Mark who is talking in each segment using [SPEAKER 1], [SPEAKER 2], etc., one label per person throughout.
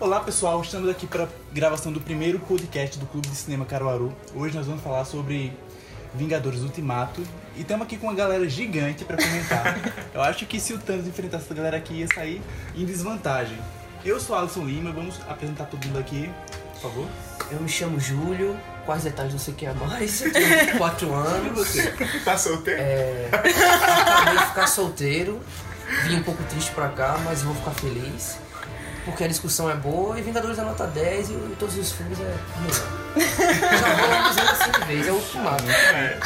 [SPEAKER 1] Olá pessoal, estamos aqui para gravação do primeiro podcast do Clube de Cinema Caruaru. Hoje nós vamos falar sobre Vingadores Ultimato e estamos aqui com uma galera gigante para comentar. Eu acho que se o Thanos enfrentasse essa galera aqui ia sair em desvantagem. Eu sou Alisson Lima, vamos apresentar todo mundo aqui, por favor.
[SPEAKER 2] Eu me chamo Júlio, quais detalhes não sei quem é mais, tenho 4
[SPEAKER 1] E
[SPEAKER 2] anos,
[SPEAKER 1] você?
[SPEAKER 3] Tá solteiro?
[SPEAKER 2] é, acabei de ficar solteiro, vim um pouco triste pra cá, mas vou ficar feliz, porque a discussão é boa e Vingadores é nota 10 e, e todos os filmes é melhor. Já vou dizendo assim de vez, é o ultimato.
[SPEAKER 3] É.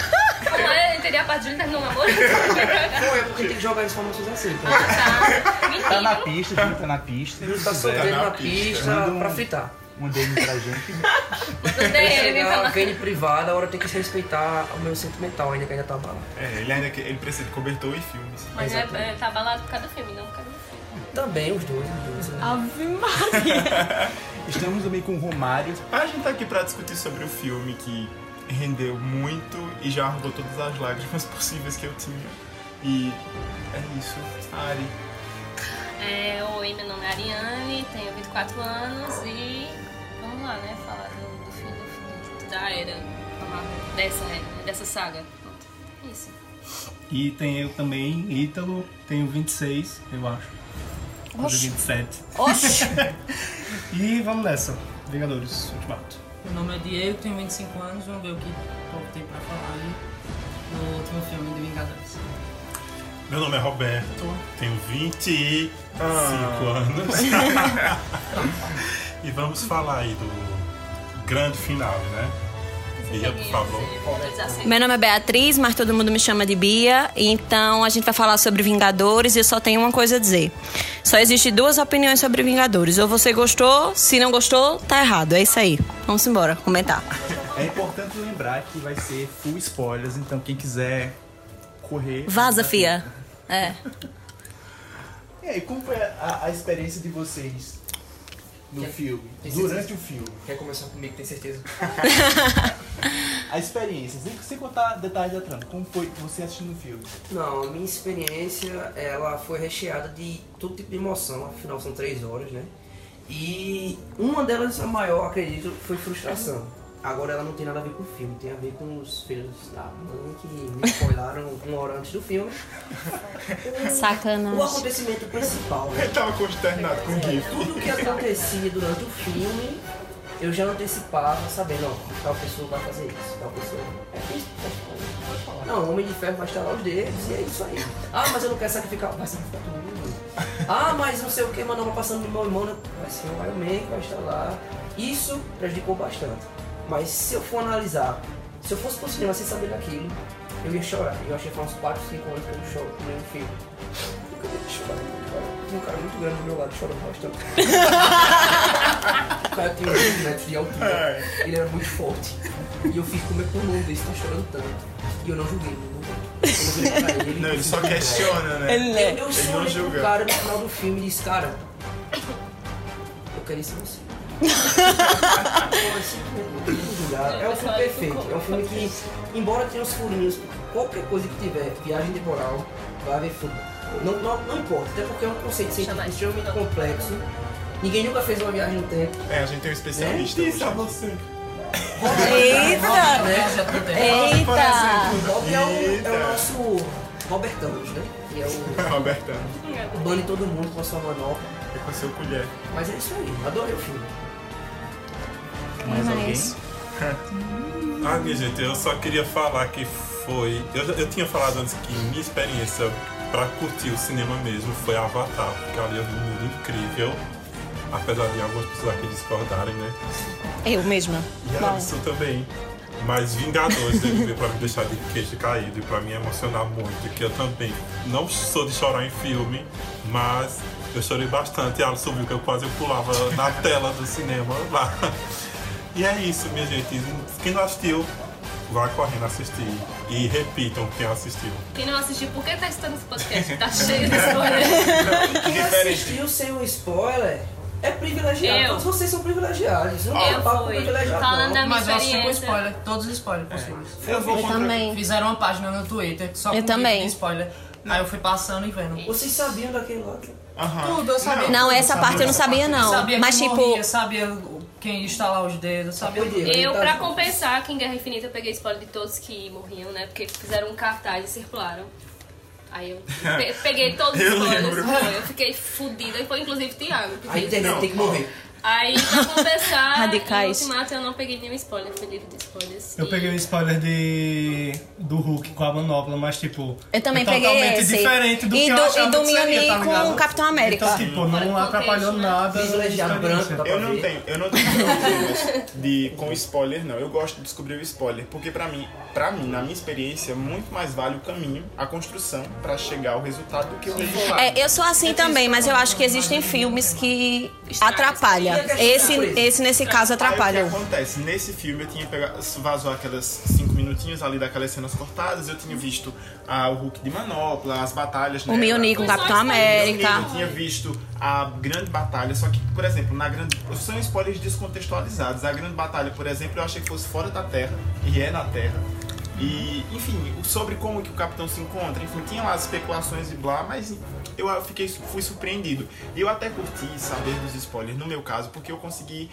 [SPEAKER 4] Como é? Eu entendi a parte de terminou o namoro?
[SPEAKER 2] Não é porque tem que jogar as informações assim, tá?
[SPEAKER 4] tá.
[SPEAKER 1] Tá na
[SPEAKER 4] Menino.
[SPEAKER 1] pista, a gente tá na pista.
[SPEAKER 2] Ele tá solteiro
[SPEAKER 3] Tá na
[SPEAKER 2] na pista
[SPEAKER 3] pista.
[SPEAKER 1] Manda um-
[SPEAKER 2] pra fritar.
[SPEAKER 1] Um DM pra gente.
[SPEAKER 4] Não
[SPEAKER 2] é
[SPEAKER 4] tem ele,
[SPEAKER 2] Chegar
[SPEAKER 4] então.
[SPEAKER 2] alguém privada, agora tem que respeitar o meu sentimental ainda que ainda tá balado.
[SPEAKER 3] É, ele ainda que- ele precisa de cobertor e filmes.
[SPEAKER 4] Mas é,
[SPEAKER 2] Exatamente.
[SPEAKER 4] é, tá balado por causa do filme, não por causa do filme.
[SPEAKER 2] Também os dois, os dois. né?
[SPEAKER 5] Ave Maria.
[SPEAKER 1] Estamos também com o Romário.
[SPEAKER 3] A gente tá aqui pra discutir sobre o filme que rendeu muito e já arrancou todas as lágrimas possíveis que eu tinha. E é isso, Ari.
[SPEAKER 4] É, oi, meu nome é Ariane, tenho 24 anos e vamos lá, né? Falar do, do fim do, do- da era da Marvel, dessa era, dessa saga. Pronto. É Isso.
[SPEAKER 6] E tem eu também, Ítalo, tenho 26, eu acho. Ou de
[SPEAKER 5] Oxi.
[SPEAKER 6] 27.
[SPEAKER 5] Oxi.
[SPEAKER 6] E vamos nessa. Vingadores, Ultimato.
[SPEAKER 7] Meu nome é Diego, tenho 25 anos, vamos ver o que o povo tem pra falar aí no último filme de Vingadores.
[SPEAKER 8] Meu nome é Roberto, tenho 25
[SPEAKER 3] Ah.
[SPEAKER 8] anos. e vamos falar aí do grande final, né? Bia, por favor.
[SPEAKER 5] Meu nome é Beatriz, mas todo mundo me chama de Bia. Então a gente vai falar sobre Vingadores e eu só tenho uma coisa a dizer. Só existem duas opiniões sobre Vingadores. Ou você gostou, se não gostou, tá errado. É isso aí. Vamos embora, comentar.
[SPEAKER 1] É importante lembrar que vai ser full spoilers, então quem quiser correr. né?
[SPEAKER 5] Vaza, fia. É.
[SPEAKER 1] E aí, como foi a, a experiência de vocês no
[SPEAKER 2] Que-
[SPEAKER 1] filme?
[SPEAKER 2] que-
[SPEAKER 1] Durante o filme.
[SPEAKER 2] Quer começar comigo, tem certeza?
[SPEAKER 1] A experiência, sem, sem contar detalhes da trama. Como foi você assistindo o filme?
[SPEAKER 2] Não, a minha experiência ela foi recheada de todo tipo de emoção, afinal são três horas, né? E uma delas, a maior, acredito, foi frustração. Agora ela não tem nada a ver com o filme, tem a ver com os filhos da mãe que me spoilaram uma hora antes do filme. O
[SPEAKER 5] Sacanagem.
[SPEAKER 2] acontecimento principal, né?
[SPEAKER 3] Ele tava consternado com o Gif.
[SPEAKER 2] Tudo que acontecia durante o filme, eu já antecipava, sabendo, ó, tal pessoa vai fazer isso, tal pessoa. É isso, pode falar. Não, o Homem de Ferro vai estalar os dedos e é isso aí. Ah, mas eu não quero sacrificar. Vai sacrificar todo mundo. Ah, mas não sei o que, Manoma passando de mão em mão. né? Vai ser o Iron Man que vai estalar. Isso prejudicou bastante. Mas se eu for analisar, se eu fosse pro cinema sem saber daquilo, eu ia chorar. Eu achei que foi uns 4, 5 anos que um eu não choro no mesmo filme. Nunca vi chorar. cara. Tem um cara muito grande do meu lado chorando bastante. O cara tem 8 metros de
[SPEAKER 3] É.
[SPEAKER 2] altura. Ele era muito forte. E eu fiz como é que o mundo desse tá chorando tanto. E eu não julguei, não julguei. Eu não julguei pra ele.
[SPEAKER 3] Não, ele só questiona, né?
[SPEAKER 5] Ele é.
[SPEAKER 2] Eu, eu
[SPEAKER 3] Ele
[SPEAKER 2] só
[SPEAKER 3] não
[SPEAKER 2] olhei pro
[SPEAKER 3] julga.
[SPEAKER 2] cara no final do filme e disse, cara, eu queria ser você. Pô, esse filme é muito julgado. É um filme perfeito. É um filme que, embora tenha uns furinhos, qualquer coisa que tiver, viagem temporal, vai haver furo. Não, não, não importa, até porque é um conceito científico extremamente complexo. Ninguém nunca fez uma viagem no tempo.
[SPEAKER 3] É, a gente tem um especialista. hoje.
[SPEAKER 5] Eita!
[SPEAKER 7] Né?
[SPEAKER 4] assim,
[SPEAKER 5] Eita!
[SPEAKER 2] O Bob é o, é
[SPEAKER 3] Eita.
[SPEAKER 2] o nosso Robert Thanos, né? Que é o
[SPEAKER 3] Robertão,
[SPEAKER 2] bane todo mundo com a sua manopla.
[SPEAKER 3] é com seu colher.
[SPEAKER 2] Mas é isso aí, adorei o filme.
[SPEAKER 1] Mais alguém?
[SPEAKER 8] Ah, minha gente, eu só queria falar que foi. Eu, já- eu tinha falado antes que minha experiência pra curtir o cinema mesmo foi Avatar, porque ali eu vi um mundo incrível. Apesar de algumas pessoas aqui discordarem, né?
[SPEAKER 5] Eu mesma.
[SPEAKER 8] E
[SPEAKER 5] Bom.
[SPEAKER 8] a isso também. Mas Vingadores deve ver pra me deixar de queixo caído e pra me emocionar muito, que eu também não sou de chorar em filme, mas eu chorei bastante. E Alisson viu que eu quase pulava na tela do cinema lá. E é isso, minha gente. Quem não assistiu, vá correndo assistir. E repitam quem assistiu.
[SPEAKER 4] Quem não assistiu, por que tá assistindo esse podcast? Tá cheio de spoiler.
[SPEAKER 2] E quem
[SPEAKER 3] Diferente.
[SPEAKER 2] assistiu sem um spoiler é privilegiado.
[SPEAKER 4] Eu.
[SPEAKER 2] Todos vocês são privilegiados. Não tem
[SPEAKER 4] Eu
[SPEAKER 2] papo com
[SPEAKER 4] fui.
[SPEAKER 2] privilegiado.
[SPEAKER 4] Falando da
[SPEAKER 5] É
[SPEAKER 2] não.
[SPEAKER 4] minha
[SPEAKER 7] Mas eu assisti com
[SPEAKER 4] experiência.
[SPEAKER 7] spoiler, todos os spoilers possíveis.
[SPEAKER 3] Eu vou contra-
[SPEAKER 7] Fizeram uma página no Twitter só
[SPEAKER 5] Eu
[SPEAKER 7] com
[SPEAKER 5] também.
[SPEAKER 7] gif de spoiler. Aí eu fui passando e vendo.
[SPEAKER 2] Vocês sabiam daquele lá? que-
[SPEAKER 3] Aham.
[SPEAKER 7] Tudo, eu sabia.
[SPEAKER 5] Não, essa parte eu não sabia, não.
[SPEAKER 7] Sabia
[SPEAKER 5] Mas,
[SPEAKER 7] quem
[SPEAKER 5] tipo,
[SPEAKER 7] morria, sabia quem ia instalar os dedos, sabia
[SPEAKER 2] Podia.
[SPEAKER 7] tudo.
[SPEAKER 4] Eu,
[SPEAKER 2] Tá
[SPEAKER 4] pra
[SPEAKER 2] bom.
[SPEAKER 4] compensar que em Guerra Infinita eu peguei spoiler de todos que morriam, né? Porque fizeram um cartaz e circularam. Aí eu pe- peguei todos os
[SPEAKER 3] Eu
[SPEAKER 4] spoilers,
[SPEAKER 3] lembro.
[SPEAKER 4] foi, eu fiquei fodida, e foi inclusive Thiago. que
[SPEAKER 2] A
[SPEAKER 4] fez.
[SPEAKER 2] internet tem que morrer.
[SPEAKER 4] Aí, pra compensar,
[SPEAKER 5] Radicais.
[SPEAKER 4] em Ultimato eu não peguei nenhum spoiler, fui livre de spoilers.
[SPEAKER 6] Eu
[SPEAKER 4] E-
[SPEAKER 6] peguei o spoiler de do Hulk com a manopla, mas tipo.
[SPEAKER 5] eu também
[SPEAKER 6] é
[SPEAKER 5] peguei
[SPEAKER 6] totalmente
[SPEAKER 5] esse.
[SPEAKER 6] diferente do
[SPEAKER 5] e
[SPEAKER 6] que
[SPEAKER 5] do,
[SPEAKER 6] eu achava
[SPEAKER 5] e do
[SPEAKER 6] que seria,
[SPEAKER 5] Miami
[SPEAKER 6] tá
[SPEAKER 5] com
[SPEAKER 6] ligado?
[SPEAKER 5] o Capitão América.
[SPEAKER 6] Então, tipo,
[SPEAKER 4] Fora do
[SPEAKER 6] não aprisionado. atrapalhou
[SPEAKER 4] contexto, né?
[SPEAKER 6] nada.
[SPEAKER 2] Fiz
[SPEAKER 6] na
[SPEAKER 2] legado
[SPEAKER 6] experiência.
[SPEAKER 2] branco, tá
[SPEAKER 3] Eu não tenho, eu não tenho problemas de, com spoiler, não. Eu gosto de descobrir o spoiler, porque pra mim, pra mim, na minha experiência, é muito mais vale o caminho, a construção, pra chegar ao resultado do que o resultado.
[SPEAKER 5] É, eu sou assim também, mas eu acho que existem filmes que atrapalham. Esse, esse nesse caso,
[SPEAKER 3] Aí,
[SPEAKER 5] atrapalha.
[SPEAKER 3] o que acontece? Nesse filme eu tinha pegado, vazou aquelas cinco minutinhos ali daquelas cenas cortadas, eu tinha visto ah, o Hulk de manopla, as batalhas. né,
[SPEAKER 5] O Miyuni com o Capitão América.
[SPEAKER 3] Eu tinha visto a grande batalha, só que, por exemplo, na grande. São spoilers descontextualizados. A grande batalha, por exemplo, eu achei que fosse fora da Terra, e é na Terra. E, enfim, o- sobre como que o capitão se encontra, enfim, tinha lá as especulações e blá, mas eu fiquei, fui surpreendido. E eu até curti saber dos spoilers, no meu caso, porque eu consegui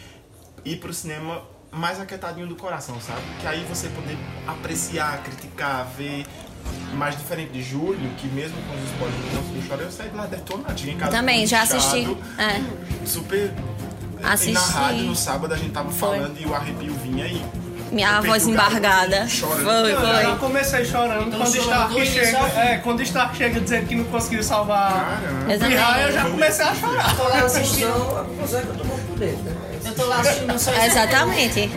[SPEAKER 3] ir pro cinema mais aquietadinho do coração, sabe? Que aí você poder apreciar, criticar, ver. Mais diferente de Julho, que mesmo com os spoilers do nosso filme, eu saí de lá detonado. Cheguei em casa
[SPEAKER 5] Também, já assisti.
[SPEAKER 3] inchado,
[SPEAKER 5] É.
[SPEAKER 3] Super.
[SPEAKER 5] Assisti.
[SPEAKER 3] E na rádio, no sábado, a gente tava
[SPEAKER 5] Foi.
[SPEAKER 3] falando e o arrepio vinha aí.
[SPEAKER 5] Minha
[SPEAKER 3] Eu peguei
[SPEAKER 5] voz
[SPEAKER 3] o garoto
[SPEAKER 5] embargada.
[SPEAKER 3] e chorando.
[SPEAKER 5] Foi,
[SPEAKER 6] Não,
[SPEAKER 5] foi.
[SPEAKER 6] Eu comecei chorando
[SPEAKER 7] Então,
[SPEAKER 6] quando o
[SPEAKER 7] chorando
[SPEAKER 6] Stark
[SPEAKER 7] tudo
[SPEAKER 6] chega.
[SPEAKER 7] isso.
[SPEAKER 6] É, quando o Stark chega dizendo que não conseguiu salvar
[SPEAKER 3] Caramba.
[SPEAKER 6] o Pirraia, eu já
[SPEAKER 5] Exatamente.
[SPEAKER 6] comecei a chorar.
[SPEAKER 2] Tô lá assistindo, a conclusão é que eu tô morto por dentro, né?
[SPEAKER 7] Eu tô lá assistindo só
[SPEAKER 5] É.
[SPEAKER 7] isso.
[SPEAKER 5] Exatamente.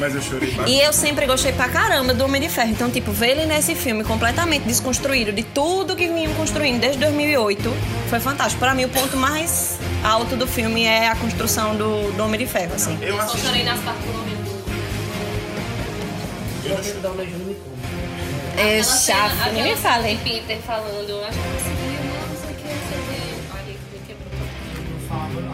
[SPEAKER 3] Mas eu chorei bastante.
[SPEAKER 5] E eu sempre gostei pra caramba do Homem de Ferro. Então, tipo, ver ele nesse filme completamente desconstruído de tudo que vinham construindo desde 2008 foi fantástico. Pra mim, o ponto mais alto do filme é a construção do, do Homem de Ferro, assim.
[SPEAKER 3] Eu
[SPEAKER 4] Eu só
[SPEAKER 3] assisti.
[SPEAKER 4] chorei nas partes do momento.
[SPEAKER 2] Eu tento dar um beijinho no me come.
[SPEAKER 5] É
[SPEAKER 4] Aquela cena-
[SPEAKER 5] chato, nem me
[SPEAKER 4] aquela
[SPEAKER 5] falem.
[SPEAKER 4] cena de Peter falando, eu acho que conseguiu, não, não sei o que, não sei o que. Olha, me quebrou.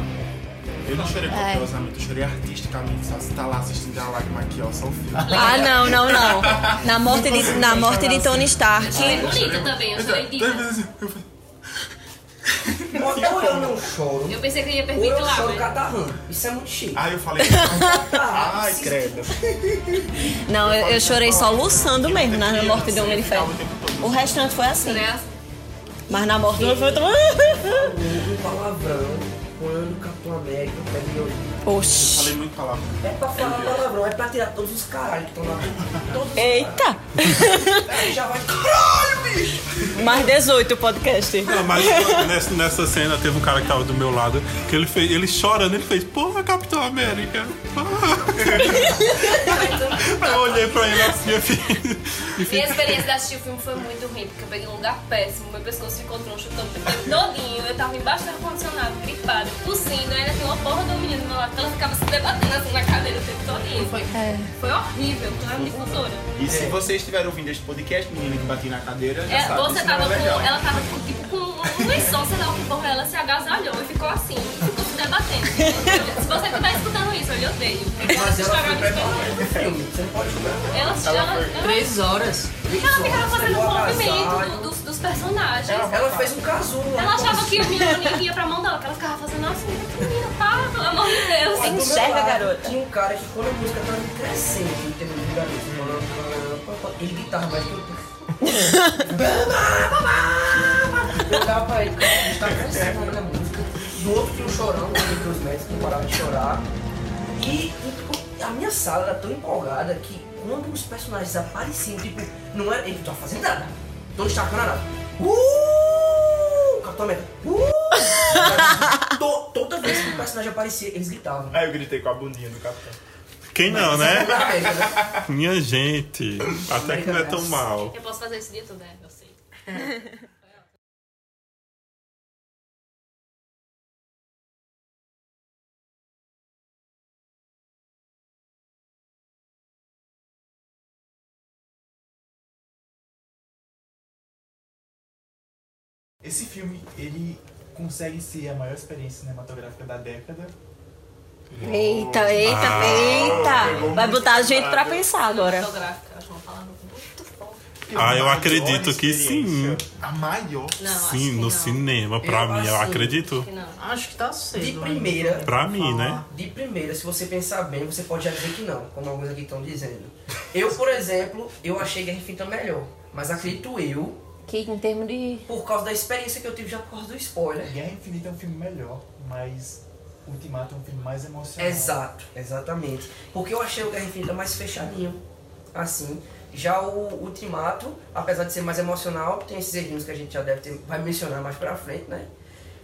[SPEAKER 3] Eu não chorei
[SPEAKER 5] É.
[SPEAKER 3] copiosamente, eu chorei artisticamente. Só se tá lá assistindo a lágrima aqui, ó, só o filme.
[SPEAKER 5] Ah, não, não, não. Na morte de, na morte de Tony Stark.
[SPEAKER 4] Foi É bonito também, eu
[SPEAKER 3] é,
[SPEAKER 4] chorei digna.
[SPEAKER 2] Ou eu não choro,
[SPEAKER 4] Eu pensei que eu ia
[SPEAKER 2] ou
[SPEAKER 4] perder
[SPEAKER 2] eu
[SPEAKER 4] lá,
[SPEAKER 2] choro
[SPEAKER 4] né?
[SPEAKER 2] catarrando. Isso é muito chique.
[SPEAKER 3] Aí eu falei. Ai, credo.
[SPEAKER 5] Não, eu, eu chorei só luçando mesmo na morte do Homem de um Ferro.
[SPEAKER 3] O tempo todo.
[SPEAKER 5] O restante foi assim.
[SPEAKER 4] Né?
[SPEAKER 5] Mas na morte do Homem de Ferro.
[SPEAKER 2] Um palavrão quando o Capitão América pega meu olho.
[SPEAKER 5] Oxi.
[SPEAKER 3] Falei muito palavra.
[SPEAKER 2] É pra falar palavrão, é pra tirar todos os caralhos que estão lá dentro. Todos
[SPEAKER 4] É.
[SPEAKER 2] os
[SPEAKER 5] Eita!
[SPEAKER 2] caralhos. Aí já vai. Caralho, bicho!
[SPEAKER 5] Mais 18 o podcast.
[SPEAKER 8] Não, mas nessa, nessa cena teve um cara que tava do meu lado, que ele fez, ele chorando, ele fez, porra, Capitão América. porra." Aí eu olhei pra ele assim, eu fiz- e
[SPEAKER 4] Minha
[SPEAKER 8] fiz-
[SPEAKER 4] experiência de assistir o filme foi muito ruim, porque eu peguei um lugar péssimo, meu pescoço ficou troncho todo, todinho, eu tava embaixo do ar-condicionado, gripada, tossindo, ainda tinha uma porra do menino do meu lado, que ela ficava se debatendo assim na cadeira o tempo todinho. Foi,
[SPEAKER 7] É.
[SPEAKER 4] foi horrível, é foi uma difusora.
[SPEAKER 3] E se vocês estiverem ouvindo este podcast, menina que bati na cadeira, já
[SPEAKER 4] É,
[SPEAKER 3] sabe.
[SPEAKER 4] você
[SPEAKER 3] isso não
[SPEAKER 4] tava
[SPEAKER 3] é
[SPEAKER 4] com.
[SPEAKER 3] legal.
[SPEAKER 4] Ela tava com, tipo com um lençol, sei lá o que porra, ela se agasalhou e ficou assim, e ficou se debatendo. se você estiver escutando isso, eu lhe odeio. Ela
[SPEAKER 2] Mas ela foi
[SPEAKER 4] se estragava de
[SPEAKER 2] preparada pro filme. Você não pode julgar.
[SPEAKER 4] Ela se ela, ela,
[SPEAKER 7] Três horas.
[SPEAKER 4] ela ficava fazendo
[SPEAKER 2] Ela
[SPEAKER 4] movimento
[SPEAKER 2] agasalho.
[SPEAKER 4] do- dos, dos personagens.
[SPEAKER 2] Ela fez um casulo.
[SPEAKER 4] Ela achava que o menino ia pra mão dela, que ela ficava fazendo assim, menina, para, pelo amor de Deus.
[SPEAKER 2] Aí do meu
[SPEAKER 5] Enxerga,
[SPEAKER 2] lado,
[SPEAKER 5] garota.
[SPEAKER 2] Tinha um cara que quando a música tava crescendo, no tema de vigarista, ele gritava mais que eu. Eu tava pra ele, cara, a gente tá crescendo ainda a música. Do outro tinha um chorão, um dos médicos que não parava de chorar. E, e a minha sala era tão empolgada que quando os personagens apareciam, tipo, não era. Ele não tava fazendo nada. Não estava fazendo nada. Uh! Capitão América. Uh! To- Toda vez que o personagem aparecia, eles gritavam.
[SPEAKER 3] Aí eu gritei com a bundinha do capitão.
[SPEAKER 8] Quem não, né?
[SPEAKER 2] Né?
[SPEAKER 8] Minha gente, até que não é tão mal.
[SPEAKER 4] Eu posso fazer esse dia todo, né? Eu sei.
[SPEAKER 1] Esse filme, ele consegue ser a maior experiência cinematográfica da década.
[SPEAKER 5] Eita, eita, eita. Vai botar a gente pra pensar agora.
[SPEAKER 8] É.
[SPEAKER 4] Fotográfica, acho uma palavra. muito forte.
[SPEAKER 3] Porque
[SPEAKER 8] Ah, eu
[SPEAKER 3] a maior
[SPEAKER 8] acredito que sim.
[SPEAKER 3] experiência- A maior.
[SPEAKER 4] Não, acho que
[SPEAKER 8] Sim,
[SPEAKER 4] não.
[SPEAKER 8] no cinema, pra
[SPEAKER 2] Eu
[SPEAKER 8] mim, eu
[SPEAKER 2] acho-
[SPEAKER 8] acredito.
[SPEAKER 4] Acho que não.
[SPEAKER 7] Acho que tá cedo.
[SPEAKER 2] De
[SPEAKER 7] ainda.
[SPEAKER 2] primeira,
[SPEAKER 8] Pra mim, né?
[SPEAKER 2] de primeira, se você pensar bem, você pode já dizer que não, como alguns aqui estão dizendo. Eu, por exemplo, eu achei Guerra Infinita melhor. Mas acredito eu,
[SPEAKER 5] Que em termos de.
[SPEAKER 2] por causa da experiência que eu tive já por causa do spoiler.
[SPEAKER 1] Guerra Infinita é um filme melhor, mas Ultimato é um filme mais emocionante.
[SPEAKER 2] Exato, exatamente. Porque eu achei o Guerra Infinita mais fechadinho. Assim. Já o Ultimato, apesar de ser mais emocional, tem esses errinhos que a gente já deve ter, vai mencionar mais pra frente, né?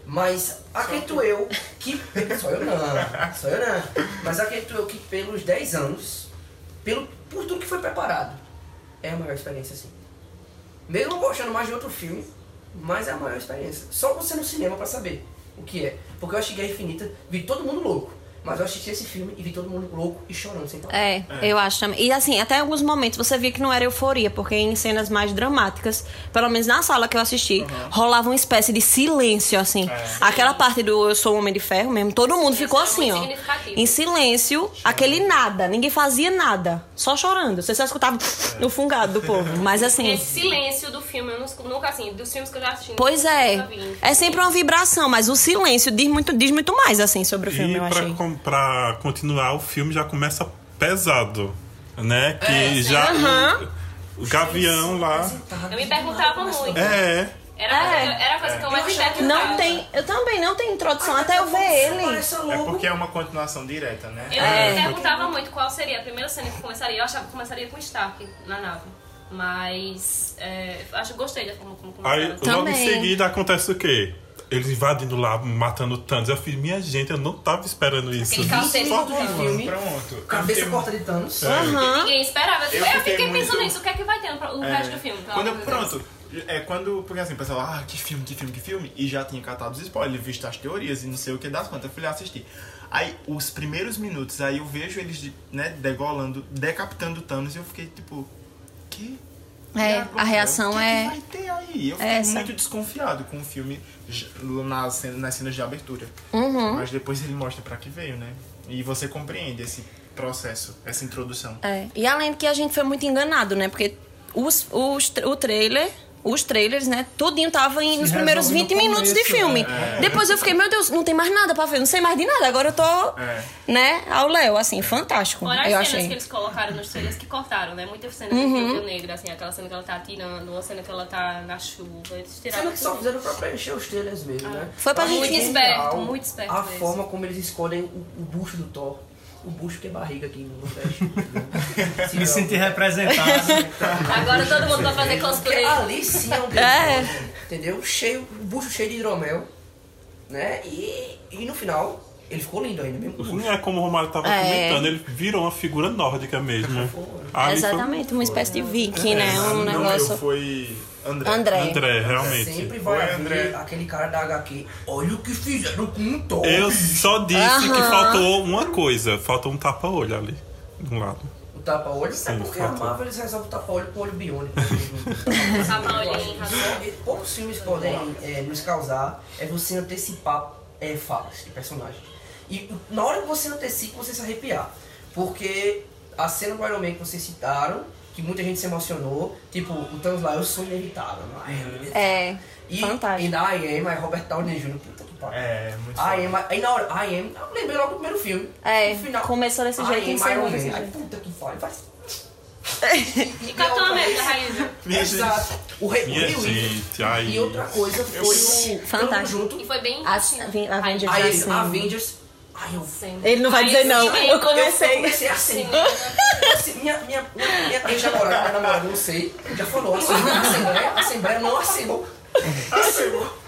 [SPEAKER 2] Mas acredito eu que. Só eu não, só eu não. Mas acredito eu que pelos 10 anos, pelo, por tudo que foi preparado, é a maior experiência, sim. Mesmo gostando mais de outro filme, mas é a maior experiência. Só você no cinema pra saber o que é. Porque eu assisti Guerra Infinita, vi todo mundo louco. Mas eu assisti esse filme e vi todo mundo louco e chorando sem parar.
[SPEAKER 5] É, eu acho também. E assim, até em alguns momentos você via que não era euforia, porque em cenas mais dramáticas, pelo menos na sala que eu assisti, rolava uma espécie de silêncio, assim. Aquela parte do Eu Sou um Homem de Ferro mesmo, todo mundo ficou
[SPEAKER 4] é muito
[SPEAKER 5] assim, ó.
[SPEAKER 4] significativo.
[SPEAKER 5] Em silêncio, aquele nada, ninguém fazia nada, só chorando. Você só escutava o fungado do povo, mas assim.
[SPEAKER 4] É. Esse silêncio do filme, eu não- nunca assim, dos filmes que eu já assisti.
[SPEAKER 5] Pois é,
[SPEAKER 4] nunca vi.
[SPEAKER 5] é sempre uma vibração, mas o silêncio diz muito, diz muito mais, assim, sobre o filme,
[SPEAKER 8] E
[SPEAKER 5] eu
[SPEAKER 8] pra,
[SPEAKER 5] achei.
[SPEAKER 8] com- pra continuar, o filme já começa pesado, né? Que já. O, o Gavião lá.
[SPEAKER 4] Eu me perguntava muito.
[SPEAKER 8] É, é.
[SPEAKER 4] Era, a coisa que eu- era a coisa que eu mais me perguntava.
[SPEAKER 5] Não tem, eu também não tenho introdução, até eu ver ele.
[SPEAKER 3] É porque é uma continuação direta, né?
[SPEAKER 4] Eu
[SPEAKER 5] É.
[SPEAKER 4] me perguntava muito qual seria a primeira cena que começaria. Eu achava que começaria com o Stark na nave. Mas é, acho que gostei da forma como
[SPEAKER 8] Aí
[SPEAKER 4] começaram.
[SPEAKER 8] logo em
[SPEAKER 5] Também.
[SPEAKER 8] seguida acontece o quê? Eles invadindo lá, matando Thanos. Eu fiz, minha gente, eu não tava esperando isso.
[SPEAKER 4] Aquele calceiro
[SPEAKER 8] Só-
[SPEAKER 4] do Thanos.
[SPEAKER 2] filme,
[SPEAKER 3] Pronto.
[SPEAKER 2] cabeça
[SPEAKER 3] Eu
[SPEAKER 2] corta de Thanos.
[SPEAKER 4] Ninguém esperava. Eu,
[SPEAKER 3] Eu fiquei
[SPEAKER 4] fiquei, pensando
[SPEAKER 3] muito-
[SPEAKER 4] nisso. O que é que vai ter no, o
[SPEAKER 3] É.
[SPEAKER 4] resto do filme? pelo
[SPEAKER 3] Quando eu,
[SPEAKER 4] amor de Deus?
[SPEAKER 3] pronto, é quando, por exemplo, o pessoal, ah, que filme, que filme, que filme, e já tinha catado os spoilers, visto as teorias e não sei o que das quantas, eu fui lá assistir. Aí, os primeiros minutos, aí eu vejo eles, de- né, degolando, decapitando o Thanos, e eu fiquei tipo, que?
[SPEAKER 5] É,
[SPEAKER 3] E agora?
[SPEAKER 5] a reação
[SPEAKER 3] O que que
[SPEAKER 5] é-
[SPEAKER 3] vai ter aí? Eu fiquei
[SPEAKER 5] essa.
[SPEAKER 3] muito desconfiado com o filme j- nas, cen- nas cenas de abertura.
[SPEAKER 5] Uhum.
[SPEAKER 3] Mas depois ele mostra pra que veio, né? E você compreende esse processo, essa introdução.
[SPEAKER 5] É. E além de que a gente foi muito enganado, né? Porque os, os tra- o trailer. Os trailers, né? Tudinho tava em- nos
[SPEAKER 6] resolve
[SPEAKER 5] primeiros
[SPEAKER 6] no
[SPEAKER 5] 20 minutos de
[SPEAKER 6] começo,
[SPEAKER 5] filme. Depois eu fiquei, meu Deus, não tem mais nada pra ver, não sei mais de nada. Agora eu tô,
[SPEAKER 3] É.
[SPEAKER 5] né, ao Léo, assim, fantástico.
[SPEAKER 4] Olha as
[SPEAKER 5] eu
[SPEAKER 4] cenas que
[SPEAKER 5] achei. Uhum.
[SPEAKER 4] eles colocaram nos trailers que cortaram, né? Muitas cenas de Viúva Negra, assim, aquela cena que ela tá atirando, uma cena que ela tá na chuva. Eles tiraram.
[SPEAKER 2] Sendo que só
[SPEAKER 4] tudo.
[SPEAKER 2] fizeram pra preencher os trailers mesmo, né?
[SPEAKER 5] Foi pra
[SPEAKER 2] Eu
[SPEAKER 5] gente
[SPEAKER 2] achei
[SPEAKER 5] ficar
[SPEAKER 4] esperto,
[SPEAKER 2] genial
[SPEAKER 4] muito esperto
[SPEAKER 2] A
[SPEAKER 4] mesmo.
[SPEAKER 2] forma como eles escolhem o, o bucho do Thor. O bucho que é barriga aqui no Nordeste. Se
[SPEAKER 6] Me
[SPEAKER 2] não-
[SPEAKER 6] senti representado.
[SPEAKER 4] Agora todo mundo vai fazer
[SPEAKER 2] Porque
[SPEAKER 4] cosplay.
[SPEAKER 2] ali sim é um
[SPEAKER 5] É.
[SPEAKER 2] grande é. Entendeu? Cheio, o bucho cheio de hidromel. Né? E, e no final, ele ficou lindo ainda, mesmo com o bucho.
[SPEAKER 8] Não é como o Romário tava
[SPEAKER 5] É.
[SPEAKER 8] comentando, ele virou uma figura nórdica mesmo. Ali foi-
[SPEAKER 5] Exatamente, uma espécie de viking, né? Um
[SPEAKER 3] não, eu
[SPEAKER 5] negócio.
[SPEAKER 3] fui né? André.
[SPEAKER 5] André.
[SPEAKER 8] André, realmente.
[SPEAKER 2] Sempre vai
[SPEAKER 3] Oi,
[SPEAKER 2] haver
[SPEAKER 3] André.
[SPEAKER 2] aquele cara da HQ. Olha o que fizeram com o Thor.
[SPEAKER 8] Eu só disse que
[SPEAKER 5] Aham.
[SPEAKER 8] faltou uma coisa, faltou um tapa-olho ali, de um lado.
[SPEAKER 2] O tapa-olho, é porque a
[SPEAKER 8] fato.
[SPEAKER 2] Marvel eles resolvem o tapa-olho com o olho biônico.
[SPEAKER 4] Tapa-olho em razão.
[SPEAKER 2] E Poucos filmes podem é, nos causar é você antecipar é, falas de personagens. E na hora que você antecipa, você se arrepiar. Porque a cena do Iron Man que vocês citaram, que muita gente se emocionou, tipo, o Thanos lá, eu sou inevitável. não é?
[SPEAKER 5] É.
[SPEAKER 2] E,
[SPEAKER 5] Fantástico.
[SPEAKER 2] e na I Am, é Robert Downey Jr., puta que pariu.
[SPEAKER 3] É, muito
[SPEAKER 2] I Am, aí na hora, I Am, eu lembrei logo do primeiro filme.
[SPEAKER 5] É,
[SPEAKER 2] No final,
[SPEAKER 5] começou desse
[SPEAKER 2] I
[SPEAKER 5] jeito e
[SPEAKER 2] Am
[SPEAKER 5] encerrou
[SPEAKER 2] Iron
[SPEAKER 5] desse
[SPEAKER 2] Man. Ai,
[SPEAKER 5] jeito.
[SPEAKER 2] puta que pariu, vai
[SPEAKER 4] E Capitão América, Raiz.
[SPEAKER 3] Minha gente.
[SPEAKER 2] Exato. O Rei
[SPEAKER 8] Minha
[SPEAKER 2] Rio
[SPEAKER 8] gente, aí.
[SPEAKER 2] E outra coisa foi o
[SPEAKER 5] Fantástico.
[SPEAKER 2] Tamo junto.
[SPEAKER 4] E foi bem.
[SPEAKER 5] As- a Vin- a Avengers
[SPEAKER 2] Aí
[SPEAKER 5] vai
[SPEAKER 2] eles,
[SPEAKER 5] assim.
[SPEAKER 2] Avengers. Ai, eu
[SPEAKER 5] Ele não vai dizer não.
[SPEAKER 4] assim. sim,
[SPEAKER 5] Eu
[SPEAKER 2] Eu
[SPEAKER 5] comecei.
[SPEAKER 2] comecei assim. assim minha minha, minha ex-namorada, minha namorada, não sei, já falou assim, assembleia, assembleia não assinou. Assinou.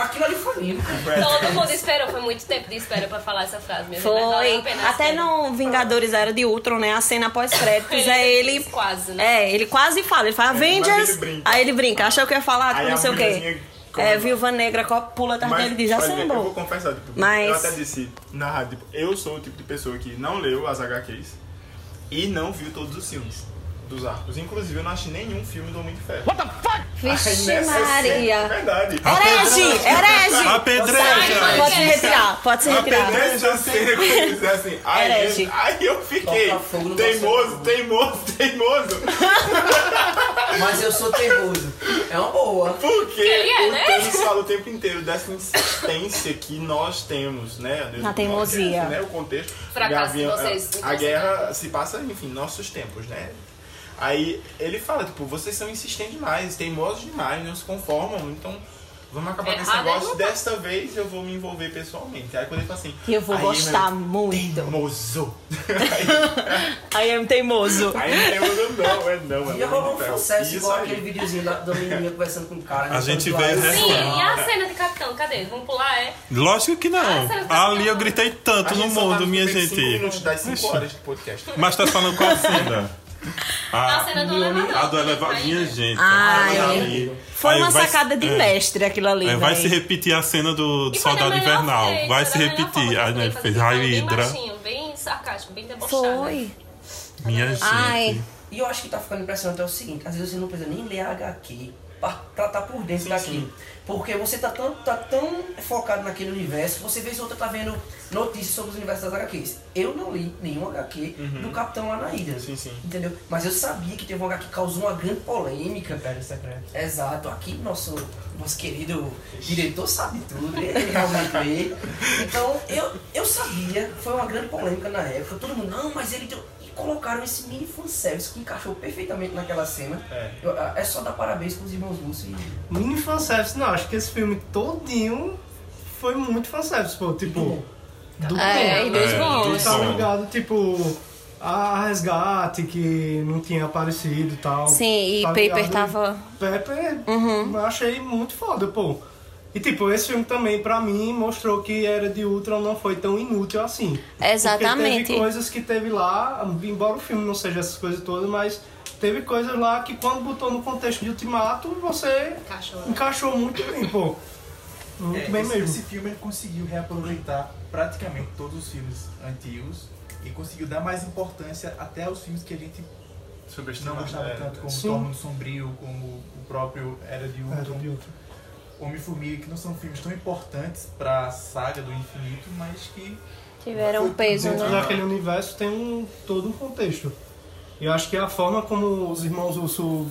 [SPEAKER 2] Aquilo ali foi lindo.
[SPEAKER 4] Todo mundo esperou, foi muito tempo de espera pra falar essa frase mesmo. mas valeu
[SPEAKER 5] Foi.
[SPEAKER 4] a pena assim. a
[SPEAKER 5] Até
[SPEAKER 4] espera.
[SPEAKER 5] no Vingadores Era de Ultron, né? A cena pós-créditos é ele.
[SPEAKER 4] Quase, né?
[SPEAKER 5] É, ele quase fala, ele fala
[SPEAKER 3] mas
[SPEAKER 5] Avengers.
[SPEAKER 3] ele brinca.
[SPEAKER 5] aí ele brinca, achou que ia falar
[SPEAKER 3] Aí
[SPEAKER 5] com não
[SPEAKER 3] a
[SPEAKER 5] sei o quê.
[SPEAKER 3] mulherzinha come
[SPEAKER 5] É,
[SPEAKER 3] lá.
[SPEAKER 5] Viúva Negra co- pula atrás dele e diz, já
[SPEAKER 3] olha,
[SPEAKER 5] sei,
[SPEAKER 3] Eu vou
[SPEAKER 5] bom.
[SPEAKER 3] confessar, tipo,
[SPEAKER 5] Mas-
[SPEAKER 3] eu até disse na rádio, tipo, eu sou o tipo de pessoa que não leu as HQs e não viu todos os filmes. dos arcos. Inclusive, eu não achei nenhum filme do Homem de Ferro. Aí,
[SPEAKER 5] Vixe,
[SPEAKER 3] nessa cena,
[SPEAKER 5] Maria.
[SPEAKER 3] Verdade.
[SPEAKER 5] Herege! Herege!
[SPEAKER 8] Apedreja!
[SPEAKER 5] Pode se retirar, pode se retirar.
[SPEAKER 3] Apedreja seco. ele diz assim. Aí,
[SPEAKER 5] Herege.
[SPEAKER 3] eu- aí eu fiquei
[SPEAKER 2] Toca fogo no
[SPEAKER 3] teimoso,
[SPEAKER 2] nosso-
[SPEAKER 3] teimoso, teimoso.
[SPEAKER 2] Mas eu sou teimoso. É uma boa.
[SPEAKER 3] Porque
[SPEAKER 4] Ele é,
[SPEAKER 3] o
[SPEAKER 4] né?
[SPEAKER 3] Thanos fala o tempo inteiro dessa insistência que nós temos, né? Deus,
[SPEAKER 5] Na
[SPEAKER 3] nós
[SPEAKER 5] teimosia.
[SPEAKER 3] temos, né? O contexto.
[SPEAKER 4] Fracasso
[SPEAKER 3] Gavião- é,
[SPEAKER 4] de vocês,
[SPEAKER 3] A, a
[SPEAKER 4] vocês,
[SPEAKER 3] guerra se passa, enfim, nossos tempos, né? Aí ele fala, tipo, vocês são insistentes demais, teimosos demais, não se conformam, então vamos acabar com esse
[SPEAKER 4] Errado é
[SPEAKER 3] negócio.
[SPEAKER 4] não tá.
[SPEAKER 3] Desta vez eu vou me envolver pessoalmente. Aí quando ele fala assim...
[SPEAKER 5] Eu vou
[SPEAKER 3] "Aí,
[SPEAKER 5] gostar
[SPEAKER 3] meu,
[SPEAKER 5] muito.
[SPEAKER 3] Teimoso!
[SPEAKER 5] I am teimoso.
[SPEAKER 3] Aí não é teimoso não, é não, é
[SPEAKER 2] E eu vou um
[SPEAKER 3] não.
[SPEAKER 2] processo
[SPEAKER 3] Isso
[SPEAKER 2] igual
[SPEAKER 3] aí.
[SPEAKER 2] aquele videozinho da, da menininha conversando com o cara. né?
[SPEAKER 8] A gente
[SPEAKER 2] vai
[SPEAKER 5] é
[SPEAKER 8] veio
[SPEAKER 4] Sim,
[SPEAKER 8] recuar.
[SPEAKER 4] e a cena de capitão? Cadê? Vamos pular, é?
[SPEAKER 8] Lógico que não.
[SPEAKER 4] Ah, você-
[SPEAKER 8] Ali eu gritei
[SPEAKER 3] A
[SPEAKER 8] tanto no
[SPEAKER 3] gente só tá
[SPEAKER 8] mundo, minha
[SPEAKER 3] 25
[SPEAKER 8] gente.
[SPEAKER 3] minutos das 5 horas de podcast.
[SPEAKER 8] Mas tá falando qual cena?
[SPEAKER 4] A cena do elevador.
[SPEAKER 8] A do elevador. Minha gente.
[SPEAKER 5] Ah,
[SPEAKER 8] Aí,
[SPEAKER 5] é.
[SPEAKER 8] aí,
[SPEAKER 5] Foi uma
[SPEAKER 8] vai-
[SPEAKER 5] sacada de
[SPEAKER 8] é.
[SPEAKER 5] mestre aquilo ali.
[SPEAKER 8] É, vai
[SPEAKER 5] véi.
[SPEAKER 8] se repetir a cena do, do
[SPEAKER 4] E foi da
[SPEAKER 8] Soldado
[SPEAKER 4] melhor
[SPEAKER 8] Invernal.
[SPEAKER 4] vez,
[SPEAKER 8] vai
[SPEAKER 4] foi
[SPEAKER 8] se
[SPEAKER 4] da melhor
[SPEAKER 8] repetir.
[SPEAKER 4] forma
[SPEAKER 8] Aí
[SPEAKER 4] que
[SPEAKER 8] né,
[SPEAKER 4] foi
[SPEAKER 8] fez
[SPEAKER 4] feito,
[SPEAKER 8] raio
[SPEAKER 4] Bem
[SPEAKER 8] Hidra.
[SPEAKER 4] baixinho, né? bem sarcástico, bem debochado.
[SPEAKER 5] Foi.
[SPEAKER 8] Minha gente.
[SPEAKER 5] Ai.
[SPEAKER 2] E eu acho que tá ficando impressionante é o seguinte, às vezes você não precisa nem ler a HQ pra estar por dentro daquilo. Porque você tá tão, tá tão focado naquele universo, você vez ou outra tá vendo notícias sobre os universos das HQs. Eu não li nenhum HQ do Capitão lá na ilha.
[SPEAKER 3] Uhum. Sim, sim.
[SPEAKER 2] Entendeu? Mas eu sabia que teve um HQ que causou uma grande polêmica.
[SPEAKER 1] secreto.
[SPEAKER 2] Exato, aqui nosso, nosso querido diretor sabe tudo, né? ele realmente lê. Então, eu, eu sabia, foi uma grande polêmica na época, todo mundo, não, mas ele deu. E colocaram esse mini fanservice que encaixou perfeitamente naquela cena.
[SPEAKER 3] É.
[SPEAKER 2] Eu- ah, É, só dar parabéns pros irmãos Lúcio e.
[SPEAKER 6] Mini fanservice, não, acho que esse filme todinho foi muito fanservice, pô, tipo. Do
[SPEAKER 5] É, e
[SPEAKER 6] bom.
[SPEAKER 5] dois
[SPEAKER 8] É,
[SPEAKER 5] bons.
[SPEAKER 6] Tá
[SPEAKER 8] Sim.
[SPEAKER 6] ligado, tipo. A resgate que não tinha aparecido e tal.
[SPEAKER 5] Sim, e
[SPEAKER 6] tá
[SPEAKER 5] Paper
[SPEAKER 6] ligado?
[SPEAKER 5] tava. Uhum.
[SPEAKER 6] Pepper, eu achei muito foda, pô. E tipo, esse filme também, pra mim, mostrou que era de Ultron não foi tão inútil assim.
[SPEAKER 5] Exatamente.
[SPEAKER 6] Porque teve coisas que teve lá, embora o filme não seja essas coisas todas, mas teve coisas lá que quando botou no contexto de Ultimato, você
[SPEAKER 4] Encaixou.
[SPEAKER 6] encaixou muito bem, pô. É, Muito bem
[SPEAKER 1] É, esse,
[SPEAKER 6] mesmo.
[SPEAKER 1] esse filme ele conseguiu reaproveitar praticamente todos os filmes antigos e conseguiu dar mais importância até aos filmes que a gente não gostava
[SPEAKER 3] né? é.
[SPEAKER 1] tanto, como
[SPEAKER 6] Sim.
[SPEAKER 1] Torno Sombrio, como o próprio Era de
[SPEAKER 6] Era
[SPEAKER 1] Ultron,
[SPEAKER 6] de Ultron.
[SPEAKER 1] Homem-Formiga, que não são filmes tão importantes pra saga do infinito, mas que
[SPEAKER 5] Tiveram um peso,
[SPEAKER 6] Dentro
[SPEAKER 5] né?
[SPEAKER 6] daquele universo tem um, todo um contexto. E eu acho que a forma como os irmãos Russo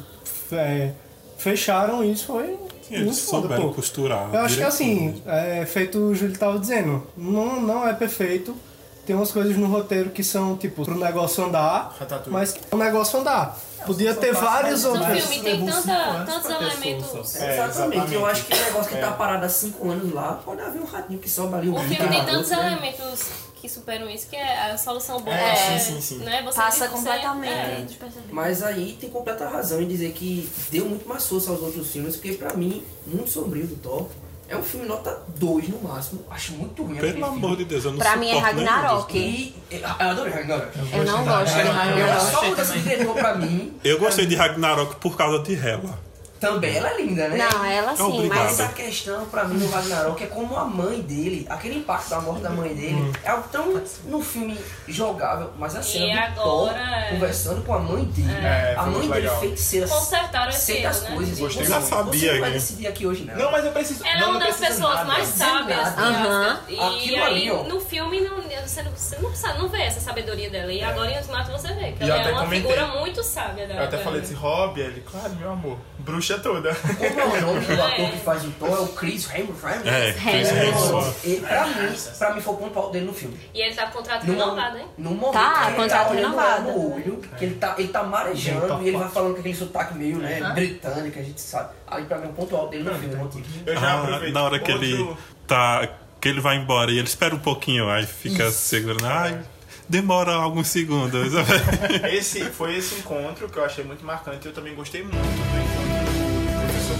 [SPEAKER 6] é, fecharam isso foi
[SPEAKER 8] Eles
[SPEAKER 6] muito foda,
[SPEAKER 8] souberam
[SPEAKER 6] pô.
[SPEAKER 8] costurar.
[SPEAKER 6] Eu acho que
[SPEAKER 8] direitinho.
[SPEAKER 6] assim, é feito o Júlio tava dizendo, não, não é perfeito. Tem umas coisas no roteiro que são, tipo, pro negócio andar,
[SPEAKER 3] Ratatouille.
[SPEAKER 6] mas o negócio andar. Podia ter vários
[SPEAKER 4] No
[SPEAKER 6] outros.
[SPEAKER 4] um filme tem tanta, tantos elementos.
[SPEAKER 3] É,
[SPEAKER 2] exatamente.
[SPEAKER 3] exatamente. É.
[SPEAKER 2] Eu acho que o negócio que tá parado há 5 anos lá, pode haver um ratinho que sobe ali. um
[SPEAKER 4] O filme
[SPEAKER 2] bico
[SPEAKER 4] tem
[SPEAKER 2] na
[SPEAKER 4] tantos
[SPEAKER 2] outra, né?
[SPEAKER 4] elementos que superam isso que é a solução boa.
[SPEAKER 3] É,
[SPEAKER 4] é,
[SPEAKER 3] sim, sim, sim.
[SPEAKER 4] Né? Você
[SPEAKER 5] Passa
[SPEAKER 4] você-
[SPEAKER 5] completamente.
[SPEAKER 4] é.
[SPEAKER 2] Mas aí tem completa razão em dizer que deu muito mais força aos outros filmes, porque pra mim, Mundo Sombrio do Thor é um filme nota 2 no máximo. Acho muito ruim aquele
[SPEAKER 8] Pelo
[SPEAKER 2] filme.
[SPEAKER 8] amor de Deus, eu não
[SPEAKER 5] Pra mim é
[SPEAKER 3] né?
[SPEAKER 8] suporto nenhum dos
[SPEAKER 5] Ragnarok.
[SPEAKER 2] E ah, eu adorei Ragnarok.
[SPEAKER 5] Eu não gosto
[SPEAKER 3] É,
[SPEAKER 5] de
[SPEAKER 2] Ela
[SPEAKER 4] Ah,
[SPEAKER 5] Ragnarok.
[SPEAKER 2] só muda esse diretor pra mim.
[SPEAKER 8] Eu gostei de Ragnarok por causa de Hela.
[SPEAKER 2] Também ela é linda, né?
[SPEAKER 5] Não, ela sim,
[SPEAKER 8] Obrigado.
[SPEAKER 5] mas
[SPEAKER 2] Mas a questão pra mim do Ragnarok é como a mãe dele, aquele impacto da morte da mãe dele, é algo tão no filme jogável, mas a
[SPEAKER 4] E
[SPEAKER 2] cena do Thor
[SPEAKER 4] agora é-
[SPEAKER 2] conversando com a mãe dele,
[SPEAKER 3] É,
[SPEAKER 2] a
[SPEAKER 3] foi
[SPEAKER 2] mãe
[SPEAKER 3] muito
[SPEAKER 2] dele
[SPEAKER 3] legal.
[SPEAKER 2] feiticeira,
[SPEAKER 4] Consertaram esse
[SPEAKER 2] sei
[SPEAKER 4] erro,
[SPEAKER 2] das
[SPEAKER 4] né?
[SPEAKER 2] coisas,
[SPEAKER 4] Gostei
[SPEAKER 2] você,
[SPEAKER 8] muito. Eu já
[SPEAKER 2] você
[SPEAKER 8] sabia
[SPEAKER 2] não vai
[SPEAKER 8] que-
[SPEAKER 2] decidir aqui hoje não.
[SPEAKER 3] Não, mas eu preciso.
[SPEAKER 4] Ela é
[SPEAKER 3] não, não
[SPEAKER 4] uma das
[SPEAKER 3] precisa
[SPEAKER 4] pessoas
[SPEAKER 3] nada. Ah,
[SPEAKER 4] mais
[SPEAKER 2] Sem
[SPEAKER 4] sábias
[SPEAKER 2] nada.
[SPEAKER 4] de
[SPEAKER 5] Aham.
[SPEAKER 4] Asgard. E
[SPEAKER 2] Aquilo
[SPEAKER 4] aí,
[SPEAKER 2] ali, ó.
[SPEAKER 4] no filme, não, você, não, você não sabe, não vê essa sabedoria dela. E agora em Osmato você vê que
[SPEAKER 3] É. E eu
[SPEAKER 4] ela é
[SPEAKER 3] até
[SPEAKER 4] uma
[SPEAKER 3] comentei.
[SPEAKER 4] figura muito sábia. Da,
[SPEAKER 3] Eu até
[SPEAKER 4] da-
[SPEAKER 3] falei assim, desse hobby, ele, claro, meu amor. Bruxa toda.
[SPEAKER 2] Como é o nome do
[SPEAKER 4] É.
[SPEAKER 2] ator que faz o Thor? É o Chris Hemsworth.
[SPEAKER 8] É, Chris
[SPEAKER 5] É.
[SPEAKER 8] Hemsworth.
[SPEAKER 2] Ele, pra mim, pra mim foi o ponto alto dele no filme.
[SPEAKER 4] E ele tá com contrato
[SPEAKER 2] No
[SPEAKER 4] renovado, hein?
[SPEAKER 2] No momento
[SPEAKER 5] Tá,
[SPEAKER 2] que ele
[SPEAKER 5] contrato
[SPEAKER 2] tá olhando ela
[SPEAKER 5] renovado.
[SPEAKER 2] no olho, que ele tá, ele tá marejando e ele vai falando com aquele sotaque meio, né, britânico, a gente sabe. Aí pra mim o ponto alto dele no filme. ontem.
[SPEAKER 3] Eu já
[SPEAKER 8] Ah,
[SPEAKER 3] aproveito.
[SPEAKER 8] na hora que ele
[SPEAKER 3] outro-
[SPEAKER 8] tá. que ele vai embora e ele espera um pouquinho, aí fica segurando. Ai, demora alguns segundos.
[SPEAKER 3] Esse, foi esse encontro que eu achei muito marcante. Eu também gostei muito do encontro do professor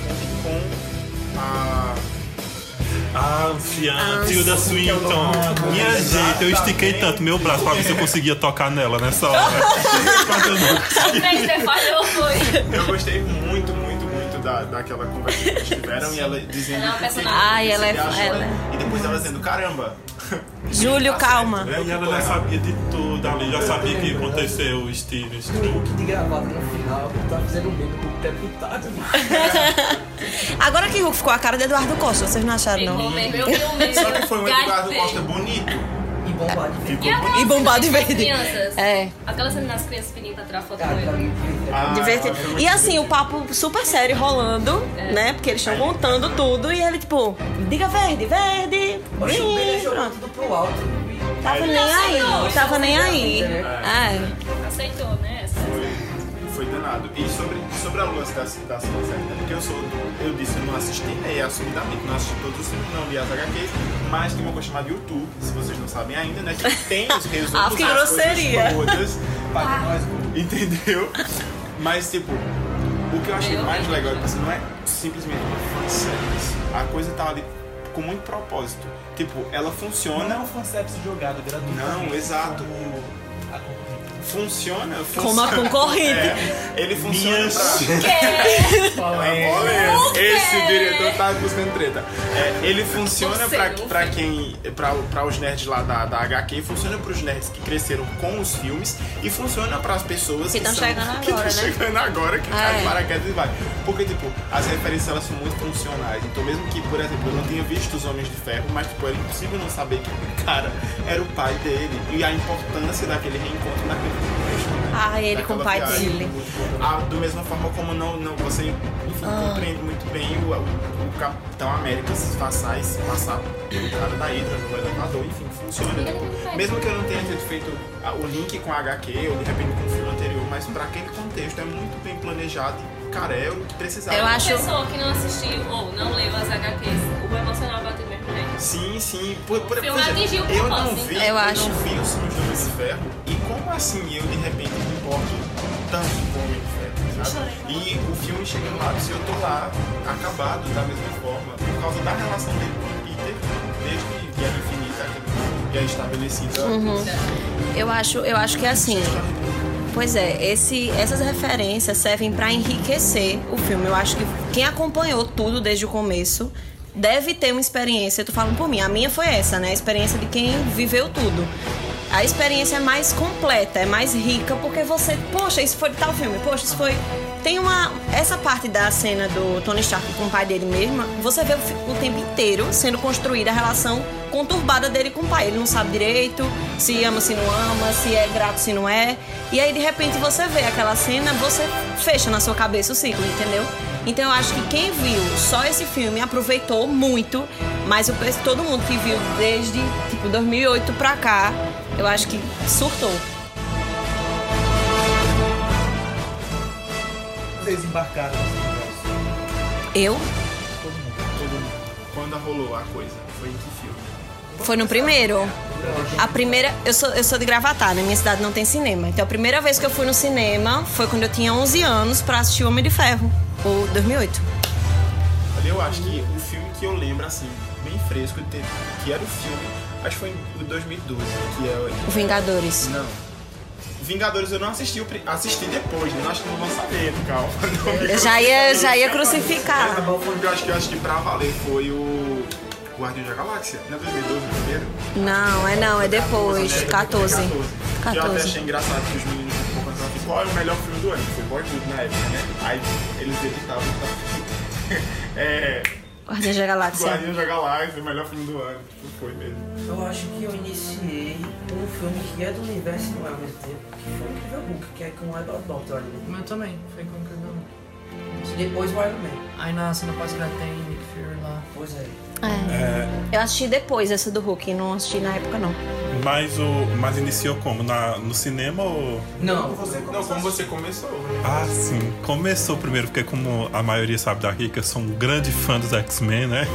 [SPEAKER 3] Hulk com a.
[SPEAKER 8] A anciã, Tilda Swinton. então. Minha gente, eu estiquei tanto meu braço pra ver se eu conseguia tocar nela nessa hora. Mas eu não.
[SPEAKER 4] O 3D falhou, foi.
[SPEAKER 3] Eu gostei muito, muito, muito da, daquela conversa que eles tiveram e ela dizendo.
[SPEAKER 4] Ela é uma
[SPEAKER 3] que-
[SPEAKER 4] personagem.
[SPEAKER 5] Ai, ela é-
[SPEAKER 3] que acha,
[SPEAKER 5] ela
[SPEAKER 3] né? E depois ela dizendo, caramba,
[SPEAKER 5] Júlio,
[SPEAKER 3] Tá
[SPEAKER 5] calma.
[SPEAKER 3] certo, né?
[SPEAKER 8] E ela já sabia de tudo ali, já sabia o que aconteceu, o estilo, o
[SPEAKER 2] O
[SPEAKER 8] truque.
[SPEAKER 2] Luke de gravata no final tá fazendo medo pro deputado.
[SPEAKER 5] Agora que ficou a cara de Eduardo Costa, vocês não acharam,
[SPEAKER 4] Ficou
[SPEAKER 5] não?
[SPEAKER 4] mesmo. Eu vi o mesmo.
[SPEAKER 3] Só que foi um Eduardo
[SPEAKER 4] Gastei.
[SPEAKER 3] Costa bonito.
[SPEAKER 2] E bombado de
[SPEAKER 4] E
[SPEAKER 3] Ficou
[SPEAKER 4] aquela
[SPEAKER 5] E
[SPEAKER 4] cena
[SPEAKER 5] bombado
[SPEAKER 4] das
[SPEAKER 5] e verde.
[SPEAKER 4] Crianças.
[SPEAKER 5] É.
[SPEAKER 4] Aquela cena das crianças pedindo pra tirar foto com
[SPEAKER 2] Cara, tá
[SPEAKER 4] ele.
[SPEAKER 2] muito
[SPEAKER 3] Ah,
[SPEAKER 5] Divertido.
[SPEAKER 3] foi
[SPEAKER 5] E
[SPEAKER 3] muito
[SPEAKER 5] assim, o papo super sério rolando, né? Porque eles estão contando tudo e ele, tipo, diga verde, verde.
[SPEAKER 2] Oxe, o Bella
[SPEAKER 5] Vem,
[SPEAKER 2] jogou
[SPEAKER 5] pronto.
[SPEAKER 2] tudo pro alto.
[SPEAKER 5] Tava nem
[SPEAKER 4] Não,
[SPEAKER 5] aí,
[SPEAKER 4] senhor,
[SPEAKER 5] tava nem aí.
[SPEAKER 2] né?
[SPEAKER 5] É.
[SPEAKER 3] tá.
[SPEAKER 4] Aceitou, né? Essa.
[SPEAKER 3] Foi, foi danado. E sobre, sobre a lance da, da Santa Certa, porque eu sou, eu disse, eu não assisti, né? E assumidamente, não assisti todos os filmes, não li as HQs, mas tem uma coisa chamada YouTube, se vocês não sabem ainda, né? Que tem os resumos
[SPEAKER 5] Ah, que
[SPEAKER 3] das coisas
[SPEAKER 5] grosseria.
[SPEAKER 3] todas,
[SPEAKER 1] Paga nós, Google.
[SPEAKER 3] entendeu? Mas, tipo, o que eu achei mais legal é que assim, não é simplesmente uma fanservice. A coisa tá ali com muito propósito. Tipo, ela
[SPEAKER 1] Não
[SPEAKER 3] funciona.
[SPEAKER 1] é um fanservice jogado gratuito.
[SPEAKER 3] Não, exato.
[SPEAKER 1] A concorrente.
[SPEAKER 3] Funciona, funciona.
[SPEAKER 5] Como a concorrente.
[SPEAKER 3] É, ele funciona pra... É,
[SPEAKER 2] Falando.
[SPEAKER 3] Olha, esse diretor tá buscando treta. É, ele funciona
[SPEAKER 4] Não sei,
[SPEAKER 3] pra,
[SPEAKER 4] não sei.
[SPEAKER 3] pra quem. Pra, pra os nerds lá da, da HQ, funciona pros nerds que cresceram com os filmes e funciona pras pessoas
[SPEAKER 5] Que tão
[SPEAKER 3] são-
[SPEAKER 5] chegando
[SPEAKER 3] que tão
[SPEAKER 5] agora, né?
[SPEAKER 3] chegando agora, que
[SPEAKER 5] Ah,
[SPEAKER 3] cai
[SPEAKER 5] é.
[SPEAKER 3] de paraquedas e vai. Porque, tipo, as referências elas são muito funcionais. Então, mesmo que, por exemplo, eu não tenha visto os Homens de Ferro, mas, tipo, era impossível não saber que o cara era o pai dele e a importância daquele reencontro naquele contexto. né?
[SPEAKER 5] Ah, ele com o pai
[SPEAKER 3] Daquela viagem.
[SPEAKER 5] dele.
[SPEAKER 3] Ah, do mesma forma como não, não você enfim, compreende muito bem o, o Capitão América se passar e se passar pelo cara da Hydra, no elevador, enfim, funciona. Mesmo que eu não tenha tido feito ah, o link com a HQ ou de repente com o filme anterior, mas pra aquele contexto é muito bem planejado e, cara, é o que precisava.
[SPEAKER 5] Eu acho-
[SPEAKER 4] A pessoa que não assistiu ou não leu as HQs, o emocional bateu mesmo né? nele.
[SPEAKER 3] Sim, sim. Por, por,
[SPEAKER 4] O filme
[SPEAKER 3] veja,
[SPEAKER 4] atingiu o
[SPEAKER 3] eu não
[SPEAKER 4] propósito,
[SPEAKER 3] vi,
[SPEAKER 4] então.
[SPEAKER 5] Eu
[SPEAKER 3] eu,
[SPEAKER 5] acho.
[SPEAKER 3] não vi os filmes do Homem de Ferro. E como assim eu de repente me importo tanto com o Homem de Ferro? Sabe? E o filme chega lá, se eu tô lá, acabado da mesma forma, por causa da relação dele com o Peter, desde Guerra Infinita, que é estabelecida.
[SPEAKER 5] Uhum. Eu acho, eu acho que é assim. Pois é, esse- essas referências servem pra enriquecer o filme. Eu acho que quem acompanhou tudo desde o começo deve ter uma experiência. Eu tô falando por mim, a minha foi essa, né? A experiência de quem viveu tudo. A experiência é mais completa, é mais rica, porque você, poxa, isso foi de tal filme, poxa, isso foi. Tem uma. Essa parte da cena do Tony Stark com o pai dele mesmo, você vê o, fi- o tempo inteiro sendo construída a relação conturbada dele com o pai. Ele não sabe direito se ama, se não ama, se é grato, se não é. E aí, de repente, você vê aquela cena, você fecha na sua cabeça o ciclo, entendeu? Então, eu acho que quem viu só esse filme aproveitou muito, mas eu penso que todo mundo que viu desde, tipo, 2008 pra cá, eu acho que surtou.
[SPEAKER 1] Vocês embarcaram nesse negócio.
[SPEAKER 5] Eu?
[SPEAKER 1] Todo mundo.
[SPEAKER 3] Todo mundo. Quando rolou a coisa, foi em que filme?
[SPEAKER 5] Foi no primeiro. A primeira. Eu sou, eu sou de Gravatar, na minha cidade não tem cinema. Então a primeira vez que eu fui no cinema foi quando eu tinha 11 anos pra assistir Homem de Ferro, o 2008.
[SPEAKER 3] Olha, Eu acho que o filme que eu lembro, assim, bem fresco, de ter- que era o filme, acho que foi em 2012, que é
[SPEAKER 5] O Vingadores.
[SPEAKER 3] Não. Vingadores eu não assisti, eu pre- assisti depois, né? Eu acho que não vão saber, calma.
[SPEAKER 5] Eu já ia, já ia crucificar.
[SPEAKER 3] Acabou o filme que eu acho que, eu acho que pra valer foi o Guardião da Galáxia, né? 2012 primeiro.
[SPEAKER 5] Não, é não, é depois. 14.
[SPEAKER 3] 14. Eu até
[SPEAKER 5] 14.
[SPEAKER 3] achei engraçado que os meninos de pouco atrás falaram, qual é o melhor filme do ano? Foi Bollywood na época, né? Aí eles editavam e tal. É.
[SPEAKER 5] Guardiões da Galáxia.
[SPEAKER 3] Guardião da Galáxia, o melhor filme do ano. Tipo, foi mesmo.
[SPEAKER 2] Eu acho que eu iniciei um filme que é do universo e não é ao mesmo tempo, que foi o Incrível Hulk, que é com o Edward Norton ali.
[SPEAKER 7] O meu também, foi com o Cardão.
[SPEAKER 2] E depois o Iron Man.
[SPEAKER 7] Aí na cena pós-crédito tem Nick Fury lá.
[SPEAKER 2] Pois é.
[SPEAKER 5] É. Eu assisti depois essa do Hulk, não assisti na época, não.
[SPEAKER 8] Mas, o, mas iniciou como? Na, no cinema ou.
[SPEAKER 2] Não,
[SPEAKER 3] Não, como você começou, né?
[SPEAKER 8] Ah, sim. Começou primeiro, porque como a maioria sabe daqui, que eu sou um grande fã dos X-Men, né?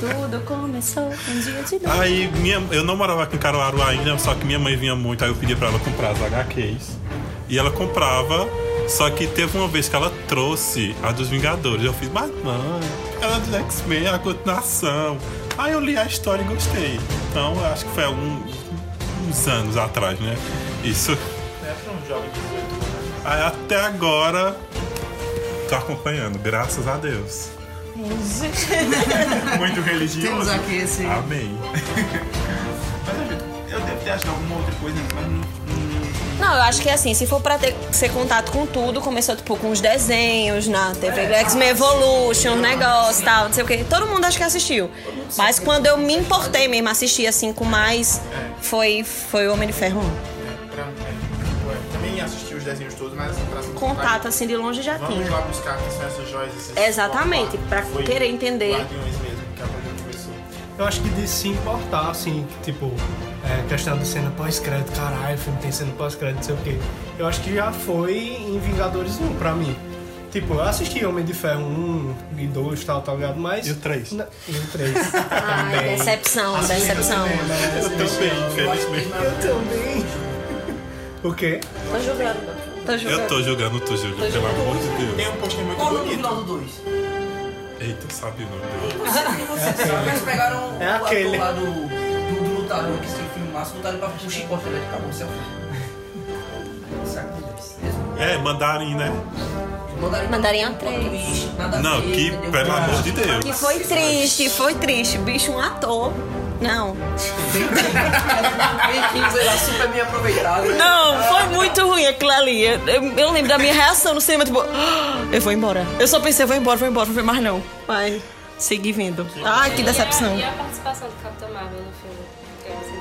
[SPEAKER 5] Tudo começou um dia de novo.
[SPEAKER 8] Aí minha, eu não morava aqui em Caruaru ainda, só que minha mãe vinha muito, aí eu pedia pra ela comprar as HQs. E ela comprava, só que teve uma vez que ela trouxe a dos Vingadores. Eu fiz, mas mãe, ela é do X-Men, é a continuação. Aí eu li a história e gostei. Então eu acho que foi algum, uns anos atrás, né? Isso.
[SPEAKER 3] É pra um jovem de 18
[SPEAKER 8] Aí até agora tô acompanhando, graças a Deus.
[SPEAKER 3] anos. Muito religioso.
[SPEAKER 7] aqui esse.
[SPEAKER 8] Amém.
[SPEAKER 3] ter achado alguma outra coisa, mas não. não-
[SPEAKER 5] Não, eu acho que é assim, se for pra ter ser contato com tudo, começou tipo com os desenhos na TV X-Men Evolution, um negócio tal, não sei o quê. Todo mundo acho que assistiu. Mas quando eu me importei mesmo, assisti assim com mais, foi, foi o Homem de Ferro um.
[SPEAKER 3] é, pra- é, tipo, é, também assisti os desenhos todos, mas assim, pra se
[SPEAKER 5] 1. Contato assim de longe já
[SPEAKER 3] Vamos
[SPEAKER 5] tinha.
[SPEAKER 3] lá buscar quem são essas joias, esses
[SPEAKER 5] Exatamente, pra
[SPEAKER 3] Foi
[SPEAKER 5] querer entender.
[SPEAKER 3] Guardiões mesmo, que a gente começou.
[SPEAKER 6] Eu acho que de se importar, assim, tipo, é, questão de cena pós-crédito, caralho, o filme tem cena pós-crédito, não sei o quê. Eu acho que já foi em Vingadores 1 pra mim. Tipo, eu assisti Homem de Ferro 1 e 2 tal, tá ligado? Mas.
[SPEAKER 1] E o três?
[SPEAKER 6] Na- E o 3.
[SPEAKER 5] Ai, decepção, decepção.
[SPEAKER 3] É,
[SPEAKER 8] Eu também, infelizmente.
[SPEAKER 3] né?
[SPEAKER 6] eu também. O quê?
[SPEAKER 5] Tô julgando. Tô
[SPEAKER 8] Eu
[SPEAKER 5] julgando.
[SPEAKER 8] tô jogando, tu jogando, pelo amor de
[SPEAKER 3] Tem
[SPEAKER 8] Deus.
[SPEAKER 3] um poster muito
[SPEAKER 2] Qual o final
[SPEAKER 3] bonito.
[SPEAKER 2] do 2?
[SPEAKER 8] Eita, sabe o nome dele.
[SPEAKER 2] Eles pegaram
[SPEAKER 6] É
[SPEAKER 2] o ator
[SPEAKER 6] aquele.
[SPEAKER 2] lá do, do, do lutador que se filmasse, botaram pra puxar e cortar ele pra você. Saco de Deus.
[SPEAKER 8] É, mandarim, né?
[SPEAKER 2] Mandarim,
[SPEAKER 5] Mandarim três.
[SPEAKER 2] três. Nada a
[SPEAKER 8] Não,
[SPEAKER 2] ver,
[SPEAKER 8] que,
[SPEAKER 2] entendeu?
[SPEAKER 8] pelo amor de Deus.
[SPEAKER 5] Que foi triste, foi triste. Bicho, um ator. Não.
[SPEAKER 2] Bem-vindos, sei lá, super bem aproveitado.
[SPEAKER 5] Não, foi muito ruim aquilo ali. Eu, eu- eu lembro da minha reação no cinema, tipo, "Ah, eu vou embora. Eu só pensei, vou embora, vou embora, vou mais não. Mas segui vindo. Ai, que
[SPEAKER 4] E a-
[SPEAKER 5] decepção.
[SPEAKER 4] E a, participação do Capitão Marvel no filme? O que vocês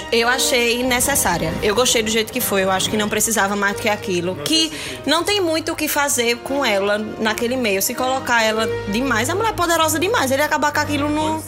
[SPEAKER 4] acharam?
[SPEAKER 5] Eu achei necessária. Eu gostei do jeito que foi. Eu acho que não precisava mais do que aquilo. Que não tem muito o que fazer com ela naquele meio. Se colocar ela demais, a mulher é poderosa demais. Ele ia acabar com aquilo no.
[SPEAKER 8] né?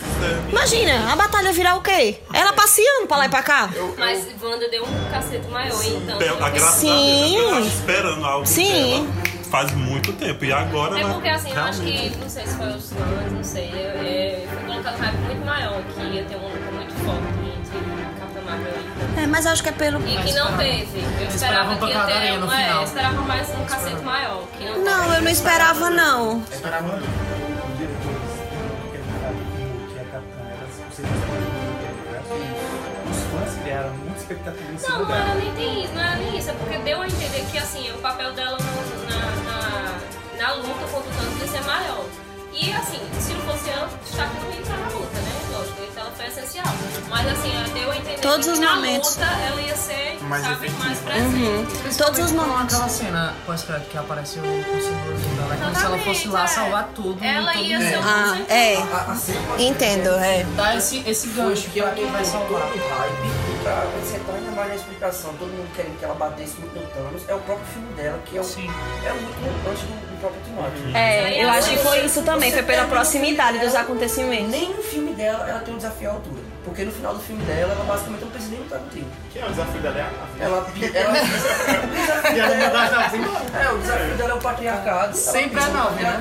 [SPEAKER 5] Imagina, a batalha virar o quê? Ela passeando pra lá e pra cá.
[SPEAKER 4] Mas Wanda deu um cacete maior, então.
[SPEAKER 8] Pe- A graça
[SPEAKER 5] Sim.
[SPEAKER 8] da vida, né? eu tava esperando algo
[SPEAKER 5] Sim.
[SPEAKER 8] dela faz muito tempo. E agora né?
[SPEAKER 4] É
[SPEAKER 8] ela
[SPEAKER 4] porque assim, eu acho
[SPEAKER 8] realmente-
[SPEAKER 4] que, não sei se foi os fãs, não sei, eu, eu fui colocando um hype muito maior, que ia ter uma luta muito forte entre Capitão Marvel então. e
[SPEAKER 5] É, mas acho que é pelo.
[SPEAKER 4] e que não teve. Eu esperava
[SPEAKER 7] esperavam
[SPEAKER 4] que ia
[SPEAKER 7] pancadaria
[SPEAKER 4] ter
[SPEAKER 7] no
[SPEAKER 4] uma, é,
[SPEAKER 7] final.
[SPEAKER 4] eu esperava mais um cacete maior. Que não,
[SPEAKER 5] Não, eu não esperava, não.
[SPEAKER 1] É
[SPEAKER 3] Esperava.
[SPEAKER 1] Os diretores querem ficar com o que é Capitã Era, você não sabe o que é universo, e Os fãs criaram muita expectativa em cima
[SPEAKER 4] Não, não era
[SPEAKER 1] dela.
[SPEAKER 4] nem tem isso, não era nem isso. É porque deu a entender que assim, o papel dela no- na, na, na luta contra o Thanos ia ser maior. E assim, se não fosse ela, tá está com entrar na luta, né? Lógico, então ela foi essencial. Mas assim, ela deu a entender
[SPEAKER 5] Todos
[SPEAKER 4] que
[SPEAKER 5] os
[SPEAKER 4] na
[SPEAKER 5] momentos. Uhum.
[SPEAKER 4] luta ela ia ser,
[SPEAKER 3] Mais
[SPEAKER 4] sabe,
[SPEAKER 3] efetiva.
[SPEAKER 4] mais presente.
[SPEAKER 5] Todos os
[SPEAKER 7] Não,
[SPEAKER 5] momentos.
[SPEAKER 7] é aquela cena pós-crédito que apareceu o conselheiro dela, como se ela fosse lá
[SPEAKER 4] Exatamente, é.
[SPEAKER 7] salvar tudo.
[SPEAKER 4] Ela
[SPEAKER 7] todo
[SPEAKER 4] ia
[SPEAKER 7] mundo.
[SPEAKER 4] ser o
[SPEAKER 5] Ah,
[SPEAKER 4] presente.
[SPEAKER 5] é.
[SPEAKER 2] A, a cena
[SPEAKER 5] Entendo, é.
[SPEAKER 7] Dá esse, esse gancho que
[SPEAKER 2] que
[SPEAKER 7] ela quem vai salvar.
[SPEAKER 2] Todo hype, pra acertar ainda mais na explicação, todo mundo querendo que ela batesse muito no Thanos, é o próprio filme dela, que é, o,
[SPEAKER 7] Sim.
[SPEAKER 2] é muito antes do, do próprio Timóteo.
[SPEAKER 5] É, eu acho que foi isso também, foi pela proximidade dos acontecimentos.
[SPEAKER 2] Nem no filme dela ela tem um desafio à altura, porque no final do filme dela, ela basicamente é um não precisa nem lutar no trio.
[SPEAKER 3] Que é o desafio dela? É a vida.
[SPEAKER 2] Ela, ela,
[SPEAKER 6] E a mandar na vida.
[SPEAKER 2] é, o desafio dela é o patriarcado.
[SPEAKER 7] Sempre
[SPEAKER 2] ela pisa
[SPEAKER 7] é
[SPEAKER 2] no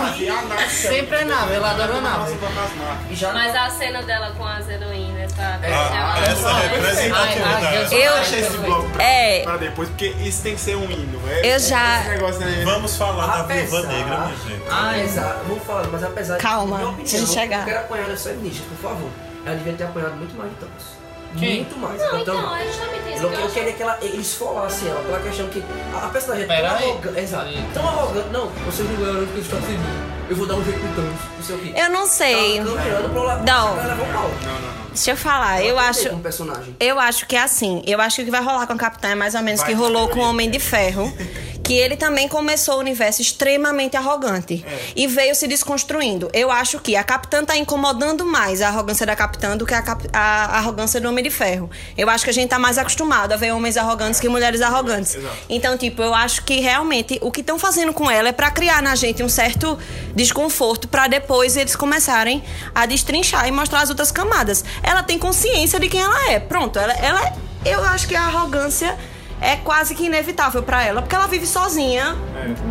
[SPEAKER 7] nove, né?
[SPEAKER 2] patriarcado.
[SPEAKER 3] E a nave.
[SPEAKER 7] Sempre é nave, ela adora nave.
[SPEAKER 2] E
[SPEAKER 7] Tá.
[SPEAKER 2] já
[SPEAKER 4] Mas a cena dela com as heroínas, tá?
[SPEAKER 8] Ah,
[SPEAKER 4] Ela-
[SPEAKER 8] essa representatividade.
[SPEAKER 5] Eu-
[SPEAKER 3] Deixa esse bloco pra,
[SPEAKER 5] É.
[SPEAKER 3] pra depois, porque isso tem que ser um hino. É,
[SPEAKER 5] Eu já-
[SPEAKER 3] Esse negócio né? aí.
[SPEAKER 8] Vamos falar da Viúva
[SPEAKER 2] Apesar-
[SPEAKER 8] Negra, minha gente.
[SPEAKER 2] Apesar, vou falar, mas apesar
[SPEAKER 5] Calma,
[SPEAKER 2] de minha
[SPEAKER 5] se a gente chegar.
[SPEAKER 2] Eu quero apanhar das feministas, por favor. Ela devia ter apanhado muito mais do Thanos.
[SPEAKER 7] Quem?
[SPEAKER 2] Muito mais.
[SPEAKER 4] Não,
[SPEAKER 2] Então,
[SPEAKER 4] então, é justamente isso.
[SPEAKER 2] eu,
[SPEAKER 4] que
[SPEAKER 2] eu queria que ela, eles folassem ela pela questão que a, a personagem é tão
[SPEAKER 7] Pera aí.
[SPEAKER 2] arrogante. Exato. Tão arrogante. Não, vocês não ganharam porque eles estão sem mim. Eu vou dar um jeito no Thanos. Não sei o quê. Tá
[SPEAKER 5] Eu não sei.
[SPEAKER 2] Ela caminhando pro lado.
[SPEAKER 5] Não.
[SPEAKER 2] Ela levou mal. um Não,
[SPEAKER 5] Deixa eu falar, eu acho.
[SPEAKER 2] Como personagem.
[SPEAKER 5] Eu acho que é assim. Eu acho que o que vai rolar com a Capitã é mais ou menos o que
[SPEAKER 3] Vai
[SPEAKER 5] rolou com o
[SPEAKER 3] destruir.
[SPEAKER 5] Homem de Ferro. Que ele também começou o universo extremamente arrogante. E veio se desconstruindo. Eu acho que a Capitã tá incomodando mais a arrogância da Capitã do que a, cap- a arrogância do Homem de Ferro. Eu acho que a gente tá mais acostumado a ver homens arrogantes que mulheres arrogantes. Então, tipo, eu acho que realmente o que estão fazendo com ela é pra criar na gente um certo desconforto pra depois eles começarem a destrinchar e mostrar as outras camadas. Ela tem consciência de quem ela é. Pronto, ela, ela eu acho que a arrogância é quase que inevitável pra ela, porque ela vive sozinha,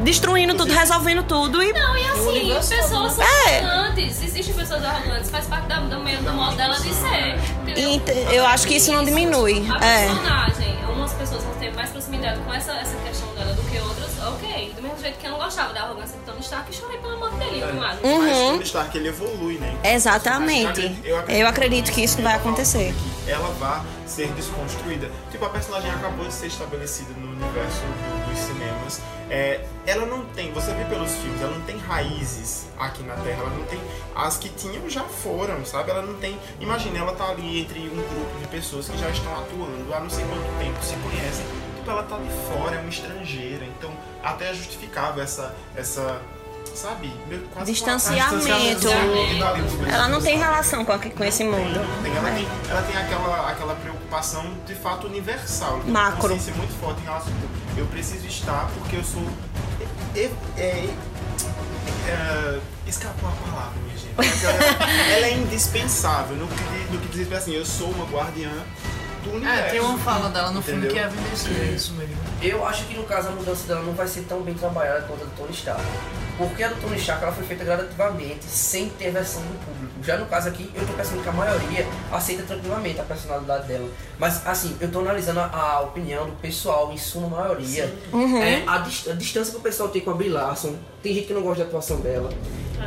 [SPEAKER 5] destruindo tudo, resolvendo tudo e
[SPEAKER 4] Não, e assim, pessoas são
[SPEAKER 5] É.
[SPEAKER 4] arrogantes. Existem pessoas arrogantes, faz parte da, do, meio, do modo dela de ser. entendeu?
[SPEAKER 5] E ent- eu acho que isso não diminui,
[SPEAKER 4] A
[SPEAKER 5] é.
[SPEAKER 4] personagem, algumas pessoas vão ter mais proximidade com essa, essa questão dela do que outras, ok. Do mesmo jeito que eu não gostava da arrogância de Tony Stark e chorei pela morte dele, do nada.
[SPEAKER 3] Mas Tony Stark, ele evolui, né?
[SPEAKER 5] Uhum.
[SPEAKER 3] assim,
[SPEAKER 5] Exatamente.
[SPEAKER 3] Eu acredito-
[SPEAKER 5] Eu acredito que isso vai acontecer.
[SPEAKER 3] que ela vai ser desconstruída. Tipo, a personagem acabou de ser estabelecida no universo do- dos cinemas. É, ela não tem, você vê pelos filmes, ela não tem raízes aqui na Terra. Ela não tem. As que tinham já foram, sabe? Ela não tem. Imagina, ela tá ali entre um grupo de pessoas que já estão atuando há não sei quanto tempo, se conhecem. Tipo, ela tá de fora, é uma estrangeira. Então, até é justificável essa. essa Sabe? Meio que quase que uma-
[SPEAKER 5] Distanciamento. Ela não tem relação com, a- com esse mundo.
[SPEAKER 3] Tem, ela, tem, ela tem aquela, aquela preocupação de fato universal. Ela tem
[SPEAKER 5] Macro.
[SPEAKER 3] uma consciência muito forte em relação a eu preciso estar porque eu sou. e- e- é- é, escapou a palavra, minha gente. Porque Ela, ela é indispensável no que, no que diz assim, eu sou uma guardiã do universo.
[SPEAKER 7] É, tem uma fala dela no filme
[SPEAKER 3] Entendeu?
[SPEAKER 7] que é vendecida, é isso mesmo.
[SPEAKER 2] Eu acho que no caso a mudança dela não vai ser tão bem trabalhada quanto a do Tony Stark. Porque a do Tony Stark ela foi feita gradativamente, sem ter versão do público. Já no caso aqui, eu tô pensando que a maioria aceita tranquilamente a personalidade dela. Mas assim, eu tô analisando a, a opinião do pessoal, em suma maioria.
[SPEAKER 5] Uhum.
[SPEAKER 2] É, a, dis- a distância que o pessoal tem com a Brie Larson, tem gente que não gosta da atuação dela.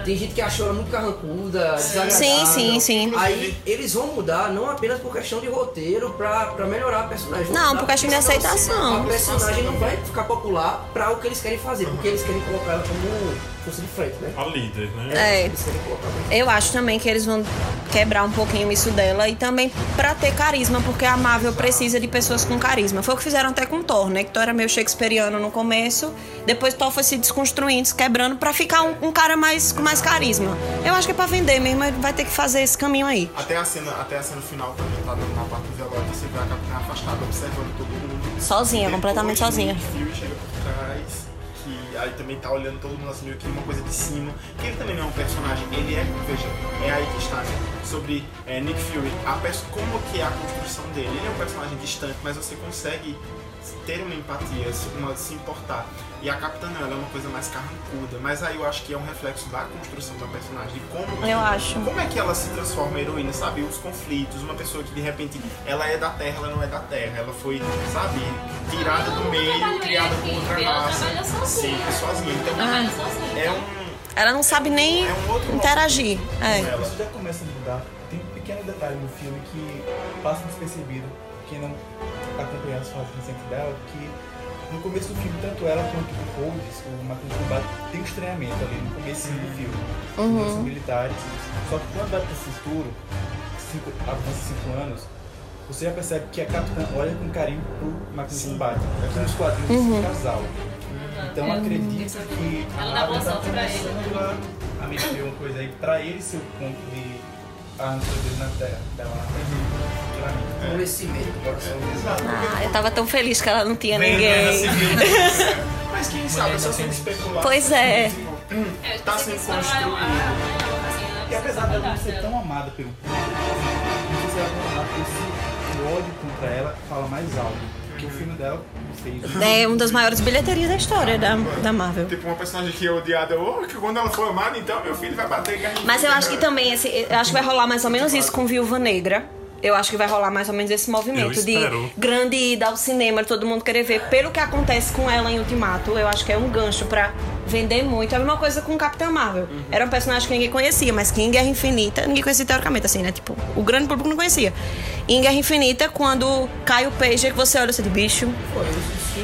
[SPEAKER 2] Tem gente que achou ela muito carrancuda, desagradável.
[SPEAKER 5] Sim, sim, sim.
[SPEAKER 2] Aí eles vão mudar, não apenas por questão de roteiro, pra, pra melhorar a personagem.
[SPEAKER 5] Não,
[SPEAKER 2] Mudar
[SPEAKER 5] por questão de
[SPEAKER 2] porque senão
[SPEAKER 5] aceitação.
[SPEAKER 2] A personagem não vai ficar popular pra o que eles querem fazer, porque eles querem colocar ela como força de frente, né?
[SPEAKER 8] A líder, né?
[SPEAKER 5] É.
[SPEAKER 2] Eles querem colocar como-
[SPEAKER 5] Eu acho também que eles vão quebrar um pouquinho isso dela e também pra ter carisma, porque a Marvel precisa de pessoas com carisma. Foi o que fizeram até com Thor, né? Que Thor era meio shakespeariano no começo, depois Thor foi se desconstruindo, se quebrando pra ficar um, um cara mais com mais carisma. Eu acho que é pra vender mesmo, ele vai ter que fazer esse caminho aí.
[SPEAKER 3] Até a, cena, até a cena final também tá dando na parte do velório, você vê a capitã afastada, observando todo mundo.
[SPEAKER 5] Sozinha,
[SPEAKER 3] Depois,
[SPEAKER 5] completamente sozinha.
[SPEAKER 3] o Fury chega por trás, que aí também tá olhando todo mundo assim, meio que uma coisa de cima. Que ele também não é um personagem, ele é, veja, é aí que está, né? Sobre é, Nick Fury, a pers- como que é a construção dele. Ele é um personagem distante, mas você consegue ter uma empatia, se, uma- se importar. E a Capitã não, ela é uma coisa mais carrancuda. Mas aí eu acho que é um reflexo da construção da personagem, de como
[SPEAKER 5] Eu acho.
[SPEAKER 3] como é que ela se transforma em heroína, sabe? Os conflitos, uma pessoa que de repente ela é da terra, ela não é da terra, ela foi, sabe, tirada do
[SPEAKER 4] Ela
[SPEAKER 3] meio,
[SPEAKER 4] trabalhou
[SPEAKER 3] criada
[SPEAKER 4] em
[SPEAKER 3] por outra
[SPEAKER 4] equipe, ela
[SPEAKER 3] raça.
[SPEAKER 4] trabalha sozinha.
[SPEAKER 3] Sempre sozinha. Então
[SPEAKER 4] Trabalha sozinha.
[SPEAKER 3] é um.
[SPEAKER 5] Ela não sabe nem
[SPEAKER 3] É um outro
[SPEAKER 5] interagir.
[SPEAKER 3] com
[SPEAKER 5] É.
[SPEAKER 3] ela.
[SPEAKER 1] Isso já começa a mudar. Tem um pequeno detalhe no filme que passa despercebido. Quem não acompanha as fases recentes dela, que no começo do filme, tanto ela quanto o Rhodes, o Matheus Combate, tem um estranhamento ali no começo do filme. Eles
[SPEAKER 5] Uhum.
[SPEAKER 1] São militares. Só que quando vai pro futuro, cinco, avança 5 anos, você já percebe que a capitã olha com carinho pro Matheus Combate. Aqui nos quadrinhos,
[SPEAKER 5] Uhum.
[SPEAKER 1] é um casal. Então acredito que
[SPEAKER 4] É, Ela
[SPEAKER 1] a
[SPEAKER 4] dá boa
[SPEAKER 1] Marvel tá
[SPEAKER 4] sorte pra ele.
[SPEAKER 1] começando a- a mexer uma coisa aí pra ele ser o ponto de arrancador dele na terra, dela na terra, pra mim.
[SPEAKER 2] Como esse medo do coração.
[SPEAKER 3] Exato.
[SPEAKER 5] Ah, eu tava tão feliz que ela não tinha
[SPEAKER 6] É,
[SPEAKER 3] Guerra
[SPEAKER 6] assim,
[SPEAKER 5] ninguém.
[SPEAKER 3] Civil. Mas quem sabe, eu só sei especular.
[SPEAKER 5] Pois é.
[SPEAKER 3] Tipo,
[SPEAKER 4] É, eu
[SPEAKER 3] Tá
[SPEAKER 4] pensei que
[SPEAKER 3] sendo
[SPEAKER 4] isso era uma- uma-
[SPEAKER 3] construído.
[SPEAKER 4] uma- assim, ah, né?
[SPEAKER 1] E apesar dela não ser tão amada pelo público, não sei se ela vai amar, esse o ódio contra ela fala mais alto. Porque o filme dela fez. um
[SPEAKER 5] É uma das maiores bilheterias da história da, da Marvel.
[SPEAKER 3] Tipo, uma personagem que é odiada, ou que quando ela for amada, então meu filho vai bater. em
[SPEAKER 5] Mas eu acho que também esse, eu acho que vai rolar mais ou menos isso com Viúva Negra. Eu acho que vai rolar mais ou menos esse movimento
[SPEAKER 8] Eu
[SPEAKER 5] de
[SPEAKER 8] espero.
[SPEAKER 5] grande ida ao cinema, todo mundo querer ver. Pelo que acontece com ela em Ultimato, eu acho que é um gancho pra vender muito. É a mesma coisa com Capitã Marvel. Era um personagem que ninguém conhecia, mas que em Guerra Infinita, ninguém conhecia teoricamente, assim, né? Tipo, o grande público não conhecia. E em Guerra Infinita, quando cai o pager, que você olha e você diz, bicho.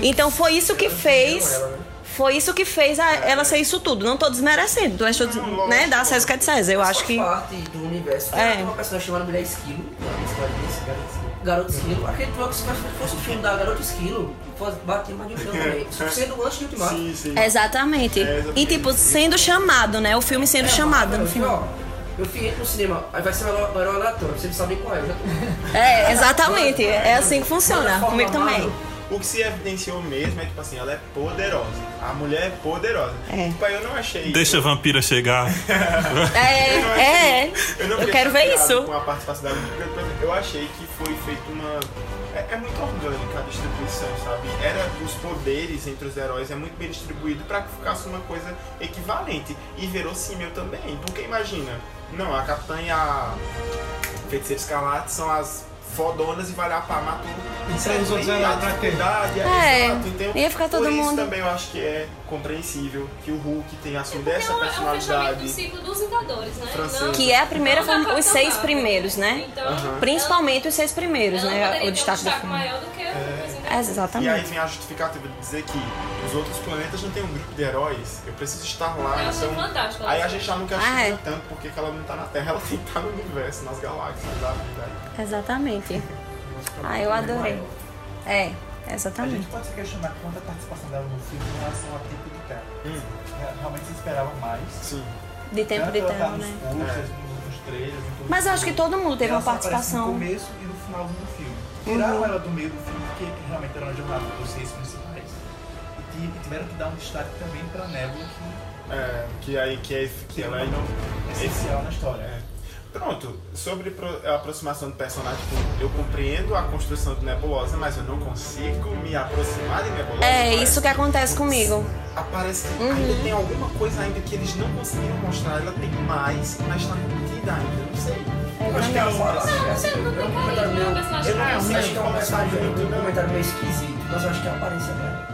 [SPEAKER 5] Então foi isso que
[SPEAKER 2] é
[SPEAKER 5] fez.
[SPEAKER 2] né?
[SPEAKER 5] Foi isso que fez a- ela ser isso tudo. Não tô desmerecendo, tô, tô, né? Dá César o que é de César. Eu acho
[SPEAKER 2] Faz
[SPEAKER 5] que.
[SPEAKER 2] parte do universo.
[SPEAKER 5] É.
[SPEAKER 2] Tem uma personagem chamada Mulher Esquilo. Garota Esquilo, Garota Esquilo. Garota Esquilo. Aquele troco, se fosse o filme da Garota Esquilo, faz- batia mais de um filme também. Sendo antes do Ultimato.
[SPEAKER 3] Sim, sim.
[SPEAKER 5] Exatamente. E tipo, sendo chamado, né? O filme
[SPEAKER 2] É,
[SPEAKER 5] sendo chamado no final.
[SPEAKER 2] Ó, Eu fui entro no cinema, aí vai ser o herói- o herói aleatório, você não sabe nem qual é, eu já tô.
[SPEAKER 5] É, exatamente. É assim que funciona.
[SPEAKER 2] Forma
[SPEAKER 5] Comigo também.
[SPEAKER 2] Marvel.
[SPEAKER 3] O que se evidenciou mesmo é, tipo assim, ela é poderosa. A mulher é poderosa.
[SPEAKER 5] É.
[SPEAKER 3] Tipo, aí eu não achei.
[SPEAKER 8] Deixa a vampira chegar.
[SPEAKER 5] É, é.
[SPEAKER 3] não
[SPEAKER 5] Eu
[SPEAKER 3] fiquei
[SPEAKER 5] quero ver
[SPEAKER 3] chateado
[SPEAKER 5] isso.
[SPEAKER 3] Com a participação dela, porque depois eu achei que foi feito uma. É, é muito orgânica a distribuição, sabe? Era os poderes entre os heróis, é muito bem distribuído pra que ficasse uma coisa equivalente. E verossímil também. Porque imagina, não, a Capitã e a Feiticeira Escarlate são as fodonas e vai lá pra matar tudo.
[SPEAKER 6] Isso aí os outros
[SPEAKER 3] E
[SPEAKER 6] eram
[SPEAKER 3] a
[SPEAKER 6] lá pra quê?
[SPEAKER 3] dificuldade,
[SPEAKER 5] É,
[SPEAKER 3] exato, entendeu?
[SPEAKER 5] ia ficar todo
[SPEAKER 3] Por isso
[SPEAKER 5] mundo-
[SPEAKER 3] também eu acho que é compreensível que o Hulk tenha assumido
[SPEAKER 4] É
[SPEAKER 3] essa
[SPEAKER 4] um- é um fechamento do
[SPEAKER 3] personalidade.
[SPEAKER 4] ciclo dos Vingadores, né?
[SPEAKER 3] Francesa.
[SPEAKER 4] Não-
[SPEAKER 5] Que é a primeira,
[SPEAKER 4] não da
[SPEAKER 5] fam- os
[SPEAKER 4] Capitã
[SPEAKER 5] seis
[SPEAKER 4] Marvel.
[SPEAKER 5] primeiros, né?
[SPEAKER 4] Então, ela-
[SPEAKER 5] Principalmente os seis primeiros,
[SPEAKER 4] ela não
[SPEAKER 5] né?
[SPEAKER 4] poderia
[SPEAKER 5] O
[SPEAKER 4] ter
[SPEAKER 5] destaque
[SPEAKER 4] um
[SPEAKER 5] do
[SPEAKER 4] destaque
[SPEAKER 5] filme.
[SPEAKER 4] maior do que
[SPEAKER 3] É.
[SPEAKER 4] os Vingadores.
[SPEAKER 3] E aí
[SPEAKER 5] Exatamente.
[SPEAKER 3] vem a justificativa de dizer que os outros planetas não têm um grupo de heróis, eu preciso estar lá,
[SPEAKER 4] Eu achei
[SPEAKER 3] então...
[SPEAKER 4] fantástico.
[SPEAKER 3] Aí a gente já não quer
[SPEAKER 5] Ah, é.
[SPEAKER 3] ah, tanto porque que ela não tá na Terra, ela tem que estar no universo, nas galáxias, da vida aí.
[SPEAKER 5] Exatamente. Ah, eu adorei.
[SPEAKER 1] A
[SPEAKER 5] É,
[SPEAKER 1] gente
[SPEAKER 5] exatamente.
[SPEAKER 1] pode se questionar quanto a participação dela no filme em relação ao tempo de tela.
[SPEAKER 3] Hum,
[SPEAKER 1] Re- Realmente se esperava mais.
[SPEAKER 3] sim. É.
[SPEAKER 5] De tempo
[SPEAKER 1] Tanto
[SPEAKER 5] de
[SPEAKER 1] ela tá
[SPEAKER 5] tela,
[SPEAKER 1] nos
[SPEAKER 5] né?
[SPEAKER 1] Posters, nos, nos trailers, em tudo.
[SPEAKER 5] Mas eu acho que todo mundo teve
[SPEAKER 1] Ela
[SPEAKER 5] uma
[SPEAKER 1] só
[SPEAKER 3] um
[SPEAKER 1] aparece No
[SPEAKER 5] participação. Uhum.
[SPEAKER 1] começo e no finalzinho do filme. Tiraram ela do meio do filme, porque realmente era uma jornada dos seis principais. E ti- e tiveram que dar um destaque também pra Nebula, que
[SPEAKER 3] É, que aí que, é, que
[SPEAKER 1] tem um
[SPEAKER 3] ela aí
[SPEAKER 1] papel
[SPEAKER 3] não.
[SPEAKER 1] essencial na história.
[SPEAKER 3] É. Pronto, sobre pro- a aproximação do personagem, tipo, eu compreendo a construção de Nebulosa, mas eu não consigo me aproximar de Nebulosa.
[SPEAKER 5] É
[SPEAKER 3] Parece
[SPEAKER 5] isso que acontece comigo. Uhum.
[SPEAKER 3] Aparece que ainda tem alguma coisa ainda que eles não conseguiram mostrar. Ela tem mais, mas tá contida ainda, não sei.
[SPEAKER 2] Eu acho que é uma hora, assim, assim,
[SPEAKER 4] não
[SPEAKER 2] é um
[SPEAKER 4] brincaria,
[SPEAKER 2] comentário
[SPEAKER 4] não,
[SPEAKER 2] meio.
[SPEAKER 4] personagem
[SPEAKER 2] Eu não
[SPEAKER 4] não é
[SPEAKER 2] acho
[SPEAKER 4] assim.
[SPEAKER 2] que é um comentário, meio- um comentário meio esquisito, mas eu acho que é a aparência dela.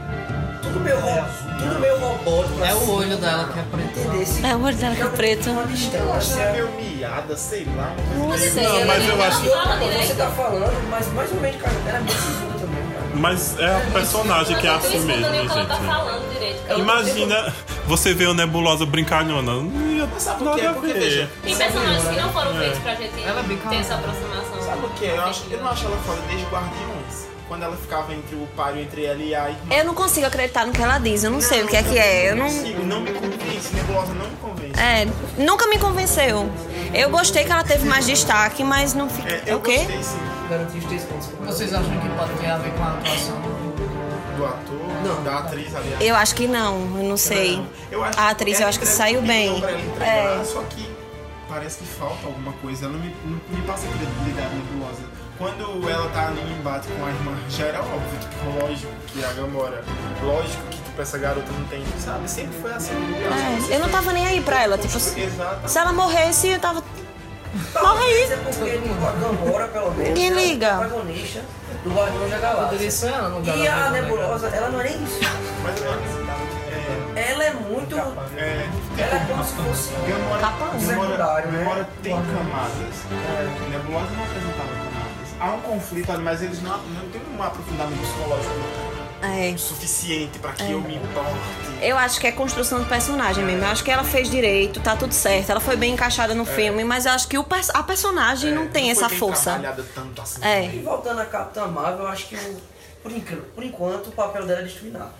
[SPEAKER 2] Tudo meio, ro- tudo meio robótico.
[SPEAKER 7] É
[SPEAKER 2] assim,
[SPEAKER 7] o olho dela que é preto.
[SPEAKER 2] Entender se.
[SPEAKER 5] É o olho dela que é preto.
[SPEAKER 2] Uma
[SPEAKER 3] Eu acho que ela é
[SPEAKER 2] distância.
[SPEAKER 3] meio miada, sei lá. uma coisa
[SPEAKER 5] Não
[SPEAKER 3] meio-
[SPEAKER 5] sei.
[SPEAKER 8] Não, mas
[SPEAKER 4] Ele
[SPEAKER 8] eu
[SPEAKER 4] não
[SPEAKER 8] acho-
[SPEAKER 4] fala
[SPEAKER 2] Você
[SPEAKER 4] direito.
[SPEAKER 2] tá falando, mas mais ou menos, cara, ela é muito sisuda também, cara.
[SPEAKER 8] Mas é a personagem que é
[SPEAKER 4] Eu não tô
[SPEAKER 8] assim
[SPEAKER 4] escutando
[SPEAKER 8] mesmo,
[SPEAKER 4] nem o que ela tá
[SPEAKER 8] gente.
[SPEAKER 4] falando direito. cara.
[SPEAKER 8] Imagina você ver o Nebulosa brincalhona. Não ia
[SPEAKER 3] Sabe por quê?
[SPEAKER 8] nada a
[SPEAKER 3] Porque, veja,
[SPEAKER 8] ver.
[SPEAKER 4] Tem personagens que não foram feitos pra gente
[SPEAKER 7] Ela é bem
[SPEAKER 4] ter
[SPEAKER 7] calma.
[SPEAKER 4] essa aproximação.
[SPEAKER 3] Sabe o que? Eu, acho, eu não acho ela foda desde Guardiões. Quando ela ficava entre o páreo entre ela e a irmã.
[SPEAKER 5] Eu não consigo acreditar no que ela diz, eu não sei o que é que é. Eu não.
[SPEAKER 3] consigo, não me convence, Nebulosa não me convence.
[SPEAKER 5] É, nunca me convenceu. Eu gostei que ela teve mais destaque, mas não fica.
[SPEAKER 3] É, eu
[SPEAKER 5] o quê?
[SPEAKER 3] gostei sim
[SPEAKER 2] Garantir os três pontos.
[SPEAKER 7] Vocês acham que pode ter a ver com a atuação do
[SPEAKER 3] do ator,
[SPEAKER 2] Não.
[SPEAKER 3] da atriz, aliás.
[SPEAKER 5] Eu acho que não, eu não sei.
[SPEAKER 3] Eu acho
[SPEAKER 5] A atriz eu
[SPEAKER 3] ela
[SPEAKER 5] acho que
[SPEAKER 3] entregou
[SPEAKER 5] saiu
[SPEAKER 3] o
[SPEAKER 5] bem.
[SPEAKER 3] milhão pra ela entregar,
[SPEAKER 5] É.
[SPEAKER 3] Só que parece que falta alguma coisa. Ela não me, não me passa credibilidade nebulosa. Quando ela tá no embate com a irmã, já era óbvio, tipo, lógico que a Gamora, lógico que tipo, essa garota não tem, sabe? Sempre foi assim.
[SPEAKER 5] É, eu não tava nem aí pra ela, tipo. Se
[SPEAKER 3] Exato.
[SPEAKER 5] se ela morresse, eu tava.
[SPEAKER 2] Morre aí! É porque a Gamora, pelo menos,
[SPEAKER 5] Ninguém
[SPEAKER 2] é o
[SPEAKER 5] liga.
[SPEAKER 2] protagonista do Guardiões da
[SPEAKER 7] Poderia
[SPEAKER 2] Galáxia.
[SPEAKER 7] ser ela no
[SPEAKER 2] E a
[SPEAKER 7] Galáctico, né,
[SPEAKER 2] Nebulosa, ela não é nem isso.
[SPEAKER 3] Mas eu tá acho
[SPEAKER 2] Ela é muito.
[SPEAKER 3] que é, é,
[SPEAKER 2] Ela é como se fosse.
[SPEAKER 3] Gamora,
[SPEAKER 5] Capaz.
[SPEAKER 3] Gamora,
[SPEAKER 2] Secundário, né?
[SPEAKER 3] Gamora tem camadas.
[SPEAKER 1] É.
[SPEAKER 3] Nebulosa não apresentava camadas. Há um conflito ali, mas eles não, não tem um aprofundamento psicológico
[SPEAKER 5] É.
[SPEAKER 3] suficiente pra que eu me importe.
[SPEAKER 5] Eu acho que é construção do personagem mesmo. Eu acho que ela fez direito, tá tudo certo. Ela foi bem encaixada no filme, mas eu acho que o pers- a personagem não tem
[SPEAKER 3] foi
[SPEAKER 5] essa
[SPEAKER 3] bem
[SPEAKER 5] força.
[SPEAKER 3] trabalhada tanto assim.
[SPEAKER 5] É.
[SPEAKER 2] E voltando a Capitã Marvel, eu acho que o. Por, incrível, por enquanto, o papel dela é destruir nada.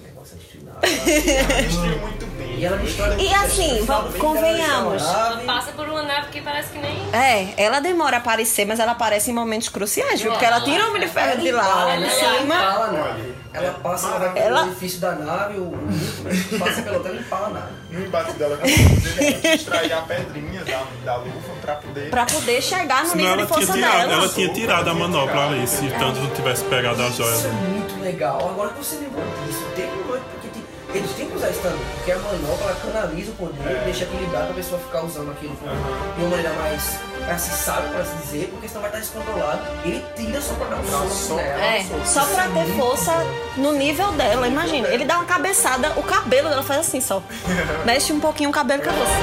[SPEAKER 2] O negócio é destruir nada.
[SPEAKER 3] Ela
[SPEAKER 5] Uhum.
[SPEAKER 3] Destruiu muito bem.
[SPEAKER 2] E ela destrói.
[SPEAKER 5] E assim,
[SPEAKER 2] ela
[SPEAKER 5] vamos-
[SPEAKER 2] destrói
[SPEAKER 5] convenhamos.
[SPEAKER 2] a
[SPEAKER 4] Ela
[SPEAKER 2] nave.
[SPEAKER 4] passa por uma nave que parece que nem.
[SPEAKER 5] É, ela demora a aparecer, mas ela aparece em momentos cruciais, viu? Porque ela tira o homem de ferro de lá,
[SPEAKER 2] né? Ela embala,
[SPEAKER 5] de cima.
[SPEAKER 2] ela empala a nave. Ela passa, ela vai
[SPEAKER 5] Ela-
[SPEAKER 2] pelo edifício da nave, o o- passa pelo hotel e empala a nave.
[SPEAKER 3] No embate dela, ela conseguiu extrair a pedrinha da, da luva pra poder.
[SPEAKER 5] Pra poder chegar no
[SPEAKER 8] Senão
[SPEAKER 5] nível
[SPEAKER 8] ela
[SPEAKER 5] de
[SPEAKER 8] tinha
[SPEAKER 5] força
[SPEAKER 8] tirado,
[SPEAKER 5] dela.
[SPEAKER 8] ela tinha tirado a manopla ali, se tanto não tivesse pegado a joia.
[SPEAKER 2] Isso é
[SPEAKER 8] dela.
[SPEAKER 2] muito legal. Agora que você lembrou disso, tem um monte, porque tem- eles têm que usar isso também, porque a manopla ela canaliza o poder, deixa equilibrado pra pessoa ficar usando aquilo com- de uma maneira mais acessível, por assim dizer, porque senão vai estar descontrolado. Ele tira só pra dar um
[SPEAKER 3] Dá um
[SPEAKER 2] soco
[SPEAKER 3] soco.
[SPEAKER 2] nela.
[SPEAKER 5] É, só pra ter força no nível dela, imagina. Ele dá uma cabeçada, o cabelo dela faz assim só. Mexe um pouquinho o cabelo e cabeça.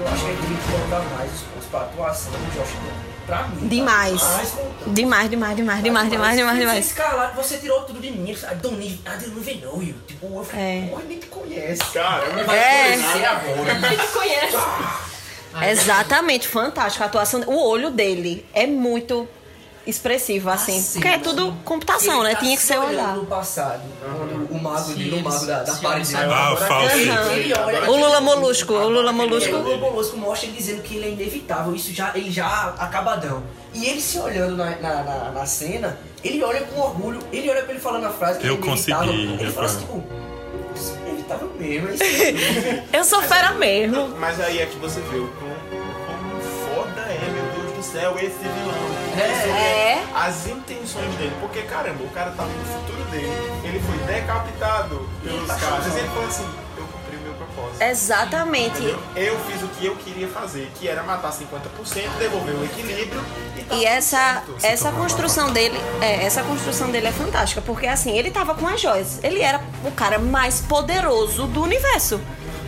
[SPEAKER 2] Eu acho que ele tem que colocar mais os pontos pra atuação do Josh Brolin. Pra mim. tá?
[SPEAKER 5] Demais.
[SPEAKER 2] Mais contato.
[SPEAKER 5] Demais, demais, demais, demais, demais, demais,
[SPEAKER 2] Você
[SPEAKER 5] demais.
[SPEAKER 2] escalar, você tirou tudo de mim. "Ah, I don't, need, I don't even know you. Tipo, eu falei,
[SPEAKER 5] É.
[SPEAKER 2] porra, nem te conhece.
[SPEAKER 3] Caramba,
[SPEAKER 5] É.
[SPEAKER 2] Você agora.
[SPEAKER 4] Ele te conhece.
[SPEAKER 5] Exatamente, fantástico. A atuação, o olho dele é muito expressivo, assim.
[SPEAKER 2] Assim,
[SPEAKER 5] porque é
[SPEAKER 2] mas-
[SPEAKER 5] tudo computação,
[SPEAKER 2] Ele
[SPEAKER 5] né?
[SPEAKER 2] tá
[SPEAKER 5] Tinha que
[SPEAKER 2] se
[SPEAKER 5] ser o
[SPEAKER 2] olhando
[SPEAKER 5] olhar.
[SPEAKER 2] no passado, quando o mago
[SPEAKER 7] Sim,
[SPEAKER 2] vira o
[SPEAKER 7] ele
[SPEAKER 2] mago da, da
[SPEAKER 7] se
[SPEAKER 2] parede.
[SPEAKER 7] olha-
[SPEAKER 2] né?
[SPEAKER 8] Ah,
[SPEAKER 3] é
[SPEAKER 8] falso.
[SPEAKER 5] Aham.
[SPEAKER 2] Ele olha-
[SPEAKER 5] O Lula Molusco, o Lula
[SPEAKER 2] E aí
[SPEAKER 5] Molusco.
[SPEAKER 2] o Lula Molusco mostra ele dizendo que ele é inevitável, isso já, ele já acabadão. E ele se olhando na, na, na- na cena, ele olha com orgulho, ele olha pra ele falando a frase que
[SPEAKER 8] Eu
[SPEAKER 2] ele é inevitável.
[SPEAKER 8] consegui,
[SPEAKER 2] Ele fala assim,
[SPEAKER 8] rapaz.
[SPEAKER 2] tipo, isso é inevitável mesmo, é isso aí."
[SPEAKER 5] Eu sou fera mesmo.
[SPEAKER 3] Mas aí é que você vê o quão foda é, meu Deus do céu, esse vilão.
[SPEAKER 5] É.
[SPEAKER 3] As intenções dele, porque caramba, o cara tava no futuro dele, ele foi decapitado pelos caras. Mas ele falou assim, eu cumpri o meu propósito.
[SPEAKER 5] É Exatamente.
[SPEAKER 3] Entendeu? Eu fiz o que eu queria fazer, que era matar 50%, devolver o equilíbrio e tá
[SPEAKER 5] E
[SPEAKER 3] tudo
[SPEAKER 5] essa,
[SPEAKER 3] certo.
[SPEAKER 5] essa construção dele, é, essa construção dele é fantástica, porque assim, ele tava com as joias. Ele era o cara mais poderoso do universo.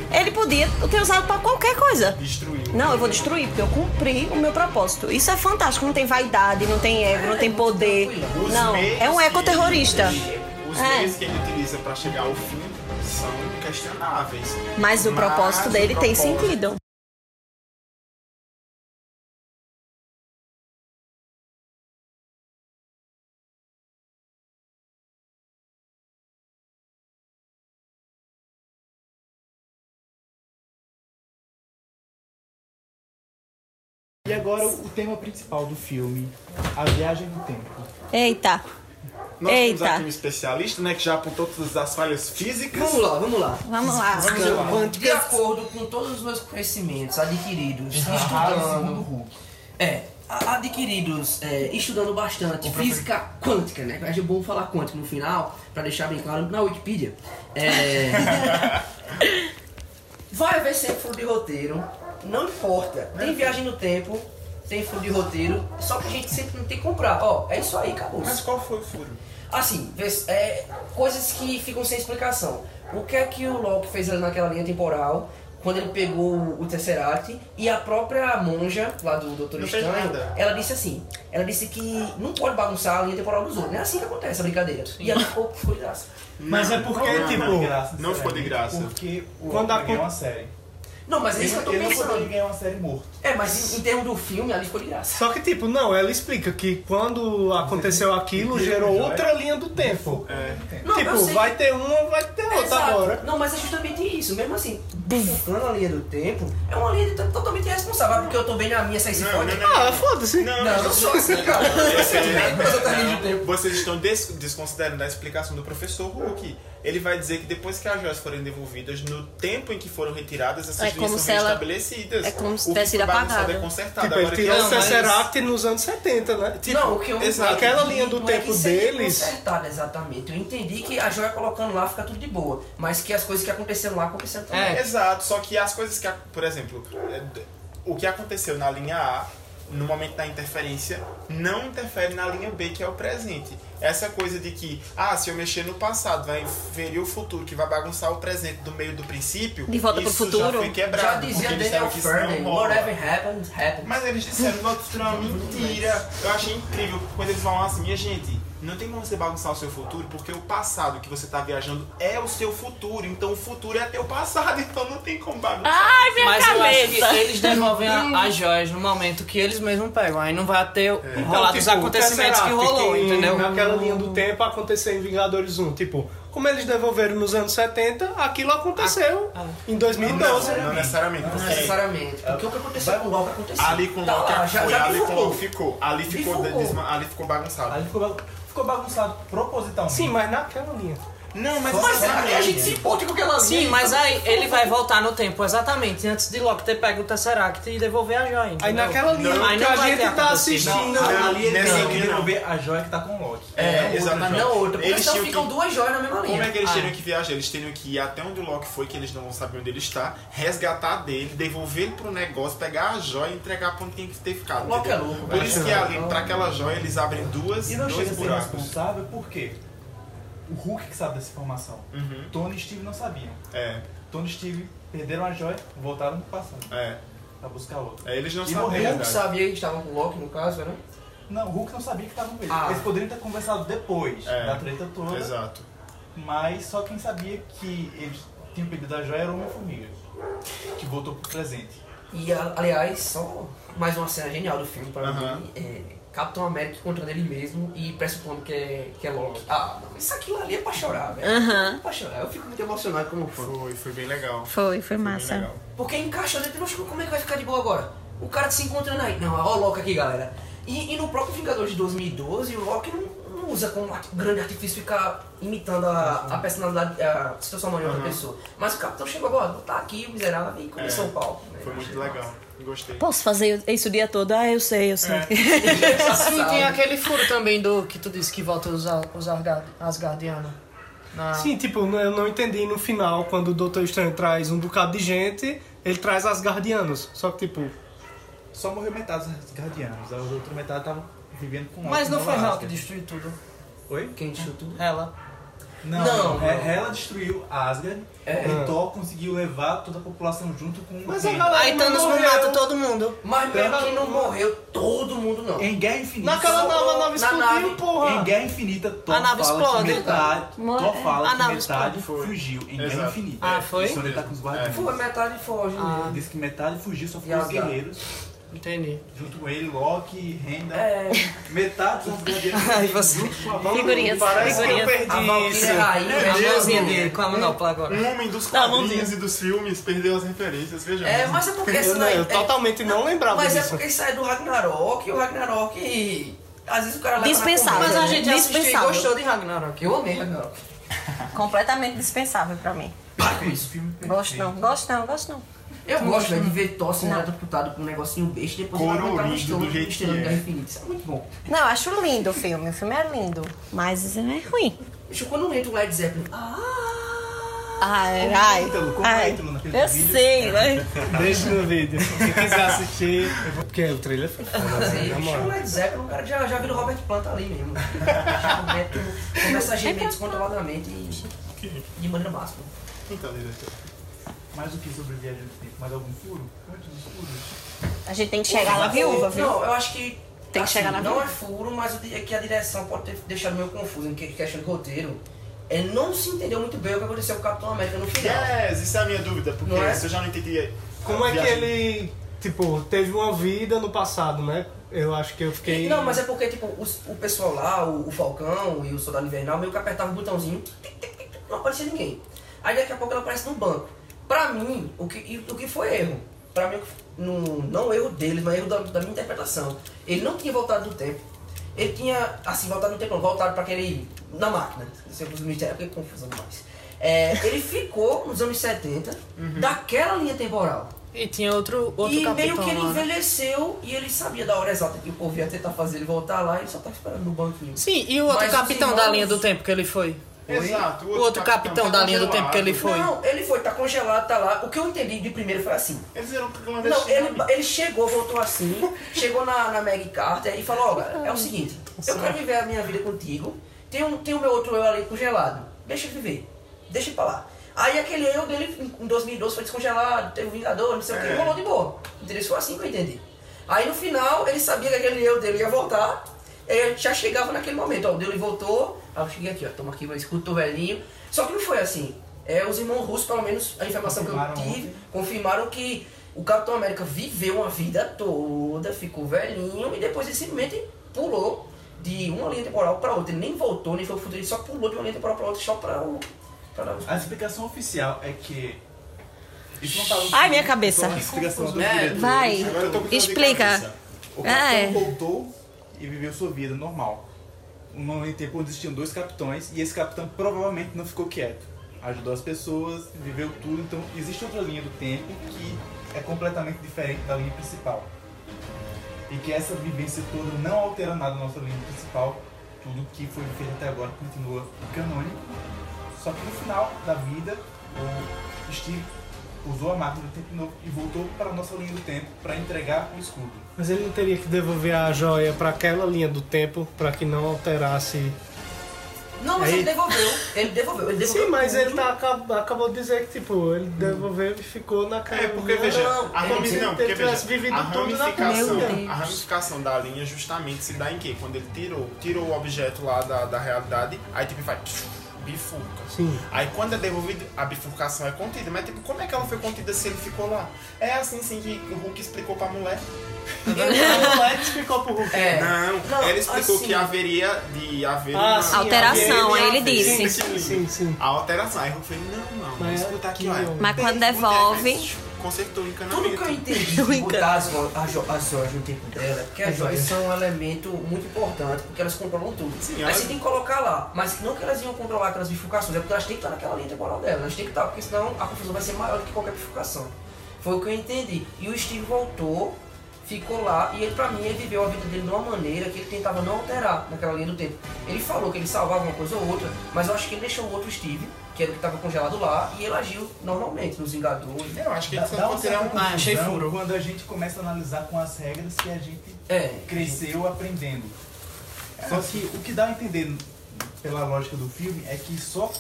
[SPEAKER 5] Ele podia ter usado pra qualquer coisa.
[SPEAKER 3] Destruiu.
[SPEAKER 5] Não, eu vou destruir, porque eu cumpri o meu propósito. Isso é fantástico, não tem vaidade, não tem ego, não tem poder.
[SPEAKER 3] Os
[SPEAKER 5] Não,
[SPEAKER 3] meios
[SPEAKER 5] é um
[SPEAKER 3] que
[SPEAKER 5] ecoterrorista.
[SPEAKER 3] ele- Os
[SPEAKER 5] É.
[SPEAKER 3] meios que ele utiliza pra chegar ao fim são questionáveis.
[SPEAKER 5] Mas o propósito
[SPEAKER 3] o
[SPEAKER 5] dele tem
[SPEAKER 3] propósito-
[SPEAKER 5] sentido.
[SPEAKER 1] E agora o tema principal do filme, a viagem no tempo.
[SPEAKER 5] Eita.
[SPEAKER 3] Nós temos
[SPEAKER 5] Eita.
[SPEAKER 3] aqui um especialista, né, que já apontou todas as falhas físicas.
[SPEAKER 2] Vamos lá, vamos lá.
[SPEAKER 5] Vamos lá. é?
[SPEAKER 2] De acordo com todos os meus conhecimentos adquiridos, estudando. É, a- adquiridos, é, estudando bastante física quântica, né? Eu acho bom falar quântica no final, pra deixar bem claro na Wikipedia. É, vai haver sempre furo de roteiro, não importa. Tem viagem no tempo, tem furo de roteiro, só que a gente sempre não tem que comprar. Ó, é isso aí, acabou.
[SPEAKER 3] Mas qual foi o furo?
[SPEAKER 2] Assim, vês- é, coisas que ficam sem explicação. O que é que o Loki fez ali naquela linha temporal, quando ele pegou o o Tesseract, e a própria monja, lá do Doutor
[SPEAKER 3] Não fez
[SPEAKER 2] Estranho,
[SPEAKER 3] nada.
[SPEAKER 2] ela disse assim, ela disse que não pode bagunçar a linha temporal dos outros, não é assim que acontece a brincadeira. E ela ficou cuidaça.
[SPEAKER 6] Mas é porque,
[SPEAKER 1] Não,
[SPEAKER 6] tipo,
[SPEAKER 1] ficou de graça,
[SPEAKER 3] não ficou de graça.
[SPEAKER 1] Porque o
[SPEAKER 6] Quando
[SPEAKER 1] Quando
[SPEAKER 6] a-
[SPEAKER 1] ganhou uma série.
[SPEAKER 2] Não, mas é isso que eu tô
[SPEAKER 1] Ele não poderia
[SPEAKER 2] pensando.
[SPEAKER 1] ganhar uma série morto.
[SPEAKER 2] É, mas em, em termos do filme, ali ficou de graça.
[SPEAKER 6] Só que, tipo, não, ela explica que quando aconteceu aquilo, gerou outra linha do tempo.
[SPEAKER 2] Não, eu
[SPEAKER 6] Tipo,
[SPEAKER 2] sei
[SPEAKER 6] vai ter uma, vai ter outra
[SPEAKER 2] Exato.
[SPEAKER 6] agora.
[SPEAKER 2] Não, mas é justamente isso. Mesmo assim, focando a linha do tempo, é uma linha de tempo totalmente irresponsável. Ah, Porque eu tô bem na minha, sai se
[SPEAKER 3] Não,
[SPEAKER 2] fode.
[SPEAKER 3] não, não.
[SPEAKER 6] Ah, foda-se.
[SPEAKER 3] Não, é.
[SPEAKER 2] Não, eu não sou assim, cara. Eu sei de nada, mas eu tô rindo de tempo.
[SPEAKER 3] Vocês estão des- desconsiderando a explicação do professor Hulk. Ele vai dizer que depois que as joias forem devolvidas, no tempo em que foram retiradas, essas
[SPEAKER 5] É
[SPEAKER 3] linhas
[SPEAKER 5] como
[SPEAKER 3] são
[SPEAKER 5] se ela-
[SPEAKER 3] restabelecidas.
[SPEAKER 5] é como se
[SPEAKER 3] O que
[SPEAKER 5] tivesse
[SPEAKER 3] foi
[SPEAKER 5] sido
[SPEAKER 3] bagunçado
[SPEAKER 5] apagado.
[SPEAKER 3] É
[SPEAKER 2] Tá,
[SPEAKER 3] um consertado.
[SPEAKER 6] Tipo, ele
[SPEAKER 3] Agora,
[SPEAKER 6] tirou o
[SPEAKER 3] não, mas-
[SPEAKER 6] Tesseract nos anos 70, né? Tipo,
[SPEAKER 2] não, o que eu
[SPEAKER 3] exato.
[SPEAKER 6] Aquela linha do
[SPEAKER 2] não
[SPEAKER 6] tempo
[SPEAKER 2] é que seja
[SPEAKER 6] deles-
[SPEAKER 2] consertada, exatamente. Eu entendi que a joia colocando lá fica tudo de boa. Mas que as coisas que aconteceram lá aconteceram também.
[SPEAKER 7] É.
[SPEAKER 3] Exato, só que as coisas que, a- por exemplo, é, d- o que aconteceu na linha A, no momento da interferência, não interfere na linha B, que é o presente. Essa coisa de que, ah, se eu mexer no passado, vai ferir o futuro, que vai bagunçar o presente do meio do princípio,
[SPEAKER 5] De volta pro
[SPEAKER 3] isso já
[SPEAKER 5] futuro.
[SPEAKER 3] foi quebrado.
[SPEAKER 2] Já
[SPEAKER 3] é porque
[SPEAKER 2] dizia
[SPEAKER 3] eles disseram
[SPEAKER 2] Daniel
[SPEAKER 3] que isso não
[SPEAKER 2] Fernand,
[SPEAKER 3] rola.
[SPEAKER 2] whatever happens, happens.
[SPEAKER 3] Mas eles disseram que o futuro é uma mentira. Eu achei incrível quando eles falam assim, minha gente, não tem como você bagunçar o seu futuro, porque o passado que você tá viajando é o seu futuro. Então o futuro é teu passado, então não tem como bagunçar.
[SPEAKER 2] Ah,
[SPEAKER 5] Ai, minha
[SPEAKER 7] Mas eu acho que
[SPEAKER 5] cabeça.
[SPEAKER 7] eles devolvem
[SPEAKER 9] Hum.
[SPEAKER 7] a- as joias no momento que eles mesmos pegam. Aí não vai
[SPEAKER 2] É.
[SPEAKER 7] ter o relato dos
[SPEAKER 6] tipo,
[SPEAKER 7] acontecimentos que
[SPEAKER 6] Tesseract,
[SPEAKER 7] rolou,
[SPEAKER 6] que
[SPEAKER 7] entendeu?
[SPEAKER 6] Naquela linha do tempo aconteceu em Vingadores 1. Tipo, como eles devolveram nos anos 70, aquilo aconteceu
[SPEAKER 2] Ah,
[SPEAKER 6] em 2012.
[SPEAKER 3] Não, não necessariamente.
[SPEAKER 2] Não
[SPEAKER 3] porque
[SPEAKER 2] necessariamente. Porque o que aconteceu com o Loki aconteceu.
[SPEAKER 3] é. Ali com o
[SPEAKER 2] Tá
[SPEAKER 3] Loki
[SPEAKER 2] lá, já,
[SPEAKER 3] foi,
[SPEAKER 2] já
[SPEAKER 3] ali com o
[SPEAKER 2] divulgou.
[SPEAKER 3] Loki ficou. Ali ficou,
[SPEAKER 2] Bifurcou.
[SPEAKER 3] desma- ali ficou bagunçado.
[SPEAKER 1] Aí ficou, bagun- ficou bagunçado propositalmente.
[SPEAKER 6] Sim, mas naquela linha.
[SPEAKER 3] Não, mas,
[SPEAKER 2] Mas será que então, a gente se importa com aquela
[SPEAKER 7] Sim, mas aí ele vai voltar no tempo, exatamente, antes de Loki ter pego o Tesseract e devolver a joia.
[SPEAKER 6] Aí
[SPEAKER 7] entendeu?
[SPEAKER 6] naquela linha
[SPEAKER 7] Não, aí
[SPEAKER 6] que
[SPEAKER 7] não
[SPEAKER 6] a
[SPEAKER 7] vai ter
[SPEAKER 6] gente tá
[SPEAKER 7] acontecido.
[SPEAKER 1] Não,
[SPEAKER 6] assistindo.
[SPEAKER 3] Não,
[SPEAKER 1] ali ele
[SPEAKER 3] nesse
[SPEAKER 1] tem que
[SPEAKER 3] aqui não.
[SPEAKER 1] devolver a joia que tá com o Loki.
[SPEAKER 3] É,
[SPEAKER 1] outra
[SPEAKER 3] exatamente.
[SPEAKER 1] joia.
[SPEAKER 2] Não, outra. Porque
[SPEAKER 3] Eles
[SPEAKER 2] senão
[SPEAKER 3] tinham
[SPEAKER 2] ficam
[SPEAKER 3] que-
[SPEAKER 2] duas joias na mesma linha.
[SPEAKER 3] Como é que eles
[SPEAKER 7] Ah.
[SPEAKER 3] teriam que viajar? Eles teriam que ir até onde o Loki foi, que eles não sabem onde ele está, resgatar dele, devolver ele pro negócio, pegar a joia e entregar pra onde tem que ter ficado.
[SPEAKER 2] Loki
[SPEAKER 3] entendeu?
[SPEAKER 2] é louco,
[SPEAKER 3] Por
[SPEAKER 2] vai
[SPEAKER 3] isso que
[SPEAKER 2] chorar.
[SPEAKER 3] ali, pra aquela joia, eles abrem duas,
[SPEAKER 1] E não
[SPEAKER 3] dois
[SPEAKER 1] chega a ser
[SPEAKER 3] buracos.
[SPEAKER 1] responsável por quê? O Hulk que sabe dessa informação.
[SPEAKER 3] Uhum.
[SPEAKER 1] Tony e Steve não sabiam.
[SPEAKER 3] É,
[SPEAKER 1] Tony e Steve perderam a joia, voltaram no passado
[SPEAKER 3] é.
[SPEAKER 1] pra buscar outra.
[SPEAKER 3] É, Eles não
[SPEAKER 1] E
[SPEAKER 3] sabem. a
[SPEAKER 1] morreu,
[SPEAKER 2] Hulk
[SPEAKER 3] verdade.
[SPEAKER 2] sabia que estavam com o Loki, no caso, né?
[SPEAKER 1] Não, o Hulk não sabia que tava com ele.
[SPEAKER 2] Ah.
[SPEAKER 1] Eles poderiam ter conversado depois
[SPEAKER 3] É.
[SPEAKER 1] da treta toda,
[SPEAKER 3] Exato.
[SPEAKER 1] mas só quem sabia que eles tinham perdido a joia era o Homem-Formiga, que voltou pro presente.
[SPEAKER 2] E, a- aliás, só mais uma cena genial do filme pra
[SPEAKER 3] Aham.
[SPEAKER 2] mim. É Capitão América encontrando ele mesmo e pressupondo que é, que é Loki. Ah, não, isso aquilo ali é pra chorar, velho.
[SPEAKER 5] Aham.
[SPEAKER 2] É pra chorar. Eu fico muito emocionado como fã.
[SPEAKER 3] Foi, foi bem legal. Foi
[SPEAKER 5] Foi, foi
[SPEAKER 3] bem
[SPEAKER 5] massa.
[SPEAKER 3] legal.
[SPEAKER 2] Porque encaixou dentro, mas como é que vai ficar de boa agora? O cara se encontrando aí. Não, ó o Loki aqui, galera. E, e no próprio Vingadores de 2012, o Loki não, não usa como art- grande artifício ficar imitando a, a personalidade, a situação de outra
[SPEAKER 3] Aham.
[SPEAKER 2] pessoa. Mas o Capitão chegou agora, tá aqui, o miserável, e começou
[SPEAKER 3] É.
[SPEAKER 2] o palco. né?
[SPEAKER 3] Foi muito legal. Gostei.
[SPEAKER 5] Posso fazer isso o dia todo? Ah, eu sei, eu sei.
[SPEAKER 9] Sim, tem aquele furo também do que tu disse que volta os, Al- os Asgard, Asgardianos. Na...
[SPEAKER 6] Sim, tipo, eu não entendi no final, quando o Doutor Estranho traz um bocado de gente, ele traz as guardianos. Só que, tipo,
[SPEAKER 1] Só morreu metade dos guardianos, a outra metade tava vivendo com
[SPEAKER 7] Mas
[SPEAKER 1] Loki,
[SPEAKER 7] não foi ela que
[SPEAKER 1] Asgard.
[SPEAKER 7] destruiu tudo.
[SPEAKER 1] Oi?
[SPEAKER 2] Quem deixou tudo?
[SPEAKER 7] Ela.
[SPEAKER 1] Não,
[SPEAKER 2] Não,
[SPEAKER 1] é,
[SPEAKER 2] não.
[SPEAKER 1] ela destruiu Asgard
[SPEAKER 2] É.
[SPEAKER 1] e Thor conseguiu levar toda a população junto com o
[SPEAKER 6] Mas é a
[SPEAKER 1] Kang.
[SPEAKER 6] galera-
[SPEAKER 7] Aí Thanos não
[SPEAKER 6] morreu.
[SPEAKER 7] mata todo mundo.
[SPEAKER 2] Mas mesmo
[SPEAKER 1] Pera-
[SPEAKER 2] que não morreu todo mundo, não.
[SPEAKER 1] Em Guerra Infinita.
[SPEAKER 6] naquela
[SPEAKER 1] só-
[SPEAKER 6] nave, a nave
[SPEAKER 2] Na
[SPEAKER 6] explodiu,
[SPEAKER 2] nave.
[SPEAKER 1] Em
[SPEAKER 6] porra!
[SPEAKER 1] Guerra Infinita, Thor
[SPEAKER 7] A nave
[SPEAKER 1] fala
[SPEAKER 7] explode.
[SPEAKER 1] que metade,
[SPEAKER 5] Mo-
[SPEAKER 1] Thor fala
[SPEAKER 7] A
[SPEAKER 1] que
[SPEAKER 7] nave
[SPEAKER 1] metade
[SPEAKER 3] explode.
[SPEAKER 1] fugiu. Em Guerra
[SPEAKER 3] Exato.
[SPEAKER 1] Infinita.
[SPEAKER 7] Ah, foi?
[SPEAKER 1] Isso, ele tá com os guardiões.
[SPEAKER 2] Foi metade foge. né?
[SPEAKER 7] Ah.
[SPEAKER 1] Diz que metade fugiu, só
[SPEAKER 2] E
[SPEAKER 1] ficou os
[SPEAKER 2] Asgard.
[SPEAKER 1] guerreiros.
[SPEAKER 9] Entendi.
[SPEAKER 1] Junto com ele, Loki, Renda.
[SPEAKER 2] É,
[SPEAKER 1] Metade são os guardiões.
[SPEAKER 7] Ai, você.
[SPEAKER 5] Figurinhas,
[SPEAKER 6] Parece que eu
[SPEAKER 5] figurinhas.
[SPEAKER 2] a
[SPEAKER 6] perdi isso.
[SPEAKER 2] Valkyria rainha.
[SPEAKER 7] é
[SPEAKER 9] É
[SPEAKER 7] A
[SPEAKER 2] né,
[SPEAKER 7] mãozinha
[SPEAKER 2] mano?
[SPEAKER 7] dele com a manopla agora.
[SPEAKER 3] Um homem dos
[SPEAKER 5] Tá, vamos
[SPEAKER 3] quadrinhos e dos filmes perdeu as referências, veja.
[SPEAKER 2] É, mas é porque
[SPEAKER 6] Eu,
[SPEAKER 2] isso
[SPEAKER 6] não,
[SPEAKER 2] daí...
[SPEAKER 6] eu
[SPEAKER 2] é-
[SPEAKER 6] totalmente não lembrava
[SPEAKER 2] Mas é
[SPEAKER 6] disso.
[SPEAKER 2] porque sai do Ragnarok e o Ragnarok. e Às vezes o cara leva na
[SPEAKER 5] Dispensável.
[SPEAKER 2] comanda,
[SPEAKER 7] Mas a
[SPEAKER 2] né?
[SPEAKER 7] gente assistiu e
[SPEAKER 5] Dispensável.
[SPEAKER 7] gostou de Ragnarok.
[SPEAKER 2] Eu amei Ragnarok.
[SPEAKER 5] Completamente dispensável pra mim. Gosto não, gosto não, gosto não.
[SPEAKER 2] Eu gosto né, de ver Thor sendo adaptado pra um negocinho besta e depois ele vai botar no
[SPEAKER 3] Colorido,
[SPEAKER 2] estômago
[SPEAKER 3] do jeito
[SPEAKER 2] misturando
[SPEAKER 3] que é.
[SPEAKER 2] Guerra Infinita. Isso é muito bom.
[SPEAKER 5] Não, eu acho lindo o filme. O filme é lindo, mas é ruim.
[SPEAKER 2] Bicho, quando entra o Led Zeppelin... Ah!
[SPEAKER 5] Ai,
[SPEAKER 1] Compra
[SPEAKER 5] ai.
[SPEAKER 1] o Ítalo, compra o
[SPEAKER 5] ai.
[SPEAKER 1] Ítalo naquele
[SPEAKER 5] Eu
[SPEAKER 1] vídeo.
[SPEAKER 5] sei, né? mas.
[SPEAKER 6] Deixa no vídeo. Se quiser assistir. Porque o trailer foi foda,
[SPEAKER 2] Mas
[SPEAKER 6] né?
[SPEAKER 2] aí,
[SPEAKER 6] na
[SPEAKER 2] bicho, o
[SPEAKER 6] moral.
[SPEAKER 2] Led Zeppelin, o cara já, já vira o Robert Plant ali mesmo. Já mete o- começa a gemer descontroladamente e... De maneira máxima.
[SPEAKER 3] Então, diretor.
[SPEAKER 1] Mais o que sobre viagem do tempo? Mais algum furo? Quantos furos?
[SPEAKER 5] A gente tem que chegar na viúva, viu?
[SPEAKER 2] Não, eu acho que.
[SPEAKER 5] Tem que chegar na
[SPEAKER 2] Não
[SPEAKER 5] viúva.
[SPEAKER 2] é furo, mas o di- é que a direção pode ter deixado meio confuso em que- questão de roteiro. É, não se entendeu muito bem o que aconteceu com o Capitão América no final.
[SPEAKER 3] Yes, isso é a minha dúvida, porque
[SPEAKER 2] Não é?
[SPEAKER 3] se eu já não entendi. a-
[SPEAKER 6] Como
[SPEAKER 3] a
[SPEAKER 6] é que
[SPEAKER 3] viagem-
[SPEAKER 6] ele, tipo, teve uma vida no passado, né? Eu acho que eu fiquei.
[SPEAKER 2] Não, mas é porque, tipo, os- o pessoal lá, o, o Falcão e o Soldado Invernal, meio que apertava o botãozinho, tic, tic, tic, tic, não aparecia ninguém. Aí daqui a pouco ela aparece no banco. Pra mim, o que, e o que foi erro? Pra mim, o que f- no, não erro deles, mas erro da, da minha interpretação. Ele não tinha voltado no tempo. Ele tinha, assim, voltado no tempo, não, voltado pra aquele. na máquina. Se eu fosse o ministério, eu fiquei é confusão demais. É, ele ficou nos anos 70, daquela linha temporal
[SPEAKER 9] E tinha outro, outro
[SPEAKER 2] e meio
[SPEAKER 9] capitão
[SPEAKER 2] que ele
[SPEAKER 9] lá, né?
[SPEAKER 2] envelheceu e ele sabia da hora exata que o povo ia tentar fazer ele voltar lá e só tá esperando no banquinho.
[SPEAKER 9] Sim, e o outro
[SPEAKER 2] Mas os
[SPEAKER 9] capitão da
[SPEAKER 2] irmãos-
[SPEAKER 9] linha do tempo que ele foi?
[SPEAKER 3] Exato,
[SPEAKER 9] O outro capitão
[SPEAKER 3] tá
[SPEAKER 9] da linha do tempo que ele
[SPEAKER 3] congelado.
[SPEAKER 9] foi.
[SPEAKER 2] Não, ele foi, tá congelado, tá lá. O que eu entendi de primeiro foi assim.
[SPEAKER 3] Eles eram
[SPEAKER 2] Não, ele,
[SPEAKER 3] clandestinos.
[SPEAKER 2] ele chegou, voltou assim, chegou na, na Meg Carter e falou, olha, é o seguinte, eu quero viver a minha vida contigo, tem, um, tem o meu outro eu ali congelado, deixa eu viver, deixa pra lá. Aí aquele eu dele em 2012 foi descongelado, teve o Vingador, não sei o que, rolou de boa. Entendeu? Isso Foi assim que eu entendi. Aí no final ele sabia que aquele eu dele ia voltar, ele É, já chegava naquele momento, ó, o dele voltou, aí eu cheguei aqui, ó, toma aqui, mas escuta o velhinho. Só que não foi assim. É, os irmãos russos, pelo menos a informação que eu
[SPEAKER 1] Confirmaram
[SPEAKER 2] tive,
[SPEAKER 1] ontem.
[SPEAKER 2] confirmaram que o Capitão América viveu uma vida toda, ficou velhinho e depois ele simplesmente pulou de uma linha temporal pra outra. Ele nem voltou, nem foi pro futuro, ele só pulou de uma linha temporal pra outra só pra o. Pra o...
[SPEAKER 1] A explicação oficial é que. Isso não tá no
[SPEAKER 5] Ai,
[SPEAKER 1] filme,
[SPEAKER 5] minha cabeça.
[SPEAKER 1] então a explicação dos
[SPEAKER 3] É,
[SPEAKER 1] diretores.
[SPEAKER 5] Vai.
[SPEAKER 3] Agora eu tô com dor de
[SPEAKER 5] Explica.
[SPEAKER 3] cabeça.
[SPEAKER 1] O
[SPEAKER 5] Ah,
[SPEAKER 1] capitão
[SPEAKER 5] é.
[SPEAKER 1] voltou e viveu sua vida normal. Um No meio tempo onde existiam dois capitões e esse capitão provavelmente não ficou quieto. Ajudou as pessoas, viveu tudo, então existe outra linha do tempo que é completamente diferente da linha principal. E que essa vivência toda não altera nada na nossa linha principal. Tudo que foi feito até agora continua canônico. Só que no final da vida, o Steve usou a máquina do tempo novo e voltou para a nossa linha do tempo para entregar o escudo.
[SPEAKER 6] Mas ele não teria que devolver a joia pra aquela linha do tempo, pra que não alterasse.
[SPEAKER 2] Não, mas
[SPEAKER 6] Aí-
[SPEAKER 2] ele devolveu. Ele devolveu, ele devolveu.
[SPEAKER 6] Sim, mas
[SPEAKER 2] tudo.
[SPEAKER 6] ele tá, acab- acabou de dizer que, tipo, ele devolveu e ficou naquela.
[SPEAKER 3] É, porque
[SPEAKER 6] linha.
[SPEAKER 3] veja,
[SPEAKER 2] não,
[SPEAKER 3] a,
[SPEAKER 2] ele-
[SPEAKER 3] rami... não,
[SPEAKER 6] ele
[SPEAKER 3] porque,
[SPEAKER 6] tivesse
[SPEAKER 3] veja,
[SPEAKER 6] vivido
[SPEAKER 3] a
[SPEAKER 6] tudo na
[SPEAKER 3] ramificação,
[SPEAKER 6] primeira
[SPEAKER 3] a ramificação da linha justamente se dá em quê? Quando ele tirou, tirou o objeto lá da, da realidade, aí tipo vai bifurca.
[SPEAKER 6] Sim.
[SPEAKER 3] Aí quando é devolvido, a bifurcação é contida. Mas tipo, como é que ela foi contida se ele ficou lá? É assim sim que o Hulk explicou pra mulher.
[SPEAKER 2] A mulher explicou pro Hulk. É.
[SPEAKER 3] Não,
[SPEAKER 2] Não,
[SPEAKER 3] ela explicou
[SPEAKER 2] assim-
[SPEAKER 3] que haveria de haver
[SPEAKER 6] Ah,
[SPEAKER 3] uma-
[SPEAKER 6] sim,
[SPEAKER 3] haveria
[SPEAKER 5] Alteração, aí ele
[SPEAKER 3] de
[SPEAKER 5] disse.
[SPEAKER 3] haver-
[SPEAKER 6] Sim, sim, sim.
[SPEAKER 3] A alteração. Aí o Hulk falou, não, não,
[SPEAKER 6] Mas
[SPEAKER 3] mas escuta aqui,
[SPEAKER 6] que
[SPEAKER 3] olha.
[SPEAKER 6] eu-
[SPEAKER 5] Mas
[SPEAKER 3] Tem
[SPEAKER 5] quando
[SPEAKER 3] que mudar,
[SPEAKER 5] devolve-
[SPEAKER 3] mas Consertou o
[SPEAKER 2] Tudo
[SPEAKER 3] encanamento.
[SPEAKER 2] que eu entendi de botar as, jo- as, jo- as joias no tempo dela é porque as joias são um elemento muito importante, porque elas controlam tudo.
[SPEAKER 3] Sim,
[SPEAKER 2] Aí
[SPEAKER 3] elas-
[SPEAKER 2] você tem que colocar lá, mas não que elas iam controlar aquelas bifurcações, é porque elas têm que estar naquela linha temporal dela, elas têm que estar, porque senão a confusão vai ser maior do que qualquer bifurcação. Foi o que eu entendi. E o Steve voltou, ficou lá, e ele pra mim ele viveu a vida dele de uma maneira que ele tentava não alterar naquela linha do tempo. Ele falou que ele salvava uma coisa ou outra, mas eu acho que ele deixou o outro Steve, que era o que estava congelado lá, e ele agiu normalmente nos Vingadores. né?
[SPEAKER 3] Eu acho que
[SPEAKER 1] Dá-
[SPEAKER 3] eles
[SPEAKER 1] dá
[SPEAKER 3] vão
[SPEAKER 1] uma
[SPEAKER 3] considerar
[SPEAKER 1] certa
[SPEAKER 3] um
[SPEAKER 1] confusão
[SPEAKER 2] achei furo.
[SPEAKER 1] Quando a gente começa a analisar com as regras que a gente
[SPEAKER 2] É,
[SPEAKER 1] cresceu aprendendo.
[SPEAKER 3] É.
[SPEAKER 1] Só que o que dá a entender pela lógica do filme é que só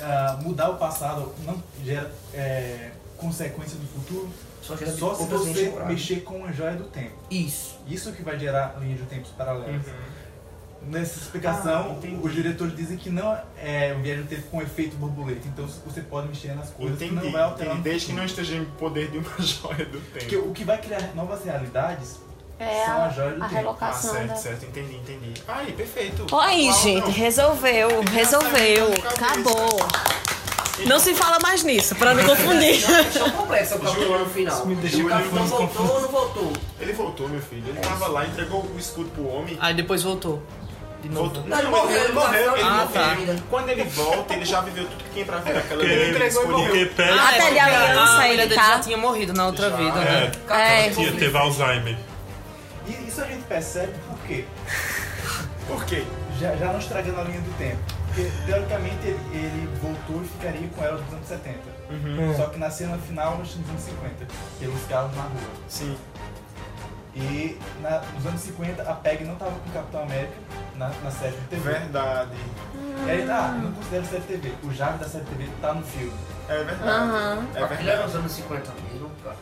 [SPEAKER 1] ah, mudar o passado não gera é, consequência do futuro,
[SPEAKER 2] Só, que tipo
[SPEAKER 1] só se você mexer com a joia do tempo.
[SPEAKER 2] Isso.
[SPEAKER 1] Isso que vai gerar linhas de tempos paralelas.
[SPEAKER 3] Uhum.
[SPEAKER 1] Nessa
[SPEAKER 3] Ah,
[SPEAKER 1] explicação, os diretores dizem que não é um viagem do tempo com efeito borboleta, então você pode mexer nas coisas que
[SPEAKER 3] Entendi.
[SPEAKER 1] não é vai alterar.
[SPEAKER 3] entendi.
[SPEAKER 1] no
[SPEAKER 3] é Desde que
[SPEAKER 1] futuro.
[SPEAKER 3] não esteja em poder de uma joia do
[SPEAKER 1] Porque
[SPEAKER 3] tempo.
[SPEAKER 1] o que vai criar novas realidades
[SPEAKER 10] É
[SPEAKER 1] são
[SPEAKER 10] a,
[SPEAKER 1] as joias do
[SPEAKER 10] a
[SPEAKER 1] tempo.
[SPEAKER 3] Ah,
[SPEAKER 10] relocação
[SPEAKER 3] certo,
[SPEAKER 10] da...
[SPEAKER 3] certo. Entendi, entendi. Aí, perfeito.
[SPEAKER 5] Tá Aí,
[SPEAKER 3] Uau,
[SPEAKER 5] gente,
[SPEAKER 3] não.
[SPEAKER 5] resolveu, resolveu.
[SPEAKER 10] Acabou.
[SPEAKER 5] Não se fala mais nisso, pra não confundir.
[SPEAKER 2] Não, questão complexa pra
[SPEAKER 3] Júlio,
[SPEAKER 2] ver no final.
[SPEAKER 6] me deixou
[SPEAKER 2] o cara
[SPEAKER 3] muito
[SPEAKER 2] não voltou ou não voltou?
[SPEAKER 3] Ele voltou, meu filho. Ele tava lá, entregou o escudo pro homem.
[SPEAKER 7] Ah,
[SPEAKER 9] Aí depois voltou. De novo.
[SPEAKER 3] Voltou.
[SPEAKER 2] Não, ele morreu, ele morreu.
[SPEAKER 3] ele
[SPEAKER 9] Ah,
[SPEAKER 3] morreu.
[SPEAKER 9] tá.
[SPEAKER 3] Ele- Quando ele volta, ele já viveu tudo que tinha pra ver naquela
[SPEAKER 8] Porque
[SPEAKER 3] Ele entregou e
[SPEAKER 8] porque
[SPEAKER 3] morreu.
[SPEAKER 8] pede,
[SPEAKER 5] Ah, Até ele a aliança,
[SPEAKER 9] a
[SPEAKER 5] ele
[SPEAKER 9] mulher dele
[SPEAKER 5] tá-
[SPEAKER 9] já tinha morrido na outra
[SPEAKER 3] Já,
[SPEAKER 9] vida,
[SPEAKER 8] é,
[SPEAKER 9] né?
[SPEAKER 5] É,
[SPEAKER 8] tinha, teve Alzheimer.
[SPEAKER 1] E isso a gente percebe por quê?
[SPEAKER 3] Por quê?
[SPEAKER 1] Já, já não estragando a linha do tempo. Porque, teoricamente, ele, ele voltou e ficaria com ela dos anos 70. Só que na cena final, nós nos anos 50, pelos carros na rua.
[SPEAKER 3] Sim.
[SPEAKER 1] E na- nos anos 50, a PEG não tava com o Capitão América na, na série de TV.
[SPEAKER 3] é Verdade.
[SPEAKER 1] E aí,
[SPEAKER 10] Hum.
[SPEAKER 1] ah, não considero série de TV. O Jarvis da série de TV tá no filme.
[SPEAKER 3] É verdade.
[SPEAKER 5] Aham.
[SPEAKER 3] É
[SPEAKER 2] Ele era
[SPEAKER 3] verdade.
[SPEAKER 2] nos anos 50 mesmo, cara.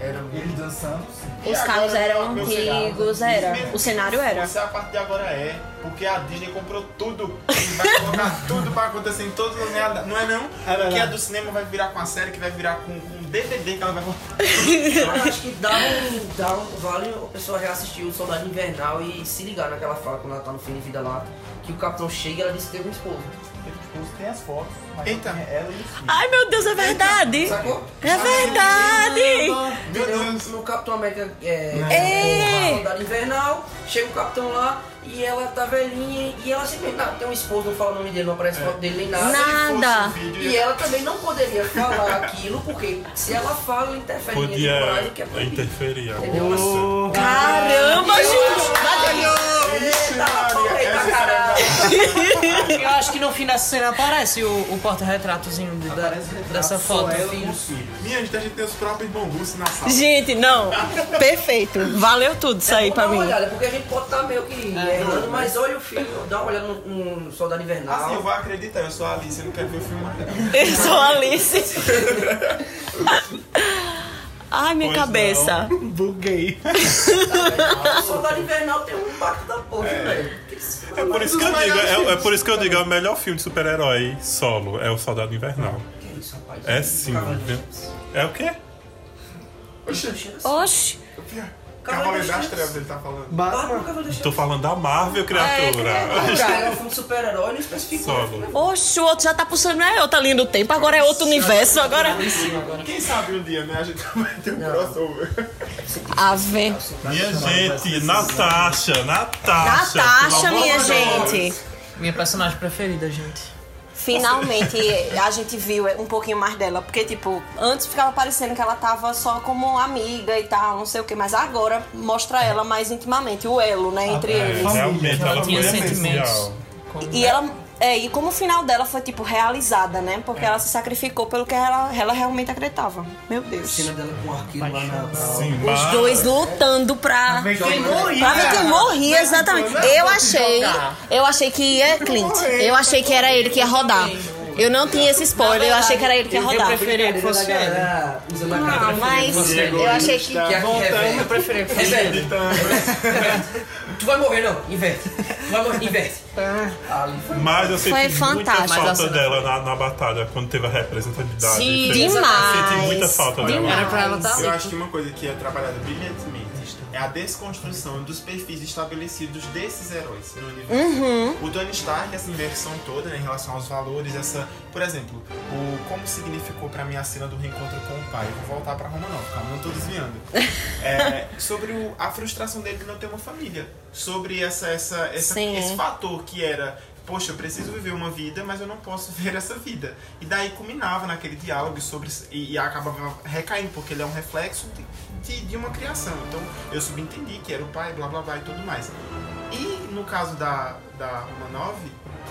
[SPEAKER 2] Era
[SPEAKER 1] Ele
[SPEAKER 2] muito.
[SPEAKER 1] dançando, sim.
[SPEAKER 5] Os
[SPEAKER 3] E
[SPEAKER 5] carros
[SPEAKER 3] agora,
[SPEAKER 5] eram
[SPEAKER 3] meu cenário.
[SPEAKER 5] antigos, era.
[SPEAKER 3] Mesmo
[SPEAKER 5] O cenário
[SPEAKER 3] se
[SPEAKER 5] era.
[SPEAKER 3] fosse, a parte de agora é, porque a Disney comprou tudo. E vai colocar tudo pra acontecer em todas as merdas. Não é não? O que é do cinema vai virar com a série, que vai virar com com um DVD que ela vai botar.
[SPEAKER 2] Eu acho que dá um, dá um. Vale a pessoa reassistir o Soldado Invernal e se ligar naquela fala quando ela tá no fim de vida lá. Que o capitão chega e ela disse que teve um esposo.
[SPEAKER 1] Ele, tipo, tem as fotos, mas
[SPEAKER 3] Eita.
[SPEAKER 1] não tem ela e o filme.
[SPEAKER 5] Ai, meu Deus, é verdade.
[SPEAKER 2] Sacou?
[SPEAKER 5] É verdade.
[SPEAKER 3] Meu
[SPEAKER 2] Entendeu?
[SPEAKER 3] Deus.
[SPEAKER 2] No Capitão América é,
[SPEAKER 5] É.
[SPEAKER 2] no Soldado Invernal, chega o Capitão lá e ela tá velhinha e ela simplesmente não, tem um esposo, não fala o nome dele, não aparece foto dele nem nada.
[SPEAKER 5] Nada.
[SPEAKER 3] Se fosse um vídeo,
[SPEAKER 2] E ela também não poderia falar aquilo, porque se ela fala, ela interfere em
[SPEAKER 8] Podia
[SPEAKER 2] temporada, que é proibido.
[SPEAKER 8] interferir.
[SPEAKER 2] Entendeu?
[SPEAKER 8] agora.
[SPEAKER 5] Caramba,
[SPEAKER 2] Tá bom aí pra
[SPEAKER 3] Ixi, Maria,
[SPEAKER 5] gente.
[SPEAKER 3] essa é
[SPEAKER 2] caralho.
[SPEAKER 9] Eu acho que no fim dessa cena aparece o, o porta-retratozinho de- da-
[SPEAKER 1] Parece retrato,
[SPEAKER 9] dessa
[SPEAKER 1] só
[SPEAKER 9] foto.
[SPEAKER 1] ela e os filhos.
[SPEAKER 3] Minha gente, a gente tem os próprios irmãos russos na sala.
[SPEAKER 5] Gente, não. Perfeito. Valeu tudo isso aí
[SPEAKER 2] Vamos dar
[SPEAKER 5] pra
[SPEAKER 2] uma
[SPEAKER 5] mim.
[SPEAKER 2] olhada, porque a gente pode estar meio que errando, mas olha o filme, dá uma olhada no, no Soldado Invernal.
[SPEAKER 3] Assim, eu vou acreditar, eu sou a Alice, eu não quero ver o filme mais. não.
[SPEAKER 5] Eu sou a Alice. Ai, minha
[SPEAKER 8] Pois
[SPEAKER 5] cabeça.
[SPEAKER 6] Buguei.
[SPEAKER 2] O Soldado Invernal tem um impacto da porra, velho. Que isso?
[SPEAKER 8] É por, isso que eu digo, é, é por isso que eu digo, é o melhor filme de super-herói solo é o Soldado Invernal.
[SPEAKER 2] Que isso, rapaz?
[SPEAKER 8] É sim. viu? É o quê?
[SPEAKER 2] assim.
[SPEAKER 5] Oxi. é
[SPEAKER 3] Cavaleiro das Trevas, ele tá falando.
[SPEAKER 2] Ah,
[SPEAKER 6] Batman.
[SPEAKER 2] nunca vou deixar.
[SPEAKER 8] Tô falando da Marvel, criatura.
[SPEAKER 2] Cara, é um filme de super-herói, não especificou.
[SPEAKER 8] Solo.
[SPEAKER 5] Oxi, o outro já tá puxando. Não é outra linha do tempo, agora é outro universo. Agora.
[SPEAKER 3] Quem sabe um dia, né? A gente vai ter um crossover.
[SPEAKER 5] Ave.
[SPEAKER 8] Minha gente, Natasha, Natasha.
[SPEAKER 5] Natasha,
[SPEAKER 8] pelo amor
[SPEAKER 5] minha
[SPEAKER 8] de Deus.
[SPEAKER 5] gente.
[SPEAKER 9] Minha personagem preferida, gente.
[SPEAKER 5] Finalmente a gente viu um pouquinho mais dela, porque tipo, antes ficava parecendo que ela tava só como amiga e tal, não sei o que, mas agora mostra ela mais intimamente, o elo, né, entre
[SPEAKER 8] É,
[SPEAKER 5] eles.
[SPEAKER 8] realmente, ela foi
[SPEAKER 9] Tinha sentimentos.
[SPEAKER 8] essencial.
[SPEAKER 5] E ela. É, e como o final dela foi, tipo, realizada, né?
[SPEAKER 8] É.
[SPEAKER 5] Porque ela se sacrificou pelo que ela, ela realmente acreditava. Meu Deus.
[SPEAKER 2] cena dela com o arqueiro lá na. na-
[SPEAKER 8] Sim,
[SPEAKER 5] Os
[SPEAKER 8] mas-
[SPEAKER 5] dois lutando pra.
[SPEAKER 6] Vem quem
[SPEAKER 5] Pra ver quem morria, exatamente. Eu achei. Eu achei que ia Clint. Eu achei que era ele que ia rodar. Eu não tinha esse spoiler, eu achei que era ele que ia rodar.
[SPEAKER 2] Eu preferia que fosse
[SPEAKER 7] é, né?
[SPEAKER 2] ele. né? Usa uma cara
[SPEAKER 5] Não, Ah, mas eu achei que.
[SPEAKER 2] Que aqui
[SPEAKER 9] Voltando, eu
[SPEAKER 2] reverte.
[SPEAKER 9] preferi.
[SPEAKER 2] é Reverte. Tu vai morrer, não. Inverte. Tu vai morrer, inverte. Ali foi.
[SPEAKER 8] Mas eu senti
[SPEAKER 5] Foi
[SPEAKER 8] muita
[SPEAKER 5] fantástico. Mas
[SPEAKER 8] falta
[SPEAKER 5] ela-
[SPEAKER 8] dela na, na batalha, quando teve a representatividade.
[SPEAKER 9] Sim,
[SPEAKER 8] Foi-
[SPEAKER 5] demais.
[SPEAKER 8] Senti muita falta dela.
[SPEAKER 9] Era pra ela
[SPEAKER 5] Tá
[SPEAKER 9] estar
[SPEAKER 3] Eu
[SPEAKER 9] ali.
[SPEAKER 3] acho que uma coisa que é trabalhada brilhantemente é a desconstrução dos perfis estabelecidos desses heróis no universo. O Tony Stark, essa inversão toda né, em relação aos valores, essa. Por exemplo, o como significou pra mim a cena do reencontro com o pai. Eu vou voltar pra Roma, não, calma, não tô desviando. É, sobre o- a frustração dele de não ter uma família. Sobre essa, essa, essa-
[SPEAKER 5] Sim.
[SPEAKER 3] esse fator que era. Poxa, eu preciso viver uma vida, mas eu não posso ver essa vida. E daí culminava naquele diálogo sobre. E, e acabava recaindo, porque ele é um reflexo de, de, de uma criação. Então eu subentendi que era o pai, blá blá blá e tudo mais. E no caso da, da Roma 9,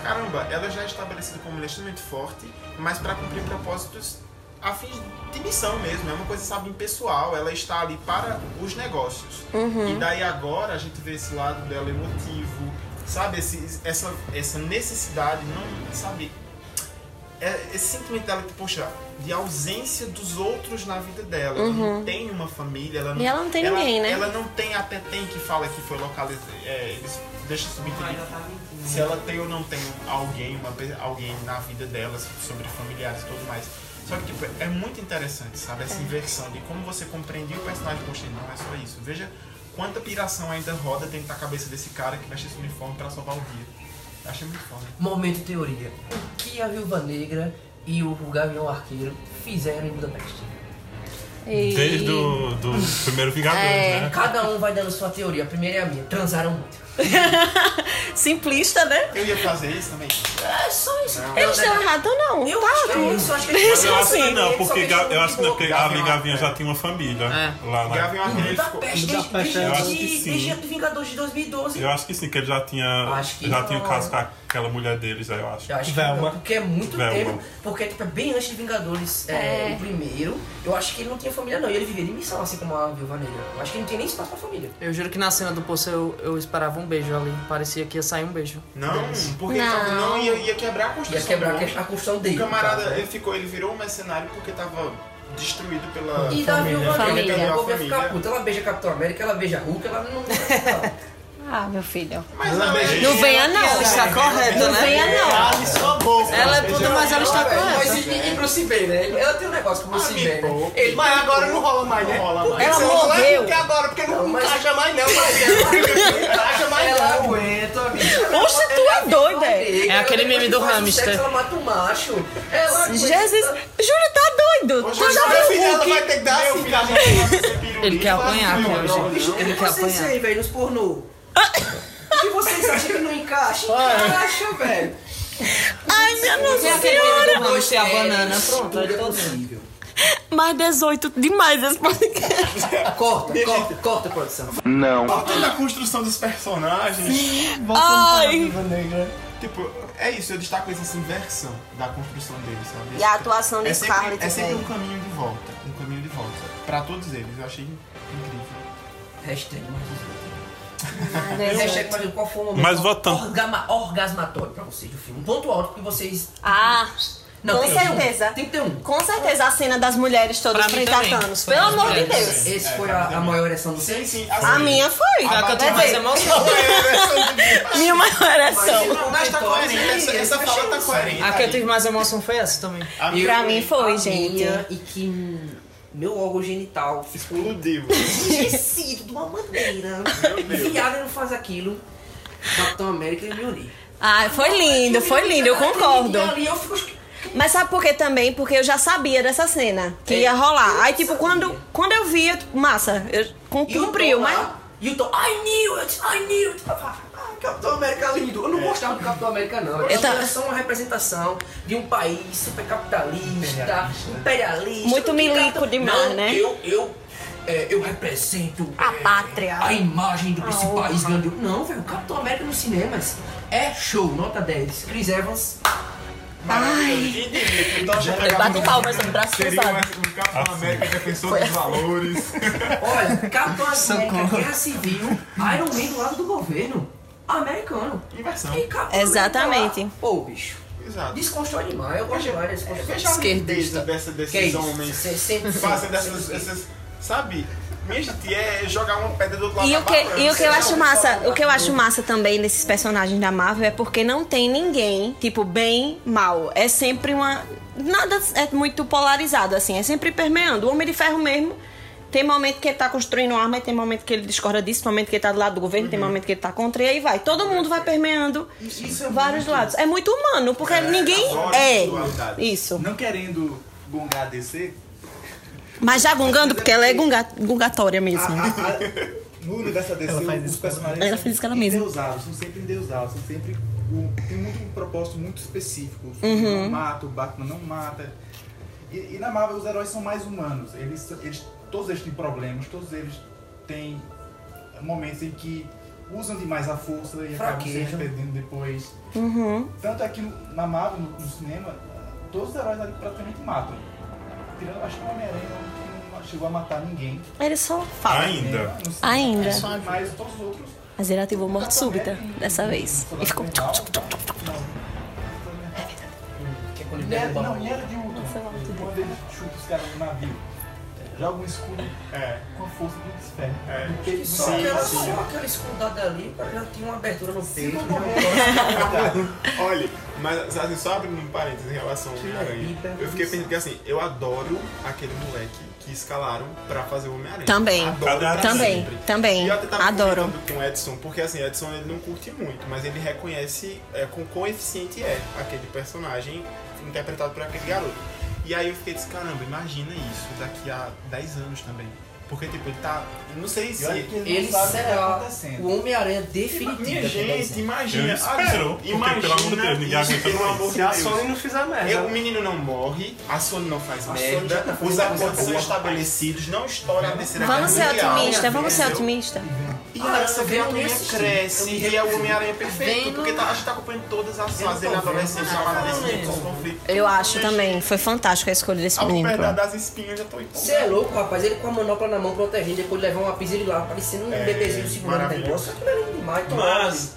[SPEAKER 3] caramba, ela já é estabelecida como mulher extremamente forte, mas para cumprir propósitos a fim de missão mesmo, é uma coisa, sabe, impessoal, ela está ali para os negócios. E daí agora a gente vê esse lado dela emotivo, sabe, esse, essa, essa necessidade, não, sabe, é, esse sentimento dela que, poxa, de ausência dos outros na vida dela. Ela não tem uma família, ela não,
[SPEAKER 5] E ela não tem ninguém, né?
[SPEAKER 3] Ela não tem até tem que fala que foi localizada. É, eles deixam subentender se ela tem ou não tem alguém, uma, pe- alguém na vida dela, sobre familiares e tudo mais. Só que tipo, é muito interessante, sabe?
[SPEAKER 5] É.
[SPEAKER 3] Essa inversão de como você compreendia o personagem. Poxa, ele não é só isso. Veja quanta piração ainda roda dentro da cabeça desse cara que veste esse uniforme pra salvar o dia. Achei muito foda.
[SPEAKER 2] Momento teoria. O que a Viúva Negra e o Gavião Arqueiro fizeram em Budapeste?
[SPEAKER 8] Desde o do primeiro Vingadores,
[SPEAKER 5] É.
[SPEAKER 8] né?
[SPEAKER 2] Cada um vai dando sua teoria. A primeira é a minha. Transaram muito.
[SPEAKER 5] Simplista, né?
[SPEAKER 3] Eu ia fazer isso também.
[SPEAKER 2] É só isso.
[SPEAKER 5] Eles estão errados ou não?
[SPEAKER 2] Eu
[SPEAKER 5] tá
[SPEAKER 2] acho que é
[SPEAKER 5] ótimo.
[SPEAKER 2] isso. Eu acho que
[SPEAKER 8] Mas eu
[SPEAKER 2] eles
[SPEAKER 8] acho que
[SPEAKER 2] assim,
[SPEAKER 8] não,
[SPEAKER 2] eles
[SPEAKER 8] porque
[SPEAKER 2] só
[SPEAKER 8] Ga- eu
[SPEAKER 2] pensam
[SPEAKER 8] acho que
[SPEAKER 2] no
[SPEAKER 8] não, é porque a
[SPEAKER 2] né?
[SPEAKER 3] Gavião
[SPEAKER 8] Gavinha já
[SPEAKER 3] Arqueiro.
[SPEAKER 8] tinha uma família
[SPEAKER 9] É.
[SPEAKER 8] lá na.
[SPEAKER 3] Gavião Arqueiro ele ficou.
[SPEAKER 2] Budapeste,
[SPEAKER 6] Budapeste,
[SPEAKER 2] desde,
[SPEAKER 6] eu
[SPEAKER 8] acho que
[SPEAKER 2] desde,
[SPEAKER 8] sim.
[SPEAKER 2] desde Vingadores de 2012.
[SPEAKER 8] Eu acho que sim, que ele já tinha.
[SPEAKER 2] Acho que
[SPEAKER 8] já
[SPEAKER 2] não.
[SPEAKER 8] tinha o caso com aquela mulher deles, aí eu acho.
[SPEAKER 2] Eu acho que
[SPEAKER 6] Velma.
[SPEAKER 2] não, porque é muito
[SPEAKER 8] Velma.
[SPEAKER 2] tempo. Porque tipo, é bem antes de Vingadores, é, o primeiro. Eu acho que ele não tinha família, não. E ele vivia de missão, assim como a Viúva Negra. Eu acho que ele não tem nem espaço pra família.
[SPEAKER 9] Eu juro que na cena do poço eu, eu esperava um beijo ali. Parecia que ia sair um beijo.
[SPEAKER 3] Não, porque ele tava- não ia, ia quebrar a
[SPEAKER 2] Ia
[SPEAKER 3] construção.
[SPEAKER 2] quebrar
[SPEAKER 3] do homem.
[SPEAKER 2] a construção dele.
[SPEAKER 3] O camarada,
[SPEAKER 2] cara.
[SPEAKER 3] ele ficou, ele virou um mercenário porque tava destruído pela
[SPEAKER 2] E né? da Viúva
[SPEAKER 3] Ele
[SPEAKER 4] Família.
[SPEAKER 2] Negra,
[SPEAKER 3] perdeu
[SPEAKER 2] o
[SPEAKER 3] a
[SPEAKER 2] povo ia ficar
[SPEAKER 3] família.
[SPEAKER 2] puta. Ela beija Capitão América, ela beija Hulk, ela não.
[SPEAKER 5] Ah, meu filho.
[SPEAKER 3] Mas ela é
[SPEAKER 5] Não venha não.
[SPEAKER 9] Está correta, né?
[SPEAKER 5] Não venha não.
[SPEAKER 3] Cale sua boca.
[SPEAKER 9] Ela é puta, mas ela
[SPEAKER 7] tá
[SPEAKER 9] está
[SPEAKER 2] Não
[SPEAKER 9] correta.
[SPEAKER 2] existe ninguém pro Cibê, né? Ela tem um negócio com o Cibê, né?
[SPEAKER 3] Ele, mas agora não rola mais, né? Rola mais.
[SPEAKER 5] Ela é morreu.
[SPEAKER 9] agora, porque
[SPEAKER 2] Não, mas-
[SPEAKER 9] mais não,
[SPEAKER 3] é
[SPEAKER 9] Maria. Não encaixa
[SPEAKER 6] tá
[SPEAKER 2] Ela aguenta, bicho.
[SPEAKER 5] Poxa, tu é doida.
[SPEAKER 9] É aquele meme do
[SPEAKER 2] Ela faz o
[SPEAKER 9] hamster.
[SPEAKER 2] sexo, Ela mata o macho. Ela aguenta.
[SPEAKER 5] Jesus. Júlio, tá doido. Tu já viu o Hulk?
[SPEAKER 3] vai ter que dar assim, cara.
[SPEAKER 9] Ele quer apanhar aqui
[SPEAKER 3] Não, não,
[SPEAKER 9] hoje.
[SPEAKER 2] Bicho, o que
[SPEAKER 9] Ele quer
[SPEAKER 2] vocês
[SPEAKER 9] apanhar.
[SPEAKER 2] aí, velho, nos pornô? O que vocês acham que não encaixa? Encaixa, velho.
[SPEAKER 5] Ai, minha nossa senhora.
[SPEAKER 9] Ele vai ser é a banana. Pronto,
[SPEAKER 2] Tudo
[SPEAKER 9] ele
[SPEAKER 2] é
[SPEAKER 9] todo.
[SPEAKER 2] possível.
[SPEAKER 5] Mais 18 demais esse podcast.
[SPEAKER 2] Ah, Corta, corta, corta, produção.
[SPEAKER 3] Toda a construção dos personagens.
[SPEAKER 5] Ai.
[SPEAKER 3] Tipo, é isso, eu destaco essa inversão da construção deles, sabe?
[SPEAKER 5] E a atuação de
[SPEAKER 3] É sempre,
[SPEAKER 5] Scarlett
[SPEAKER 3] é sempre um
[SPEAKER 5] também.
[SPEAKER 3] caminho de volta. Um caminho de volta. Pra todos eles, eu achei incrível.
[SPEAKER 2] Hashtag mais
[SPEAKER 5] Ah,
[SPEAKER 2] 18. Hashtag mais 18. Qual foi o momento?
[SPEAKER 8] Mas votando.
[SPEAKER 2] Orgama, orgasmatório pra vocês do filme. Um ponto alto que vocês.
[SPEAKER 5] Ah, com
[SPEAKER 2] tem que ter um.
[SPEAKER 5] certeza.
[SPEAKER 2] Tem que ter um.
[SPEAKER 5] Com certeza a cena das mulheres todas
[SPEAKER 9] Pra mim
[SPEAKER 5] enfrentando
[SPEAKER 9] também.
[SPEAKER 5] Thanos.
[SPEAKER 9] Foi
[SPEAKER 5] Pelo
[SPEAKER 9] das
[SPEAKER 5] amor de
[SPEAKER 9] mulheres.
[SPEAKER 5] Deus.
[SPEAKER 2] Esse foi a, a maior ereção do
[SPEAKER 3] É, Sim,
[SPEAKER 2] filme.
[SPEAKER 3] sim.
[SPEAKER 5] A minha foi.
[SPEAKER 9] Tá que eu tô
[SPEAKER 5] Quer
[SPEAKER 9] mais
[SPEAKER 5] dizer,
[SPEAKER 9] emocionada.
[SPEAKER 5] minha maior ereção.
[SPEAKER 3] Mas tá coerente, essa, essa fala tá coerente.
[SPEAKER 9] A que eu
[SPEAKER 3] aí.
[SPEAKER 9] tive mais emoção foi essa também.
[SPEAKER 3] A minha
[SPEAKER 5] Pra mim foi,
[SPEAKER 2] A
[SPEAKER 5] gente.
[SPEAKER 2] minha E que hum, meu órgão genital ficou
[SPEAKER 3] Explodiu.
[SPEAKER 2] enrijecido de uma maneira. Viado não faz aquilo. Capitão América e Mjolnir.
[SPEAKER 5] Ai, Ah, foi É lindo, foi lindo, eu concordo.
[SPEAKER 2] E ali eu fico...
[SPEAKER 5] Mas sabe por que também? Porque eu já sabia dessa cena que ia rolar. Aí, tipo, quando, quando eu vi, eu, tipo, massa, eu cum-
[SPEAKER 2] E um o
[SPEAKER 5] cumpriu,
[SPEAKER 2] Thor
[SPEAKER 5] mas.
[SPEAKER 2] lá, E o Thor, I knew it, I knew it. Ah, Capitão América lindo. Eu não gostava do Capitão América, não. Eu
[SPEAKER 5] Eu tá-
[SPEAKER 2] achava
[SPEAKER 5] ta-
[SPEAKER 2] só uma representação de um país super capitalista, imperialista.
[SPEAKER 5] Muito
[SPEAKER 2] que
[SPEAKER 5] milico
[SPEAKER 2] capitão-
[SPEAKER 5] demais,
[SPEAKER 2] Não,
[SPEAKER 5] né?
[SPEAKER 2] Eu, eu, é, eu represento
[SPEAKER 5] A
[SPEAKER 2] é,
[SPEAKER 5] pátria.
[SPEAKER 2] a imagem do, desse país grandioso. Não, velho, o Capitão América nos cinemas é show, nota 10. Chris Evans.
[SPEAKER 5] Bate palmas no braço
[SPEAKER 3] Seria
[SPEAKER 5] cruzado.
[SPEAKER 3] um Capitão América defensor dos valores.
[SPEAKER 2] Olha, Capitão América, Guerra Civil, Iron Man do lado do governo americano.
[SPEAKER 3] Inversão.
[SPEAKER 2] E Capitão América
[SPEAKER 5] Exatamente.
[SPEAKER 2] lá. Ô, bicho.
[SPEAKER 3] Exato.
[SPEAKER 2] Desconstrói demais, eu gosto demais desse
[SPEAKER 3] É,
[SPEAKER 2] construção.
[SPEAKER 3] veja a
[SPEAKER 5] Esquerdista.
[SPEAKER 3] lindeza dessa,
[SPEAKER 2] Que é
[SPEAKER 3] desses
[SPEAKER 2] isso?
[SPEAKER 3] homens
[SPEAKER 2] Você sempre
[SPEAKER 3] fazendo
[SPEAKER 2] sempre-
[SPEAKER 3] essas, essas. Sabe? Minha gente, é jogar uma pedra do outro lado
[SPEAKER 5] E
[SPEAKER 3] da
[SPEAKER 5] o que,
[SPEAKER 3] barra,
[SPEAKER 5] e o que eu
[SPEAKER 3] sei
[SPEAKER 5] acho
[SPEAKER 3] não,
[SPEAKER 5] massa,
[SPEAKER 3] só-
[SPEAKER 5] o que eu acho massa também desses personagens da Marvel é porque não tem ninguém, tipo, bem, mal. É sempre uma. Nada é muito polarizado, assim, é sempre permeando. O Homem de Ferro mesmo. Tem momento que ele tá construindo arma, e tem momento que ele discorda disso, tem momento que ele tá do lado do governo, tem momento que ele tá contra, e aí vai. Todo mundo vai permeando
[SPEAKER 1] Uhum. É Isso é
[SPEAKER 5] vários
[SPEAKER 1] muito-
[SPEAKER 5] lados. É muito humano, porque ninguém
[SPEAKER 3] adoro
[SPEAKER 5] é.
[SPEAKER 3] dualidade.
[SPEAKER 5] Isso.
[SPEAKER 1] Não querendo gongar a DC,
[SPEAKER 5] Mas já gungando, porque ela é gunga, gungatória mesmo.
[SPEAKER 1] a- a- a- no universo da DC,
[SPEAKER 6] Ela faz
[SPEAKER 1] os
[SPEAKER 6] isso.
[SPEAKER 1] personagens
[SPEAKER 5] né? Ela
[SPEAKER 1] são
[SPEAKER 5] fez isso ela mesma.
[SPEAKER 1] endeusados, são sempre endeusados, são sempre. o- tem muito um propósito muito específico. O Superman
[SPEAKER 5] Uhum.
[SPEAKER 1] não mata, o Batman não mata. E, e na Marvel os heróis são mais humanos. Eles, são- eles- todos eles têm problemas, todos eles têm momentos em que usam demais a força e acabam se
[SPEAKER 2] Fraquejam.
[SPEAKER 1] arrependendo depois.
[SPEAKER 5] Uhum.
[SPEAKER 1] Tanto é que no- na Marvel, no, no cinema, todos os heróis ali praticamente matam. Tirando, acho que o Homem-Aranha não- não chegou a matar ninguém.
[SPEAKER 5] Ele só fala.
[SPEAKER 2] né?
[SPEAKER 8] Ainda.
[SPEAKER 1] No cinema.
[SPEAKER 5] Ainda.
[SPEAKER 1] Mas todos os outros.
[SPEAKER 5] Mas ele ativou morte súbita dessa vez. E ficou.
[SPEAKER 1] Não.
[SPEAKER 2] Que é quando ele
[SPEAKER 1] Não,
[SPEAKER 2] derruba a
[SPEAKER 1] não,
[SPEAKER 2] mão.
[SPEAKER 1] e era de Ultron. Quando ele chuta os caras no navio, joga um escudo
[SPEAKER 3] É.
[SPEAKER 1] com a força do desferro.
[SPEAKER 3] É.
[SPEAKER 1] Porque ele
[SPEAKER 2] Só
[SPEAKER 1] não-
[SPEAKER 2] que era
[SPEAKER 1] se
[SPEAKER 2] só aquela escondada ali, o cara já tinha uma abertura no peito.
[SPEAKER 1] não
[SPEAKER 2] já-
[SPEAKER 1] um morrer,
[SPEAKER 3] Olha, mas assim, só abrindo um parênteses em relação ao Homem-Aranha.
[SPEAKER 1] vida,
[SPEAKER 3] Eu fiquei pensando que assim, eu adoro aquele moleque que escalaram pra fazer o Homem-Aranha.
[SPEAKER 5] Também.
[SPEAKER 3] Adoro pra
[SPEAKER 5] Também,
[SPEAKER 3] sempre.
[SPEAKER 5] também.
[SPEAKER 3] E eu até tava
[SPEAKER 5] Adoro.
[SPEAKER 3] comentando com o Edson, porque assim, o Edson ele não curte muito, mas ele reconhece é, com quão eficiente é aquele personagem interpretado por aquele garoto. E aí eu fiquei disse, caramba, imagina isso daqui a 10 anos também. Porque, tipo, ele tá. eu Não sei se.
[SPEAKER 1] E olha que ele não
[SPEAKER 2] Ele
[SPEAKER 1] sabe o que tá
[SPEAKER 2] será
[SPEAKER 1] acontecendo.
[SPEAKER 2] o Homem-Aranha
[SPEAKER 3] Tipo, Minha
[SPEAKER 2] definitivo.
[SPEAKER 3] gente, imagina.
[SPEAKER 8] Eu espero,
[SPEAKER 3] Ah,
[SPEAKER 8] porque, pelo amor de Deus, ninguém
[SPEAKER 3] isso,
[SPEAKER 8] aguenta
[SPEAKER 3] pelo
[SPEAKER 8] mais.
[SPEAKER 3] amor de
[SPEAKER 6] Se a
[SPEAKER 3] Deus.
[SPEAKER 6] Sony não fizer merda.
[SPEAKER 3] Eu- o menino não morre, a Sony não faz
[SPEAKER 2] A Sony já
[SPEAKER 3] merda,
[SPEAKER 2] tá
[SPEAKER 3] os
[SPEAKER 2] fazendo
[SPEAKER 3] acordos
[SPEAKER 2] coisa
[SPEAKER 3] são
[SPEAKER 2] boa.
[SPEAKER 3] estabelecidos, não estoura a terceira
[SPEAKER 5] Vamos ser
[SPEAKER 3] guerra mundial,
[SPEAKER 5] otimistas, vamos ser
[SPEAKER 3] né? entendeu?
[SPEAKER 5] otimistas.
[SPEAKER 3] E
[SPEAKER 2] Ah,
[SPEAKER 3] essa
[SPEAKER 2] eu vi, eu
[SPEAKER 3] criatura
[SPEAKER 2] nem assisti.
[SPEAKER 3] cresce
[SPEAKER 2] Eu vi.
[SPEAKER 3] e é o Homem-Aranha perfeito,
[SPEAKER 9] Vendo-
[SPEAKER 3] porque tá, acho que tá acompanhando todas as
[SPEAKER 2] Eu
[SPEAKER 3] fases dele
[SPEAKER 2] tô
[SPEAKER 3] na
[SPEAKER 2] vendo.
[SPEAKER 3] adolescência,
[SPEAKER 2] Ah,
[SPEAKER 3] na adolescência,
[SPEAKER 2] mesmo.
[SPEAKER 3] os conflitos.
[SPEAKER 5] Eu acho também. Foi fantástica a escolha desse
[SPEAKER 3] A
[SPEAKER 5] menino.
[SPEAKER 3] puberdade das espinhas eu já tô empolgado.
[SPEAKER 2] Você é louco, rapaz. Ele com a manopla na mão protegendo, depois levar uma pisa de lá, parecendo um
[SPEAKER 3] É,
[SPEAKER 2] bebezinho segurando o
[SPEAKER 3] maravilhoso.
[SPEAKER 2] negócio. Aquilo é lindo demais, tomara.
[SPEAKER 3] Mas,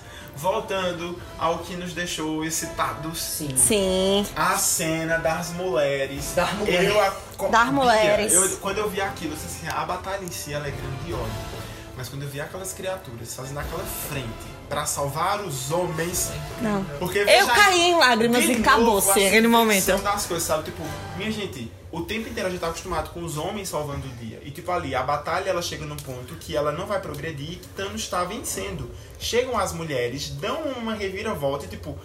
[SPEAKER 3] voltando ao que nos deixou excitados,
[SPEAKER 2] Sim.
[SPEAKER 5] Sim.
[SPEAKER 3] a cena das mulheres.
[SPEAKER 2] Das mulheres.
[SPEAKER 3] Eu a- co-
[SPEAKER 5] Das
[SPEAKER 3] Bia,
[SPEAKER 5] mulheres.
[SPEAKER 3] eu- quando eu vi aquilo, eu disse assim, a batalha em si ela é grandiosa. Mas quando eu vi aquelas criaturas fazendo aquela frente pra salvar os homens.
[SPEAKER 5] Não.
[SPEAKER 3] Porque
[SPEAKER 5] Eu
[SPEAKER 3] veja-
[SPEAKER 5] caí em lágrimas
[SPEAKER 3] de
[SPEAKER 5] e
[SPEAKER 3] novo,
[SPEAKER 5] acabou-se
[SPEAKER 3] assim,
[SPEAKER 5] aquele momento.
[SPEAKER 3] são das coisas, sabe? Tipo, minha gente, o tempo inteiro a gente tá acostumado com os homens salvando o dia. E tipo ali, a batalha ela chega num ponto que ela não vai progredir e que Thanos está vencendo. Chegam as mulheres, dão uma reviravolta e tipo.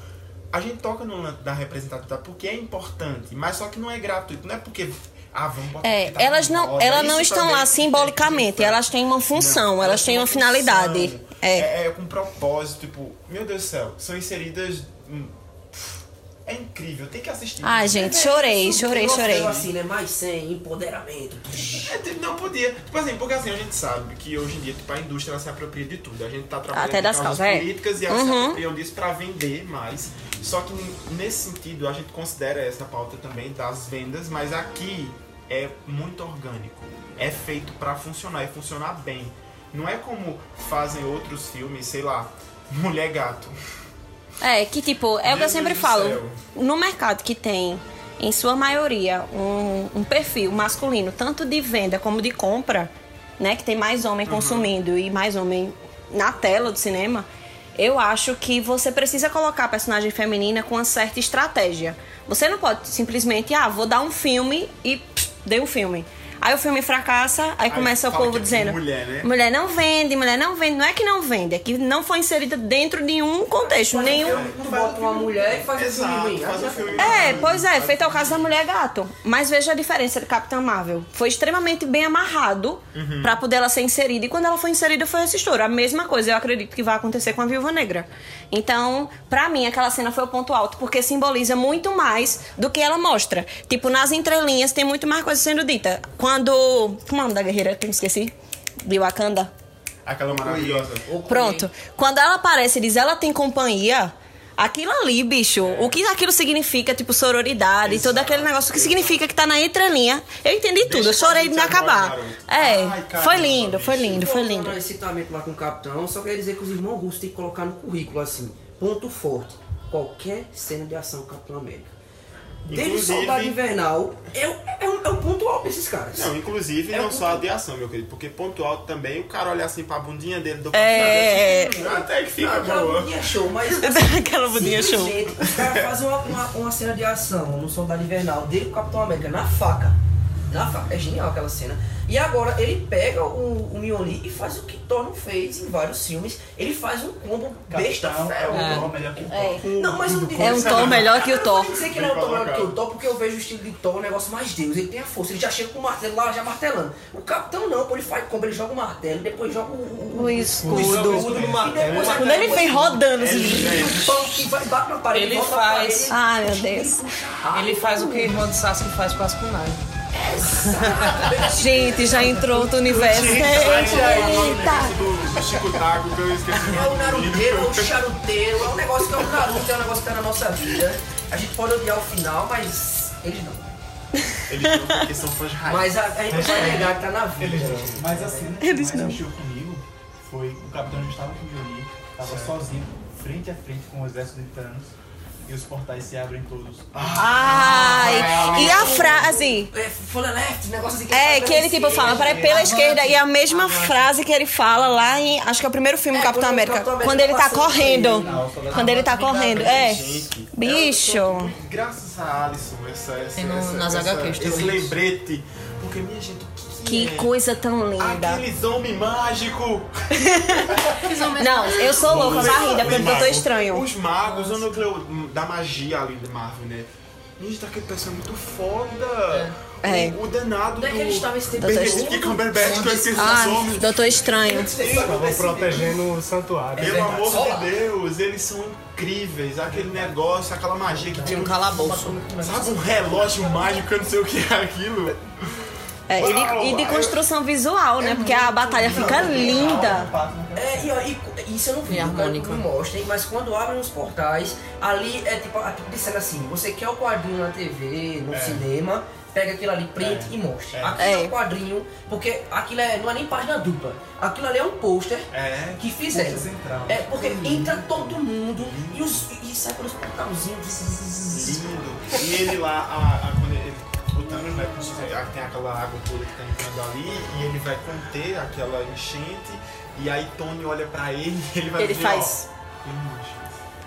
[SPEAKER 3] A gente toca no lance da representatividade porque é importante, mas só que não é gratuito, não é porque. Ah, vamos botar
[SPEAKER 5] É,
[SPEAKER 3] porque tá
[SPEAKER 5] elas
[SPEAKER 3] na
[SPEAKER 5] não,
[SPEAKER 3] moda.
[SPEAKER 5] elas não
[SPEAKER 3] Isso
[SPEAKER 5] estão
[SPEAKER 3] também
[SPEAKER 5] lá
[SPEAKER 3] é
[SPEAKER 5] simbolicamente,
[SPEAKER 3] importante.
[SPEAKER 5] elas têm uma função,
[SPEAKER 3] Não,
[SPEAKER 5] elas têm
[SPEAKER 3] têm
[SPEAKER 5] uma finalidade.
[SPEAKER 3] função.
[SPEAKER 5] É.
[SPEAKER 3] É, é com propósito, tipo, meu Deus do céu, são inseridas. hum, pff, É incrível, tem que assistir. É,
[SPEAKER 5] Ai, gente, chorei, chorei,
[SPEAKER 2] Nossa,
[SPEAKER 5] chorei.
[SPEAKER 2] eu Assim, né? Mais sem empoderamento.
[SPEAKER 3] É, tipo, não podia. Tipo assim, porque assim, a gente sabe que hoje em dia, tipo, a indústria ela se apropria de tudo. A gente tá trabalhando
[SPEAKER 5] Até
[SPEAKER 3] com
[SPEAKER 5] das
[SPEAKER 3] causas
[SPEAKER 5] causas, é.
[SPEAKER 3] políticas e elas se
[SPEAKER 5] Uhum.
[SPEAKER 3] apropriam disso pra vender mais. Só que n- nesse sentido, a gente considera essa pauta também das vendas, mas aqui é muito orgânico. É feito pra funcionar e funcionar bem. Não é como fazem outros filmes, sei lá, Mulher Gato.
[SPEAKER 5] É, que tipo, é o que eu
[SPEAKER 3] Deus
[SPEAKER 5] sempre
[SPEAKER 3] do
[SPEAKER 5] falo.
[SPEAKER 3] céu.
[SPEAKER 5] No mercado que tem, em sua maioria, um, um perfil masculino, tanto de venda como de compra, né? Que tem mais homem
[SPEAKER 3] Uhum.
[SPEAKER 5] consumindo e mais homem na tela do cinema. Eu acho que você precisa colocar a personagem feminina com uma certa estratégia. Você não pode simplesmente, ah, vou dar um filme e pss, dei um filme. Aí o filme fracassa,
[SPEAKER 3] Aí
[SPEAKER 5] aí começa o
[SPEAKER 3] fala
[SPEAKER 5] povo
[SPEAKER 3] que é
[SPEAKER 5] dizendo.
[SPEAKER 3] mulher, né?
[SPEAKER 5] Mulher não vende, mulher não vende. Não é que não vende, é que não foi inserida dentro de um contexto, nenhum.
[SPEAKER 2] Então, Tu bota uma mulher e faz um filme ruim.
[SPEAKER 3] faz um filme
[SPEAKER 5] É,
[SPEAKER 3] ruim,
[SPEAKER 5] pois é,
[SPEAKER 3] faz-
[SPEAKER 5] feito ao caso da Mulher Gato. Mas veja a diferença de Capitã Marvel. Foi extremamente bem amarrado pra poder ela ser inserida. E quando ela foi inserida, foi esse estouro. A mesma coisa eu acredito que vai acontecer com a Viúva Negra. Então, pra mim, aquela cena foi o ponto alto, porque simboliza muito mais do que ela mostra. Tipo, nas entrelinhas tem muito mais coisa sendo dita. Quando. Como é o nome da guerreira que eu esqueci? De Wakanda?
[SPEAKER 3] Aquela maravilhosa.
[SPEAKER 5] Pronto. Quando ela aparece e diz ela tem companhia, aquilo ali, bicho, o que aquilo significa, tipo sororidade, todo aquele negócio, o que significa que tá na entrelinha. Eu entendi tudo, eu
[SPEAKER 3] Deixa pra
[SPEAKER 5] chorei de me
[SPEAKER 3] gente agora,
[SPEAKER 5] acabar.
[SPEAKER 3] garoto.
[SPEAKER 5] É,
[SPEAKER 3] Ai, caramba,
[SPEAKER 5] foi lindo, foi
[SPEAKER 3] bicho.
[SPEAKER 5] lindo, foi lindo.
[SPEAKER 2] Voltando a Esse tratamento lá com o capitão, só quer dizer que os irmãos russos têm que colocar no currículo assim, ponto forte. qualquer cena de ação Capitão América. Desde o
[SPEAKER 3] Inclusive-
[SPEAKER 2] Soldado Invernal, eu, é, um, é um ponto alto esses caras.
[SPEAKER 3] Não, inclusive,
[SPEAKER 2] É
[SPEAKER 3] não
[SPEAKER 2] um
[SPEAKER 3] só a
[SPEAKER 2] ponto-
[SPEAKER 3] de ação, meu querido, porque ponto alto também, o cara olha assim pra bundinha dele do assim,
[SPEAKER 5] É.
[SPEAKER 3] Até que fica
[SPEAKER 2] Não, aquela
[SPEAKER 3] boa.
[SPEAKER 2] bundinha show, mas
[SPEAKER 5] Aquela budinha show.
[SPEAKER 2] simplesmente os caras fazem uma, uma, uma cena de ação no Soldado Invernal dele com o Capitão América na faca. Na faca, é genial aquela cena. E agora ele pega o, o Mjolnir e faz o que Thor fez em vários filmes. Ele faz um combo besta
[SPEAKER 1] Capitão é
[SPEAKER 2] férreo.
[SPEAKER 1] o Thor melhor que o Thor.
[SPEAKER 5] É.
[SPEAKER 2] Não, mas eu não digo
[SPEAKER 5] É um
[SPEAKER 2] isso,
[SPEAKER 5] Thor
[SPEAKER 2] não.
[SPEAKER 5] melhor que o
[SPEAKER 2] Eu não vou
[SPEAKER 5] Thor.
[SPEAKER 2] dizer que ele é um
[SPEAKER 3] Bem
[SPEAKER 2] Thor melhor que o
[SPEAKER 3] colocado.
[SPEAKER 2] Thor, porque eu vejo o estilo de Thor um negócio mais Deus. Ele tem a força, ele já chega com o martelo lá, já martelando. O capitão não, pô, ele faz como ele joga o martelo, depois joga o, o,
[SPEAKER 5] O
[SPEAKER 1] escudo.
[SPEAKER 5] escudo.
[SPEAKER 2] e depois
[SPEAKER 5] Quando ele vem rodando assim.
[SPEAKER 2] e vai bate na parede,
[SPEAKER 7] Ele
[SPEAKER 2] volta
[SPEAKER 7] faz-
[SPEAKER 2] na parede.
[SPEAKER 5] Ah, meu Deus.
[SPEAKER 7] Ele faz o que o irmão de Sasuke faz quase com nada.
[SPEAKER 5] Gente, já entrou outro universo. Eita!
[SPEAKER 3] Do É Chico Taco, que eu esqueci o
[SPEAKER 2] É o
[SPEAKER 3] nome do
[SPEAKER 2] naruteiro, é o
[SPEAKER 3] livro.
[SPEAKER 2] charuteiro, é um negócio que é o Naruto, é um negócio que tá na nossa vida. A gente pode odiar o final, mas eles não.
[SPEAKER 3] Eles não, porque são fãs de raiz.
[SPEAKER 2] Mas a, a gente não vai negar que tá na vida. gente.
[SPEAKER 1] Mas assim, o
[SPEAKER 5] É
[SPEAKER 1] que mais mexeu comigo foi o capitão já estava com o Mjolnir, estava sozinho, frente a frente com o exército de Thanos, e os portais se abrem todos.
[SPEAKER 2] Ah.
[SPEAKER 5] Ai! E a frase.
[SPEAKER 2] É, Folha Left, negócio assim que
[SPEAKER 5] É,
[SPEAKER 2] ele
[SPEAKER 5] que ele tipo fala, para pela esquerda, e é a mesma frase que ele fala lá em. Acho que é o primeiro filme do
[SPEAKER 2] É,
[SPEAKER 5] Capitão
[SPEAKER 2] quando o assim.
[SPEAKER 5] América.
[SPEAKER 2] Capitão América
[SPEAKER 5] Quando ele tá
[SPEAKER 2] passou por
[SPEAKER 5] correndo.
[SPEAKER 2] ele.
[SPEAKER 5] Quando ele tá correndo. É.
[SPEAKER 2] assim.
[SPEAKER 5] Bicho.
[SPEAKER 3] Graças a Alisson, essa, essa,
[SPEAKER 7] Tem no-
[SPEAKER 3] essa,
[SPEAKER 7] nas
[SPEAKER 3] essa-
[SPEAKER 7] HQs também
[SPEAKER 3] esse
[SPEAKER 7] isso.
[SPEAKER 3] lembrete. Porque, minha gente, o que,
[SPEAKER 5] Que
[SPEAKER 3] é?
[SPEAKER 5] coisa tão linda.
[SPEAKER 3] Aqueles homens mágicos.
[SPEAKER 5] Não, eu sou louca, barrida,
[SPEAKER 3] Os
[SPEAKER 5] pelo
[SPEAKER 3] magos.
[SPEAKER 5] doutor estranho.
[SPEAKER 3] Os magos, o núcleo da magia ali de Marvel, né? Gente, tá aquele pessoa muito foda.
[SPEAKER 5] É.
[SPEAKER 3] O, o danado
[SPEAKER 2] Onde é que eles estavam esse tempo?
[SPEAKER 5] Doutor
[SPEAKER 3] Benedict
[SPEAKER 2] todo?
[SPEAKER 3] Cumberbatch, que eu esqueci os
[SPEAKER 5] Ai,
[SPEAKER 3] nomes.
[SPEAKER 5] doutor estranho.
[SPEAKER 6] Estavam protegendo o santuário.
[SPEAKER 3] Pelo
[SPEAKER 7] verdade.
[SPEAKER 3] amor
[SPEAKER 7] Só lá.
[SPEAKER 3] de Deus, eles são incríveis. Aquele negócio, aquela magia que tem um...
[SPEAKER 7] calabouço.
[SPEAKER 3] Sabe um relógio mágico, eu não sei o que é aquilo.
[SPEAKER 5] É, e, de, e de construção visual, né? Porque a batalha fica linda.
[SPEAKER 2] É, e, ó, e- isso eu não vi,
[SPEAKER 7] E
[SPEAKER 2] não
[SPEAKER 7] harmônica.
[SPEAKER 2] não mostrem, mas quando abrem os portais, ali é tipo, a- tipo dizendo assim, você quer o quadrinho na TV,
[SPEAKER 8] É.
[SPEAKER 2] no cinema, pega aquilo ali, print e mostra. Aquilo é.
[SPEAKER 5] É.
[SPEAKER 2] um quadrinho, porque aquilo é, não é nem página dupla, aquilo ali é um pôster
[SPEAKER 3] É.
[SPEAKER 2] que fizeram.
[SPEAKER 1] Pôster central.
[SPEAKER 2] É, porque
[SPEAKER 8] Hum.
[SPEAKER 2] entra todo mundo e, os, e sai pelos portalzinhos.
[SPEAKER 3] Lindo. E ele lá, a, a- quando ele, o Thanos vai conseguir, a- tem aquela água toda que tá entrando ali, e ele vai conter aquela enchente, e aí Tony olha pra ele e ele vai
[SPEAKER 5] Ele
[SPEAKER 3] dizer,
[SPEAKER 5] faz.
[SPEAKER 3] ó, "Hum,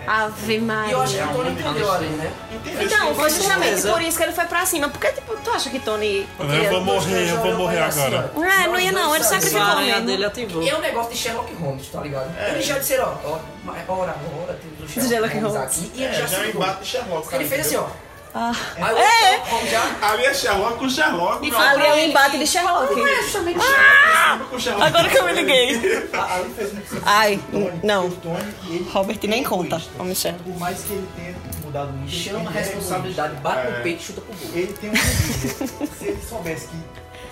[SPEAKER 5] Ave
[SPEAKER 2] E eu
[SPEAKER 5] Maria.
[SPEAKER 2] acho que o Tony entendeu ali, né?
[SPEAKER 3] entendeu?
[SPEAKER 5] Então,
[SPEAKER 3] Esse
[SPEAKER 5] foi justamente por isso que ele foi pra cima. Porque, tipo, tu acha que Tony.
[SPEAKER 8] Eu vou morrer, eu vou morrer agora.
[SPEAKER 5] Não, é, não ia não, ele
[SPEAKER 7] A
[SPEAKER 5] sacrificou
[SPEAKER 7] aranha
[SPEAKER 5] mesmo.
[SPEAKER 7] dele ativou.
[SPEAKER 2] E é um negócio de Sherlock Holmes, tá ligado? Eles já disseram, ó, é ó, mas ora, ora, temos o Sherlock,
[SPEAKER 5] Sherlock
[SPEAKER 2] Holmes
[SPEAKER 5] Holmes. Ah.
[SPEAKER 2] aqui. E
[SPEAKER 3] É,
[SPEAKER 2] ele já
[SPEAKER 3] já,
[SPEAKER 2] se
[SPEAKER 3] é um
[SPEAKER 2] ligou.
[SPEAKER 3] embate de Sherlock. cara,
[SPEAKER 2] Ele fez assim,
[SPEAKER 3] entendeu?
[SPEAKER 2] ó. Aí
[SPEAKER 5] É.
[SPEAKER 2] o Sherlock Holmes já...
[SPEAKER 3] A minha é Sherlock com Sherlock, meu
[SPEAKER 5] Ali é o
[SPEAKER 7] ele
[SPEAKER 5] embate de é Sherlock.
[SPEAKER 3] amor, é com Sherlock.
[SPEAKER 5] "Ah!" Agora que eu me liguei.
[SPEAKER 1] Ah, ele fez um episódio
[SPEAKER 5] Ai,
[SPEAKER 1] com o Tony,
[SPEAKER 5] não.
[SPEAKER 1] porque o Tony, ele
[SPEAKER 5] Robert nem
[SPEAKER 1] é
[SPEAKER 5] conta.
[SPEAKER 1] egoísta.
[SPEAKER 5] Vamos ver.
[SPEAKER 1] Por mais que ele tenha mudado muito, ele
[SPEAKER 2] Chama a
[SPEAKER 1] ainda é
[SPEAKER 2] responsabilidade, bate no peito e chuta pro gol.
[SPEAKER 1] egoísta. Ele tem uma vida. Se ele soubesse que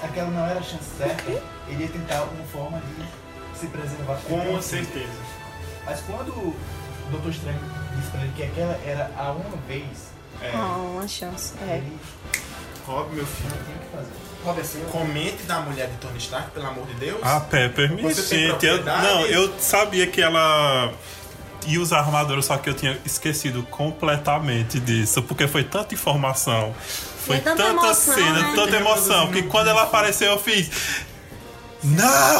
[SPEAKER 1] aquela não era a chance certa, ele ia tentar alguma forma de se preservar. é
[SPEAKER 3] Com certeza.
[SPEAKER 1] Mas quando o Doutor Estranho disse pra ele que aquela era a uma vez,
[SPEAKER 3] É,
[SPEAKER 5] Oh, uma chance. É.
[SPEAKER 1] ele
[SPEAKER 3] Rob, meu filho.
[SPEAKER 1] não tinha o que fazer.
[SPEAKER 2] Robertson,
[SPEAKER 3] Comente da mulher de Tony Stark, pelo amor de Deus.
[SPEAKER 8] A Ah, Pepper, minha
[SPEAKER 3] Você tem
[SPEAKER 8] gente. Eu,
[SPEAKER 3] propriedade?
[SPEAKER 8] não, eu sabia que ela ia usar armadura, só que eu tinha esquecido completamente disso, porque foi tanta informação. Foi
[SPEAKER 5] É tanta
[SPEAKER 8] tanta
[SPEAKER 5] emoção,
[SPEAKER 8] cena,
[SPEAKER 5] né?
[SPEAKER 8] tanta emoção, que quando ela apareceu eu fiz. Não!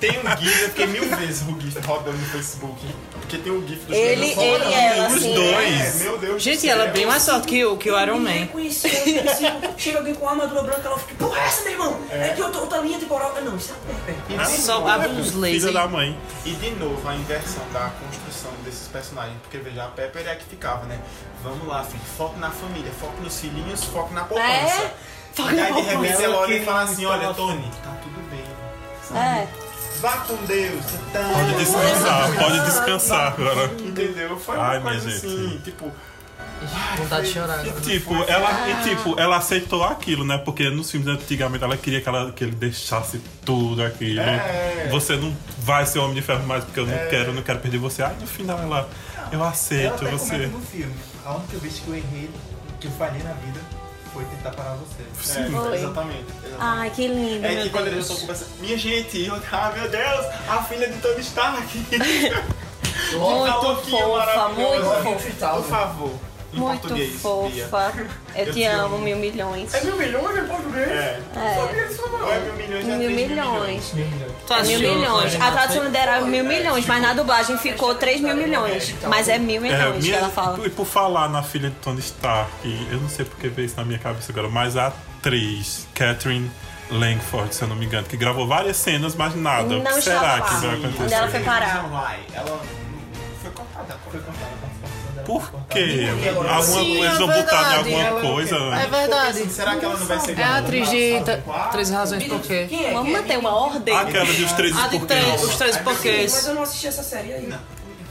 [SPEAKER 3] Tem um GIF, eu fiquei mil vezes o GIF rodando no Facebook. Porque tem um GIF do
[SPEAKER 5] Ele, ele e ela,
[SPEAKER 8] Os
[SPEAKER 5] assim.
[SPEAKER 8] dois.
[SPEAKER 3] Meu Deus do
[SPEAKER 7] Gente,
[SPEAKER 3] céu.
[SPEAKER 7] ela é bem mais forte que o, que o Iron Man.
[SPEAKER 2] Conheci, chega alguém com armadura branca, ela fica, porra, é essa, meu irmão? É, de outra, outra linha temporal. Ah, Não, isso é a Pepe.
[SPEAKER 3] E de
[SPEAKER 7] Só
[SPEAKER 3] novo-
[SPEAKER 7] abre uns
[SPEAKER 8] é Filha
[SPEAKER 7] lasers.
[SPEAKER 8] da mãe.
[SPEAKER 3] E de novo a inversão da construção desses personagens. Porque veja, a Pepper é a que ficava, né? Vamos lá, filho. Foco na família, foco nos filhinhos, foco na poupança.
[SPEAKER 5] É.
[SPEAKER 3] E aí de repente ela olha e fala assim:
[SPEAKER 1] Ela que
[SPEAKER 3] olha, Tony, tá tudo bem.
[SPEAKER 5] É.
[SPEAKER 3] Vá com Deus. Tá.
[SPEAKER 8] Pode descansar, pode descansar agora.
[SPEAKER 3] Entendeu? Foi
[SPEAKER 8] Ai,
[SPEAKER 3] uma
[SPEAKER 8] minha
[SPEAKER 3] coisa
[SPEAKER 8] gente.
[SPEAKER 3] assim, tipo.
[SPEAKER 7] Vontade de chorar.
[SPEAKER 8] E, tipo, ela,
[SPEAKER 5] Ah.
[SPEAKER 8] e, tipo, ela aceitou aquilo, né? Porque nos filmes antigamente ela queria que, ela, que ele deixasse tudo aquilo.
[SPEAKER 3] É.
[SPEAKER 8] Você não vai ser homem de ferro mais porque eu
[SPEAKER 1] É.
[SPEAKER 8] não quero, eu não quero perder você. Aí no final ela. Eu
[SPEAKER 1] Ah, Ela
[SPEAKER 8] aceito
[SPEAKER 1] até comenta
[SPEAKER 8] você.
[SPEAKER 1] no filme. A única vez que eu errei, que eu falhei na vida, foi tentar parar você.
[SPEAKER 3] É,
[SPEAKER 5] Foi.
[SPEAKER 3] exatamente. exatamente.
[SPEAKER 5] Ai, que lindo.
[SPEAKER 3] É
[SPEAKER 5] meu
[SPEAKER 3] que quando eles
[SPEAKER 5] Deus.
[SPEAKER 3] estão conversando, minha gente, eu, ah, meu Deus, a filha de Tony Stark.
[SPEAKER 5] Muito fofa, muito
[SPEAKER 3] Por favor, em
[SPEAKER 5] Muito
[SPEAKER 3] português. Bia.
[SPEAKER 5] fofa. Eu te amo, mil milhões.
[SPEAKER 3] É mil milhões em português? É. Sabia disso não. Ou é mil milhões? é
[SPEAKER 5] Mil
[SPEAKER 3] três
[SPEAKER 5] milhões.
[SPEAKER 7] Tu
[SPEAKER 5] É mil
[SPEAKER 7] achou,
[SPEAKER 5] milhões.
[SPEAKER 7] Karina?
[SPEAKER 5] A tradução literal é mil milhões, mas na dublagem ficou 3 mil milhões. Mas é mil
[SPEAKER 8] É,
[SPEAKER 5] milhões que
[SPEAKER 8] minha-
[SPEAKER 5] ela fala.
[SPEAKER 8] E por falar na filha de Tony Stark, e eu não sei porque veio isso na minha cabeça agora, mas a atriz Catherine Langford, se eu não me engano, que gravou várias cenas, mas nada. o
[SPEAKER 5] Não
[SPEAKER 8] que
[SPEAKER 5] estava
[SPEAKER 8] será que
[SPEAKER 5] lá.
[SPEAKER 8] vai
[SPEAKER 5] Quando ela foi
[SPEAKER 8] acontecer?
[SPEAKER 5] parar.
[SPEAKER 3] Ela foi cortada. Foi cortada.
[SPEAKER 8] Por quê?
[SPEAKER 3] Ela-
[SPEAKER 8] Alguma
[SPEAKER 9] Sim,
[SPEAKER 8] coisa,
[SPEAKER 9] é
[SPEAKER 8] eles vão botar
[SPEAKER 9] verdade,
[SPEAKER 8] de alguma
[SPEAKER 9] ela-
[SPEAKER 8] coisa. né?
[SPEAKER 9] É verdade.
[SPEAKER 3] Será que ela não vai ser
[SPEAKER 9] É a
[SPEAKER 3] ganhadora?
[SPEAKER 9] atriz de T- Três Razões Por Quê.
[SPEAKER 2] Quem é?
[SPEAKER 5] Vamos
[SPEAKER 2] Quem é?
[SPEAKER 5] manter uma ordem.
[SPEAKER 8] Aquela de os três
[SPEAKER 9] A de três, os
[SPEAKER 8] porquês.
[SPEAKER 9] três
[SPEAKER 2] Mas
[SPEAKER 9] porquês.
[SPEAKER 2] eu não assisti essa série ainda.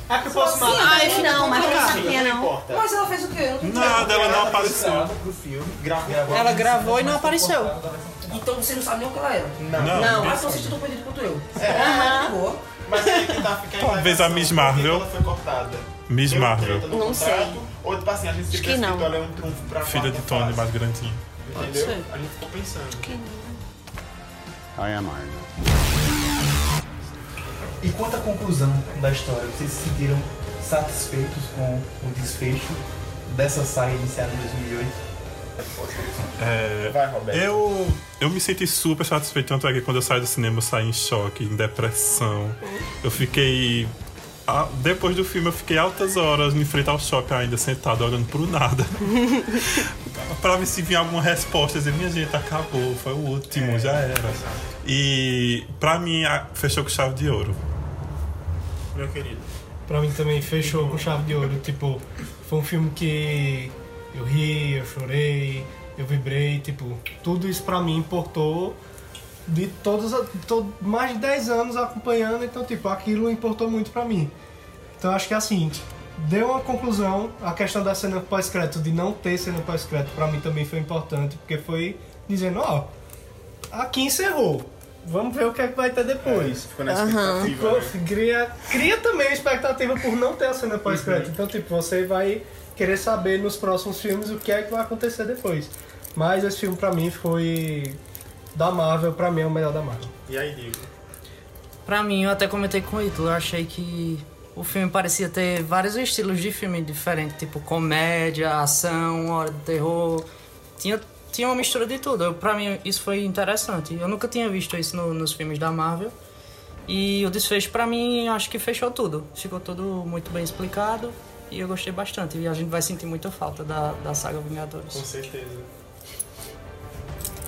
[SPEAKER 3] É que eu posso
[SPEAKER 5] Sim,
[SPEAKER 3] matar.
[SPEAKER 5] também não, mas não sabia
[SPEAKER 3] Não
[SPEAKER 5] não.
[SPEAKER 3] importa.
[SPEAKER 2] Mas ela fez o quê? Eu não
[SPEAKER 8] Nada, ela não apareceu.
[SPEAKER 3] Pro filme, gravou.
[SPEAKER 9] Ela gravou e não apareceu.
[SPEAKER 2] entendi. Então você não sabe nem o que ela era.
[SPEAKER 8] Não,
[SPEAKER 2] Não, mas vocês estão perdidos quanto eu. É, muito boa.
[SPEAKER 3] Mas aí que tá ficando.
[SPEAKER 8] Talvez a Miss Marvel.
[SPEAKER 3] Ela foi cortada.
[SPEAKER 8] Miss
[SPEAKER 3] Deu
[SPEAKER 8] Marvel.
[SPEAKER 3] treta no
[SPEAKER 5] Não
[SPEAKER 3] contrato,
[SPEAKER 5] sei.
[SPEAKER 3] Ou tipo assim, a gente se
[SPEAKER 5] que não.
[SPEAKER 3] precipitou, ela é um trunfo pra
[SPEAKER 8] Filha de
[SPEAKER 3] quarta
[SPEAKER 8] Tony
[SPEAKER 3] fase,
[SPEAKER 8] mais grandinho.
[SPEAKER 3] Entendeu? A gente ficou pensando.
[SPEAKER 1] E quanto à conclusão da história, vocês se sentiram satisfeitos com o desfecho dessa saga iniciada em 2008?
[SPEAKER 8] É,
[SPEAKER 3] Vai, Roberto.
[SPEAKER 8] Eu, eu me senti super satisfeito, tanto é que quando eu saí do cinema eu saí em choque, em depressão. Eu fiquei. a- depois do filme eu fiquei altas horas me enfrentar ao shopping ainda sentado olhando pro nada. pra ver se vinha alguma resposta, dizer, minha gente, acabou, foi o último, já era. E pra mim a- fechou com chave de ouro.
[SPEAKER 3] Meu querido.
[SPEAKER 6] Pra mim também fechou com chave de ouro. Tipo, foi um filme que eu ri, eu chorei, eu vibrei. Tipo, tudo isso pra mim importou de todos, a- to- mais de 10 anos acompanhando. Então, tipo, aquilo importou muito pra mim. Então, acho que assim, deu uma conclusão. A questão da cena pós-crédito, de não ter cena pós-crédito, pra mim também foi importante, porque foi dizendo: ó, aqui encerrou. Vamos ver o que, é que vai ter depois.
[SPEAKER 3] Ficou na expectativa.
[SPEAKER 6] Pô,
[SPEAKER 3] né?
[SPEAKER 6] cria, cria também expectativa por não ter a cena pós-crédito. Então, tipo, você vai querer saber nos próximos filmes o que é que vai acontecer depois. Mas esse filme, pra mim, foi da Marvel. Pra mim, é o melhor da Marvel.
[SPEAKER 3] E aí, Diego?
[SPEAKER 9] Pra mim, eu até comentei com o Ítalo, eu achei que o filme parecia ter vários estilos de filme diferentes, tipo comédia, ação, hora de terror. Tinha, tinha uma mistura de tudo. Eu, pra mim, isso foi interessante. Eu nunca tinha visto isso no- nos filmes da Marvel. E o desfecho, pra mim, eu acho que fechou tudo. Ficou tudo muito bem explicado e eu gostei bastante. E a gente vai sentir muita falta da, da saga
[SPEAKER 3] Com
[SPEAKER 9] Vingadores.
[SPEAKER 3] certeza.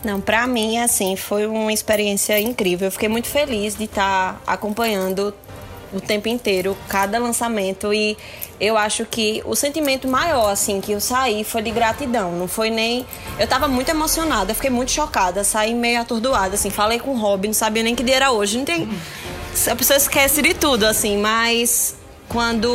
[SPEAKER 5] Não, pra mim, assim, foi uma experiência incrível. Eu fiquei muito feliz de estar acompanhando o tempo inteiro cada lançamento e eu acho que o sentimento maior, assim, que eu saí foi de gratidão. Não foi nem. Eu tava muito emocionada, fiquei muito chocada, saí meio atordoada, assim. Falei com o Robin, não sabia nem que dia era hoje. Não tem. A pessoa esquece de tudo, assim, mas quando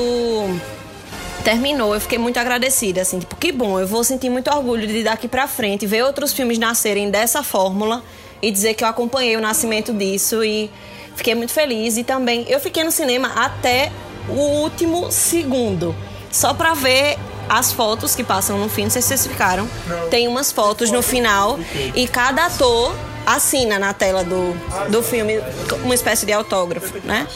[SPEAKER 5] terminou, eu fiquei muito agradecida, assim, tipo, que bom, eu vou sentir muito orgulho de daqui pra frente ver outros filmes nascerem dessa fórmula e dizer que eu acompanhei o nascimento disso e fiquei muito feliz e também eu fiquei no cinema até o último segundo, só pra ver as fotos que passam no fim, não sei se vocês ficaram. Tem umas fotos no final e cada ator assina na tela do, do filme uma espécie de autógrafo, né?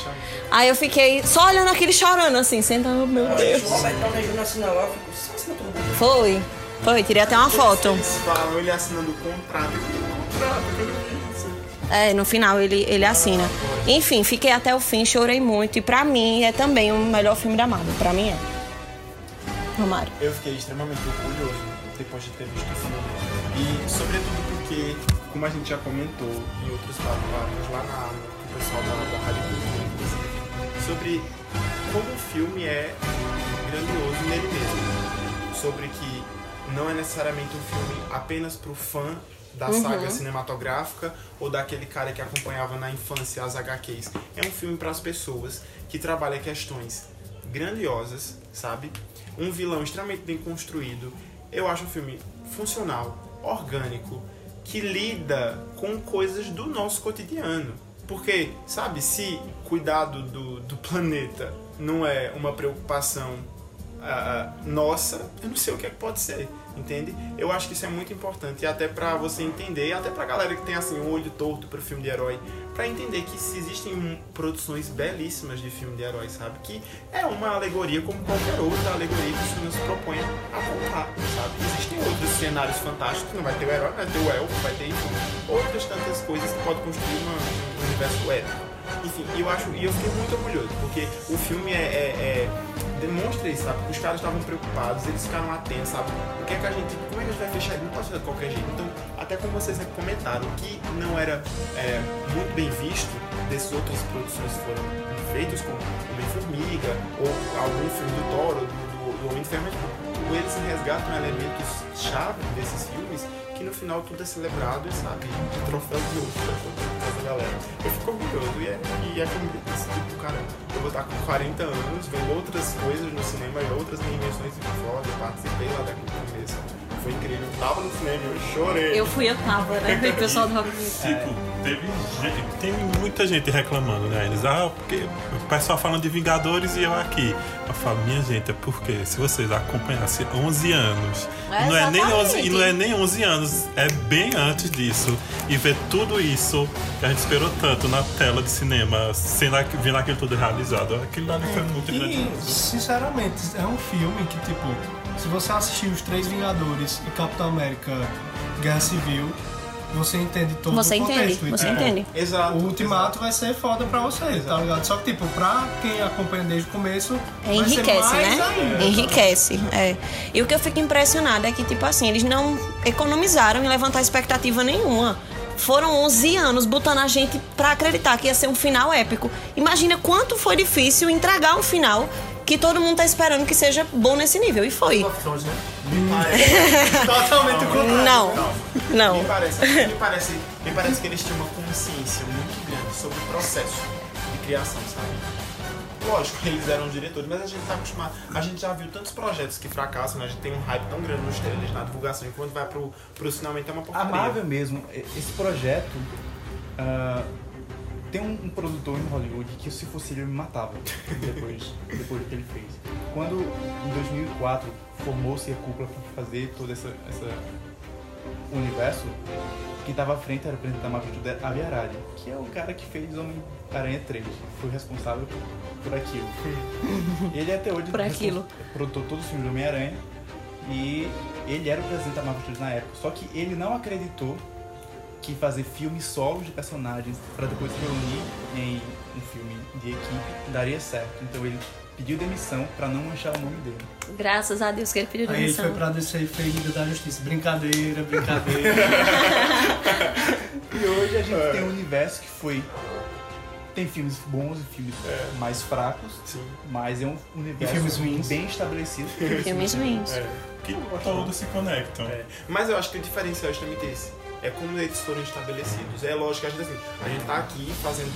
[SPEAKER 5] Aí eu fiquei só olhando aquele chorando assim, sentando, meu Deus.
[SPEAKER 2] O Roberto planejou na sinal lá, eu fico, só se não tô bem.
[SPEAKER 5] Foi. Foi, tirei até uma foto.
[SPEAKER 3] Eles falam, ele assinando o contrato.
[SPEAKER 5] É, no final ele, ele assina. Enfim, fiquei até o fim, chorei muito. E pra mim é também o melhor filme da Marvel. Pra mim é. Romário.
[SPEAKER 3] Eu fiquei extremamente orgulhoso depois de ter visto o filme. E sobretudo porque, como a gente já comentou em outros papos lá na aula, com o pessoal da, da Rádio Cultura, inclusive, sobre como o filme é grandioso nele mesmo. Sobre que não é necessariamente um filme apenas pro fã da saga cinematográfica ou daquele cara que acompanhava na infância as HQs. É um filme para as pessoas que trabalha questões grandiosas, sabe? Um vilão extremamente bem construído. Eu acho um filme funcional, orgânico, que lida com coisas do nosso cotidiano. Porque, sabe, se cuidado do, do planeta não é uma preocupação ah, ah, nossa, eu não sei o que é que pode ser, entende? Eu acho que isso é muito importante, e até pra você entender, e até pra galera que tem assim um olho torto pro filme de herói, pra entender que se existem hum, produções belíssimas de filme de herói, sabe? Que é uma alegoria como qualquer outra alegoria que os filmes propõem a contar, sabe? Existem outros cenários fantásticos, não vai ter o herói, vai ter o elfo, vai ter enfim, outras tantas coisas que podem construir uma- um universo épico. Enfim, eu acho, e eu fiquei muito orgulhoso, porque o filme é, é- é- demonstra isso, sabe? Os caras estavam preocupados, eles ficaram atentos, sabe? O que é que a gente, como é que a gente vai fechar? Não pode ser de qualquer jeito. Então, até como vocês comentaram, o que não era é, muito bem visto dessas outras produções que foram feitas, como Homem-Formiga, ou algum filme do Thor, ou do, do, do Homem-Ferro, tipo, eles resgatam elementos-chave desses filmes que no final tudo é celebrado, sabe? De troféu de ouro pra toda essa galera. Eu fico orgulhoso e é, e é comigo desse tipo, cara. Eu vou estar com 40 anos, vendo outras coisas no cinema e outras reinvenções de foda. Eu participei lá daquele começo. Foi incrível. Eu tava no cinema, eu chorei.
[SPEAKER 5] Eu fui, eu tava, né? O pessoal do Robin.
[SPEAKER 8] Tipo, teve gente, tem muita gente reclamando, né? Eles, ah, porque o pessoal falando de Vingadores e eu aqui. Eu falo, minha gente, é porque se vocês acompanhassem 11 anos,
[SPEAKER 5] É,
[SPEAKER 8] não é nem 11,
[SPEAKER 5] exatamente.
[SPEAKER 8] e não é nem 11 anos, é bem antes disso, e ver tudo isso que a gente esperou tanto na tela de cinema, sendo aqui, vendo aquilo tudo realizado, aquilo ali foi muito
[SPEAKER 2] É.
[SPEAKER 3] Tipo,
[SPEAKER 6] E,
[SPEAKER 8] grandioso.
[SPEAKER 6] sinceramente, é um filme que, tipo, se você assistir Os Três Vingadores e Capitão América Guerra Civil, você entende todo
[SPEAKER 5] Você
[SPEAKER 6] o
[SPEAKER 5] entende,
[SPEAKER 6] contexto. e,
[SPEAKER 5] você
[SPEAKER 6] tipo,
[SPEAKER 5] entende.
[SPEAKER 3] Exato.
[SPEAKER 6] O Ultimato vai ser foda pra vocês, tá ligado? Só que, tipo, pra quem acompanha desde o começo, vai ser
[SPEAKER 5] Enriquece,
[SPEAKER 6] mais
[SPEAKER 5] né?
[SPEAKER 6] ainda.
[SPEAKER 5] Enriquece, é. E o que eu fico impressionada é que, tipo assim, eles não economizaram em levantar expectativa nenhuma. Foram 11 anos botando a gente pra acreditar que ia ser um final épico. Imagina quanto foi difícil entregar um final que todo mundo tá esperando que seja bom nesse nível. E foi.
[SPEAKER 2] Thrones, né?
[SPEAKER 3] Ah, é.
[SPEAKER 1] É.
[SPEAKER 6] Totalmente o contrário.
[SPEAKER 5] Não, não.
[SPEAKER 3] Me parece, me parece, me parece que eles tinham uma consciência muito grande sobre o processo de criação, sabe? Lógico que eles eram diretores, mas a gente tá acostumado. A gente já viu tantos projetos que fracassam, né? a gente tem um hype tão grande nos trailers, na divulgação, enquanto vai pro, pro finalmente é uma
[SPEAKER 1] A
[SPEAKER 3] porcaria.
[SPEAKER 1] Marvel mesmo, e- esse projeto. ah, tem um, um produtor em Hollywood que se fosse ele eu me matava depois, depois do que ele fez. Quando em 2004 formou-se a cúpula para fazer todo esse essa universo, quem tava à frente era o presidente da Marvel, José Aviaradi, que é o cara que fez Homem-Aranha 3, foi responsável por aquilo. Ele até hoje é
[SPEAKER 5] Por aquilo.
[SPEAKER 1] produtor de todos os filmes do Homem-Aranha e ele era o presidente da Marvel Studios na época, só que ele não acreditou que fazer filmes solos de personagens para depois se reunir em um filme de equipe daria certo. Então ele pediu demissão para não manchar o nome dele.
[SPEAKER 5] Graças a Deus que ele pediu
[SPEAKER 6] Aí ele foi
[SPEAKER 5] demissão.
[SPEAKER 6] pra descer e fez Liga da Justiça. Brincadeira, brincadeira.
[SPEAKER 1] E hoje a gente
[SPEAKER 6] É.
[SPEAKER 1] tem um universo que foi tem filmes bons e filmes mais fracos,
[SPEAKER 3] Sim.
[SPEAKER 1] mas é um universo
[SPEAKER 6] É. filmes ruins.
[SPEAKER 1] bem estabelecido.
[SPEAKER 5] Filmes ruins.
[SPEAKER 8] Que todos se conectam.
[SPEAKER 3] É. Mas eu acho que o diferencial é justamente esse. É como eles foram estabelecidos. É lógico, a gente, assim, a gente tá aqui fazendo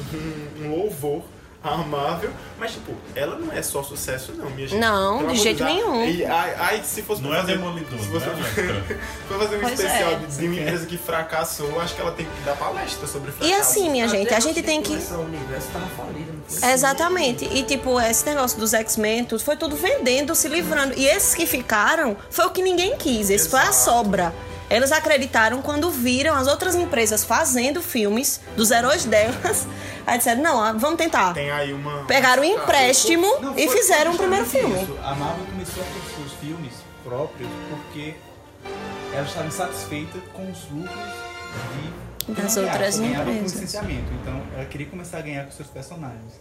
[SPEAKER 3] um, um louvor à Marvel, mas tipo, ela não é só sucesso não, minha gente.
[SPEAKER 5] Não,
[SPEAKER 3] Pelo
[SPEAKER 5] de
[SPEAKER 3] amor
[SPEAKER 5] jeito
[SPEAKER 3] Deus.
[SPEAKER 5] nenhum.
[SPEAKER 3] E, ai, ai, se fosse
[SPEAKER 8] Não
[SPEAKER 3] pra
[SPEAKER 8] é
[SPEAKER 3] fazer-
[SPEAKER 8] demolidor,
[SPEAKER 3] se você-
[SPEAKER 8] né, Electra?
[SPEAKER 3] Pra fazer um
[SPEAKER 5] Pois
[SPEAKER 3] especial
[SPEAKER 5] é.
[SPEAKER 3] de- de uma empresa que fracassou, acho que ela tem que dar palestra sobre
[SPEAKER 5] E
[SPEAKER 3] fracasso.
[SPEAKER 5] assim, minha gente, a
[SPEAKER 2] Até
[SPEAKER 5] gente
[SPEAKER 2] antes de
[SPEAKER 5] tem que. É.
[SPEAKER 2] começar O universo tava falido, não foi?
[SPEAKER 5] Exatamente. E tipo, esse negócio dos X-Men, tudo foi tudo vendendo, se livrando. E esses que ficaram foi o que ninguém quis. Esse foi a sobra. Eles acreditaram quando viram as outras empresas fazendo filmes dos heróis delas. Aí disseram, não, ah, vamos tentar.
[SPEAKER 3] Tem aí uma...
[SPEAKER 5] Pegaram um
[SPEAKER 3] Ah,
[SPEAKER 5] empréstimo
[SPEAKER 1] Não,
[SPEAKER 5] e
[SPEAKER 1] foi
[SPEAKER 5] fizeram o primeiro
[SPEAKER 1] justamente
[SPEAKER 5] filme.
[SPEAKER 1] isso. A Marvel começou a produzir os filmes próprios porque ela estava insatisfeita com os lucros de
[SPEAKER 5] Das
[SPEAKER 1] ela
[SPEAKER 5] outras
[SPEAKER 1] só ganhava
[SPEAKER 5] empresas.
[SPEAKER 1] Com licenciamento. Então ela queria começar a ganhar com seus personagens.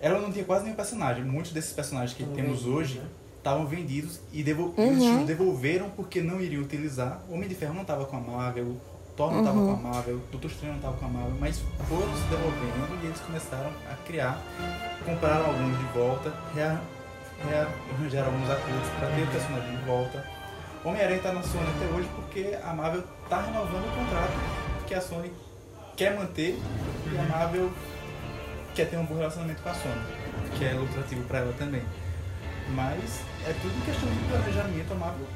[SPEAKER 1] Ela não tinha quase nenhum personagem. Muitos desses personagens que temos hoje estavam vendidos e devol-
[SPEAKER 5] Uhum.
[SPEAKER 1] e os estúdios devolveram porque não iriam utilizar. Homem de Ferro não estava com a Marvel, Thor não estava
[SPEAKER 5] Uhum.
[SPEAKER 1] com a Marvel, Doutor Estranho não estava com a Marvel, mas foram se devolvendo e eles começaram a criar compraram alguns de volta, rea- rearranjaram É, alguns acordos para ter o personagem de volta. Homem-Aranha tá na Sony até hoje porque a Marvel tá renovando o contrato que a Sony quer manter e a Marvel quer ter um bom relacionamento com a Sony, que é lucrativo para ela também. Mas é tudo questão de planejamento, a Marvel.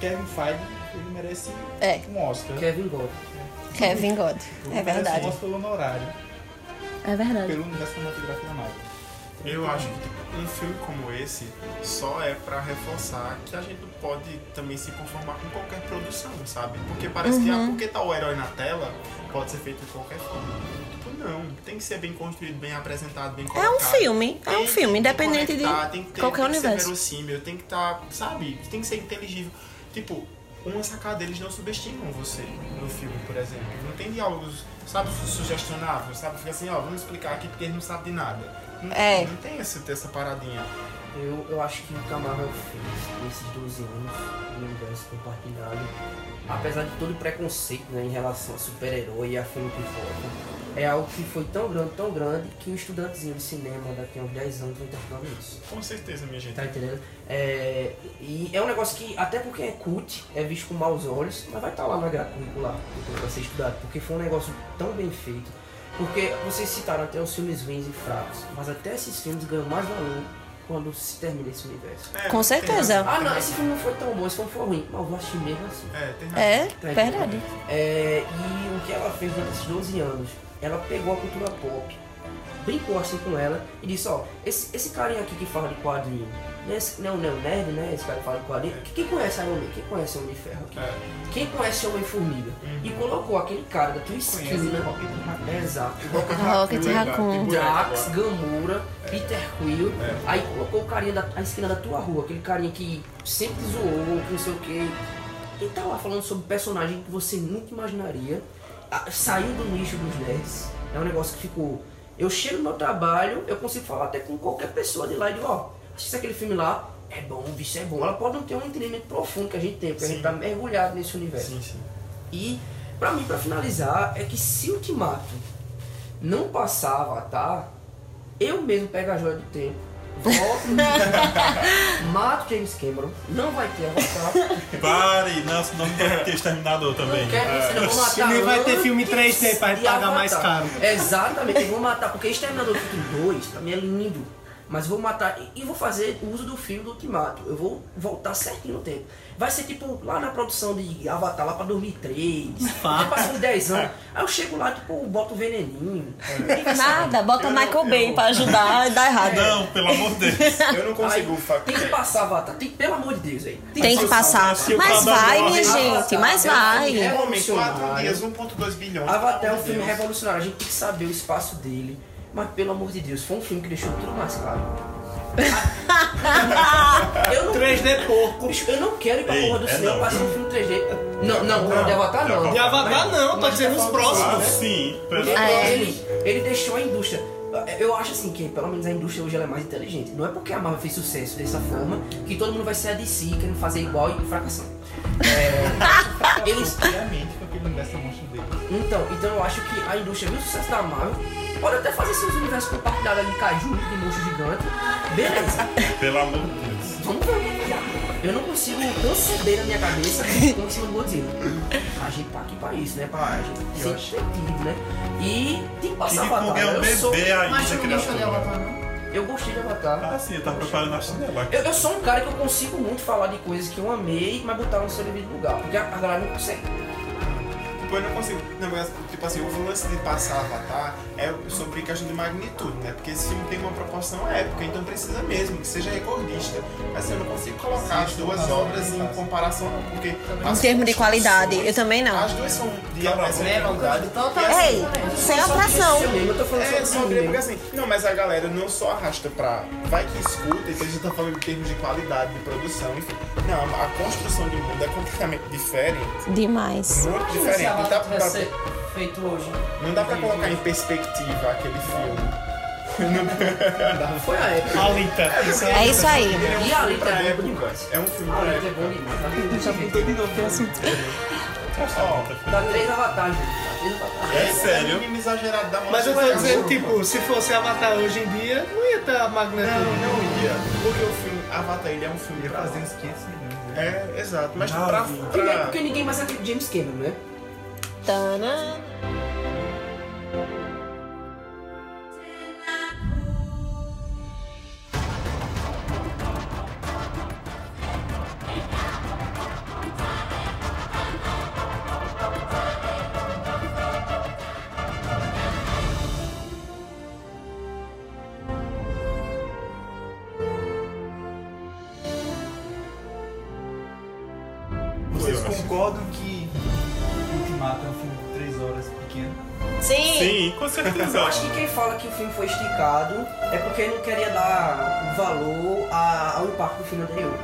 [SPEAKER 1] Kevin Feige, ele merece
[SPEAKER 5] É.
[SPEAKER 1] um Oscar.
[SPEAKER 2] Kevin Gold.
[SPEAKER 5] Kevin God.
[SPEAKER 1] Ele
[SPEAKER 5] É
[SPEAKER 1] merece
[SPEAKER 5] verdade.
[SPEAKER 1] Um Oscar honorário
[SPEAKER 5] É verdade.
[SPEAKER 1] pelo universo cinematográfico da Marvel.
[SPEAKER 3] Eu acho que tipo, um filme como esse só é pra reforçar que a gente não pode também se conformar com qualquer produção, sabe? Porque parece que ah, porque tá o herói na tela, pode ser feito de qualquer forma. Tipo, não. Tem que ser bem construído, bem apresentado, bem colocado.
[SPEAKER 5] filme, é um
[SPEAKER 3] Tem que- tem
[SPEAKER 5] filme,
[SPEAKER 3] que
[SPEAKER 5] independente de
[SPEAKER 3] conectar, tem que ter,
[SPEAKER 5] qualquer
[SPEAKER 3] tem que
[SPEAKER 5] universo.
[SPEAKER 3] Ser verossímil, tem que estar, sabe? Tem que ser inteligível. Tipo, uma sacada, eles não subestimam você no filme, por exemplo. Não tem diálogos, sabe, su- sugestionáveis, sabe? Fica assim, ó, vamos explicar aqui porque eles não sabem de nada. Não,
[SPEAKER 5] É.
[SPEAKER 3] não tem esse, essa paradinha.
[SPEAKER 2] Eu, eu acho que o que a Marvel fez nesses 12 anos de universo compartilhado, apesar de todo o preconceito né, em relação a super-herói e a filme com foco, é algo que foi tão grande, tão grande, que o estudantezinho de cinema daqui a uns 10 anos vai estar falando isso.
[SPEAKER 3] Com certeza, minha gente.
[SPEAKER 2] Tá entendendo? É, e é um negócio que, até porque é cult, é visto com maus olhos, mas vai estar lá na grade curricular depois pra ser estudado, porque foi um negócio tão bem feito. Porque vocês citaram até os filmes ruins e fracos, mas até esses filmes ganham mais valor quando se termina esse universo.
[SPEAKER 3] É,
[SPEAKER 5] Com
[SPEAKER 3] tem
[SPEAKER 5] certeza.
[SPEAKER 3] razão,
[SPEAKER 2] Ah,
[SPEAKER 3] tem
[SPEAKER 2] não,
[SPEAKER 3] razão.
[SPEAKER 2] esse filme não foi tão bom, esse filme foi ruim, mas eu vou assistir mesmo assim.
[SPEAKER 3] É, tem razão.
[SPEAKER 5] É,
[SPEAKER 2] Tá
[SPEAKER 5] verdade.
[SPEAKER 2] entendendo? É, e o que ela fez durante esses 12 anos, ela pegou a cultura pop, brincou assim com ela e disse, ó, esse, esse carinha aqui que fala de quadrinho, né, esse- não, não, nerd, né, esse cara que fala de quadrinho, que- quem conhece Iron Man? Quem conhece Homem de Ferro?
[SPEAKER 3] É.
[SPEAKER 2] Quem conhece Homem-Formiga? E colocou aquele cara da tua esquina, exato,
[SPEAKER 5] Rocket Raccoon.
[SPEAKER 2] Drax, Gamora, Peter Quill. Aí colocou o carinha da a esquina da tua rua, aquele carinha que sempre zoou, que não sei o quê. E tá lá falando sobre personagem que você nunca imaginaria. Ah, Saiu do nicho dos nerds. É um negócio que ficou. Eu chego no meu trabalho, eu consigo falar até com qualquer pessoa de lá e digo, ó, assiste aquele filme lá, é bom, o bicho é bom. Ela pode não ter um entendimento profundo que a gente tem, porque a gente
[SPEAKER 3] Sim.
[SPEAKER 2] tá mergulhado nesse universo.
[SPEAKER 3] Sim, sim.
[SPEAKER 2] E pra mim, pra finalizar, é que se Ultimato não passar Avatar, eu mesmo pego a joia do tempo, volto, mato James Cameron, não vai ter Avatar,
[SPEAKER 8] Pare, não, senão não vai ter exterminador é também. É.
[SPEAKER 2] não quero
[SPEAKER 3] É.
[SPEAKER 2] isso, não vou matar.
[SPEAKER 6] Se nem vai ter
[SPEAKER 2] antes
[SPEAKER 6] filme 3D pra
[SPEAKER 2] de
[SPEAKER 6] pagar mais
[SPEAKER 2] Avatar.
[SPEAKER 6] caro.
[SPEAKER 2] Exatamente, eu vou matar, porque Exterminador do Futuro 2, pra mim é lindo. Mas eu vou matar e- e vou fazer o uso do filme do Ultimato. Eu vou voltar certinho no tempo. Vai ser tipo lá na produção de Avatar, lá pra 2003. Já passou uns 10 anos. Aí eu chego lá, tipo, boto um veneninho.
[SPEAKER 3] É.
[SPEAKER 5] Nada, bota
[SPEAKER 3] Eu não-
[SPEAKER 5] Michael Bay
[SPEAKER 3] eu-
[SPEAKER 5] pra ajudar e dá errado.
[SPEAKER 8] Não, pelo amor de Deus.
[SPEAKER 3] Eu não consigo
[SPEAKER 2] Aí,
[SPEAKER 3] fac-
[SPEAKER 2] Tem que passar Avatar. Tem, pelo amor de Deus, aí.
[SPEAKER 5] Tem que passar.
[SPEAKER 8] Se o
[SPEAKER 5] Mas
[SPEAKER 8] Caba
[SPEAKER 5] vai,
[SPEAKER 8] morre,
[SPEAKER 5] minha
[SPEAKER 2] vai
[SPEAKER 5] gente,
[SPEAKER 2] passar.
[SPEAKER 5] mas
[SPEAKER 2] Eu-
[SPEAKER 5] vai.
[SPEAKER 2] eu-
[SPEAKER 3] É, um Homem, 4
[SPEAKER 2] Revolucionário.
[SPEAKER 3] dias, 1.2 bilhões.
[SPEAKER 2] Avatar é um
[SPEAKER 3] Meu
[SPEAKER 2] filme
[SPEAKER 3] Deus.
[SPEAKER 2] revolucionário, a gente tem que saber o espaço dele. Mas pelo amor de Deus, foi um filme que deixou tudo mais claro. eu não
[SPEAKER 6] 3D porco.
[SPEAKER 2] Bicho, eu não quero ir pra
[SPEAKER 8] Ei,
[SPEAKER 2] porra do
[SPEAKER 8] é
[SPEAKER 2] cinema
[SPEAKER 8] não.
[SPEAKER 2] pra assistir um filme 3D. Não, não, não, de Avatar não.
[SPEAKER 6] De Avatar não, tô
[SPEAKER 2] Mas
[SPEAKER 6] dizendo
[SPEAKER 2] tá
[SPEAKER 6] os
[SPEAKER 2] falando
[SPEAKER 6] próximos.
[SPEAKER 8] Ah, sim.
[SPEAKER 2] Porque
[SPEAKER 8] pelo-
[SPEAKER 2] é, ele, ele deixou a indústria. Eu acho assim que, pelo menos, a indústria hoje ela é mais inteligente. Não é porque a Marvel fez sucesso dessa forma que todo mundo vai ser a DC querendo fazer igual e fracassar. É, eles,
[SPEAKER 3] Obviamente, com aquele universo monstro dele.
[SPEAKER 2] então, então eu acho que a indústria viu o sucesso da Marvel. Pode até fazer seus universos compartilhados ali, Caju, de monstro gigante. Beleza.
[SPEAKER 8] Pelo amor de Deus.
[SPEAKER 2] Vamos ver o que que é. Eu não consigo conceber na minha cabeça como em cima do Godzilla. A gente tá aqui pra isso, né? Pra a gente ser divertido, né? E tem que passar
[SPEAKER 8] King
[SPEAKER 2] Avatar. né?
[SPEAKER 8] Kong é um
[SPEAKER 2] Eu, sou,
[SPEAKER 8] bebê
[SPEAKER 7] Mas
[SPEAKER 8] ainda,
[SPEAKER 7] tu não deixou de
[SPEAKER 8] criatura.
[SPEAKER 2] tá?
[SPEAKER 7] avatar, não?
[SPEAKER 2] eu gostei de Avatar.
[SPEAKER 8] Ah, sim, eu tava preparando a chinela aqui.
[SPEAKER 2] Eu, eu sou um cara que eu consigo muito falar de coisas que eu amei, mas botar um no seu devido lugar. Porque a, a galera não consegue.
[SPEAKER 3] Tipo, eu não consigo. Não, mas, tipo assim, o lance de passar Avatar é sobre questão de magnitude, né? Porque esse filme tem uma proporção épica, então precisa mesmo que seja recordista. Mas assim, eu não consigo colocar as duas obras em comparação, não, porque.
[SPEAKER 5] Em termos de qualidade, eu também não.
[SPEAKER 3] As duas são de excelente qualidade.
[SPEAKER 7] Totalmente.
[SPEAKER 5] Ei, sem
[SPEAKER 2] Isso
[SPEAKER 5] atração.
[SPEAKER 2] mesmo, eu tô falando
[SPEAKER 3] É,
[SPEAKER 2] sobre
[SPEAKER 3] sobre
[SPEAKER 2] isso mesmo.
[SPEAKER 3] porque assim, não, mas a galera não só arrasta pra. Vai que escuta, então a gente tá falando em termos de qualidade, de produção, enfim. Não, a construção de mundo é completamente diferente.
[SPEAKER 5] Demais.
[SPEAKER 3] Muito
[SPEAKER 7] Se
[SPEAKER 3] diferente. Tá,
[SPEAKER 7] ela
[SPEAKER 3] Não dá pra,
[SPEAKER 7] tivesse feito hoje.
[SPEAKER 3] não dá pra colocar em perspectiva aquele filme.
[SPEAKER 2] Foi a época.
[SPEAKER 6] Alita.
[SPEAKER 5] É isso aí.
[SPEAKER 2] E a Alita
[SPEAKER 3] um Pra
[SPEAKER 2] é bom
[SPEAKER 3] época,
[SPEAKER 2] demais.
[SPEAKER 3] É um filme
[SPEAKER 2] A
[SPEAKER 3] pra
[SPEAKER 2] Alita é
[SPEAKER 3] época.
[SPEAKER 2] bom demais. Tá tudo jeito.
[SPEAKER 3] Ó,
[SPEAKER 2] Dá três avatares, gente. Dá três avatares.
[SPEAKER 8] É sério?
[SPEAKER 3] um filme exagerado da
[SPEAKER 6] Mas eu
[SPEAKER 3] mão
[SPEAKER 6] tô
[SPEAKER 3] de Deus.
[SPEAKER 6] dizendo, tipo, se fosse Avatar hoje em dia, não ia ter a magnitude.
[SPEAKER 3] Não, não ia. Porque o filme Avatar ele é um filme pra fazer uns 500 milhões. É, exato. Mas pra.
[SPEAKER 2] Primeiro
[SPEAKER 3] pra...
[SPEAKER 2] porque ninguém mais acredita em James Cameron, né?
[SPEAKER 5] Tanã.
[SPEAKER 1] concordo que Ultimato é um filme de 3 horas pequeno.
[SPEAKER 5] Sim.
[SPEAKER 8] Sim, com
[SPEAKER 2] Eu
[SPEAKER 8] certeza.
[SPEAKER 2] acho que quem fala que o filme foi esticado é porque não queria dar valor a- ao impacto do filme anterior.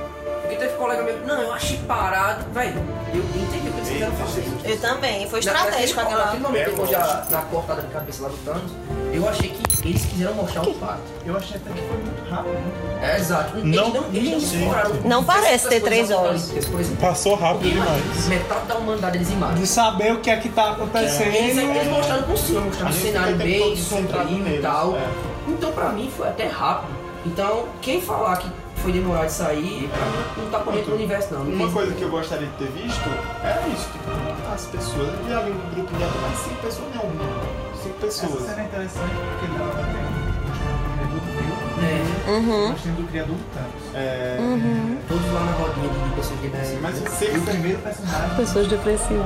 [SPEAKER 2] Porque teve colega meu que, não, eu achei parado. Véi, eu entendi o que eles quiseram fazer.
[SPEAKER 5] Eu também, foi
[SPEAKER 2] Na-
[SPEAKER 5] estratégico
[SPEAKER 2] naquele-
[SPEAKER 5] aquela.
[SPEAKER 2] Naquele momento, depois da, da cortada de cabeça lá do Thanos, eu achei que eles quiseram mostrar o impacto.
[SPEAKER 1] Eu achei até que foi muito rápido. né?
[SPEAKER 2] É, exato. Eles
[SPEAKER 8] Não-
[SPEAKER 2] eles
[SPEAKER 8] não sei.
[SPEAKER 2] exploraram
[SPEAKER 5] Não parece ter
[SPEAKER 2] essas coisas
[SPEAKER 5] três horas.
[SPEAKER 2] apocalípticas, Por exemplo,
[SPEAKER 8] Passou rápido
[SPEAKER 2] Porque,
[SPEAKER 8] demais.
[SPEAKER 2] imagina, metade da humanidade eles imaginam.
[SPEAKER 6] De saber o que é que tá
[SPEAKER 2] Eles, eles
[SPEAKER 6] acontecendo.
[SPEAKER 2] mostraram por cima, mostraram
[SPEAKER 3] A
[SPEAKER 2] um
[SPEAKER 3] gente
[SPEAKER 2] cenário
[SPEAKER 3] fica o tempo
[SPEAKER 2] bem
[SPEAKER 3] todo centrado
[SPEAKER 2] sombrio e
[SPEAKER 3] neles,
[SPEAKER 2] tal.
[SPEAKER 3] é.
[SPEAKER 2] Então pra mim foi até rápido. Então, quem falar que foi demorado de sair, pra mim não tá correndo no universo não.
[SPEAKER 3] Uma coisa que eu gostaria de ter visto era isso, tipo, as pessoas, e ali um grupo de até mais cinco pessoas, não, não, cinco
[SPEAKER 1] Essa
[SPEAKER 3] pessoas.
[SPEAKER 1] cena é interessante porque dá um uma do criador do filme,
[SPEAKER 2] É,
[SPEAKER 5] Uhum.
[SPEAKER 1] nós temos do um criador do Thanos.
[SPEAKER 3] É,
[SPEAKER 2] todos lá na rodinha de pessoas que tá assim.
[SPEAKER 3] é,
[SPEAKER 2] pensam.
[SPEAKER 3] mas o
[SPEAKER 1] E o
[SPEAKER 3] sexto
[SPEAKER 1] primeiro personagem
[SPEAKER 5] Pessoas depressivas.
[SPEAKER 3] Eita,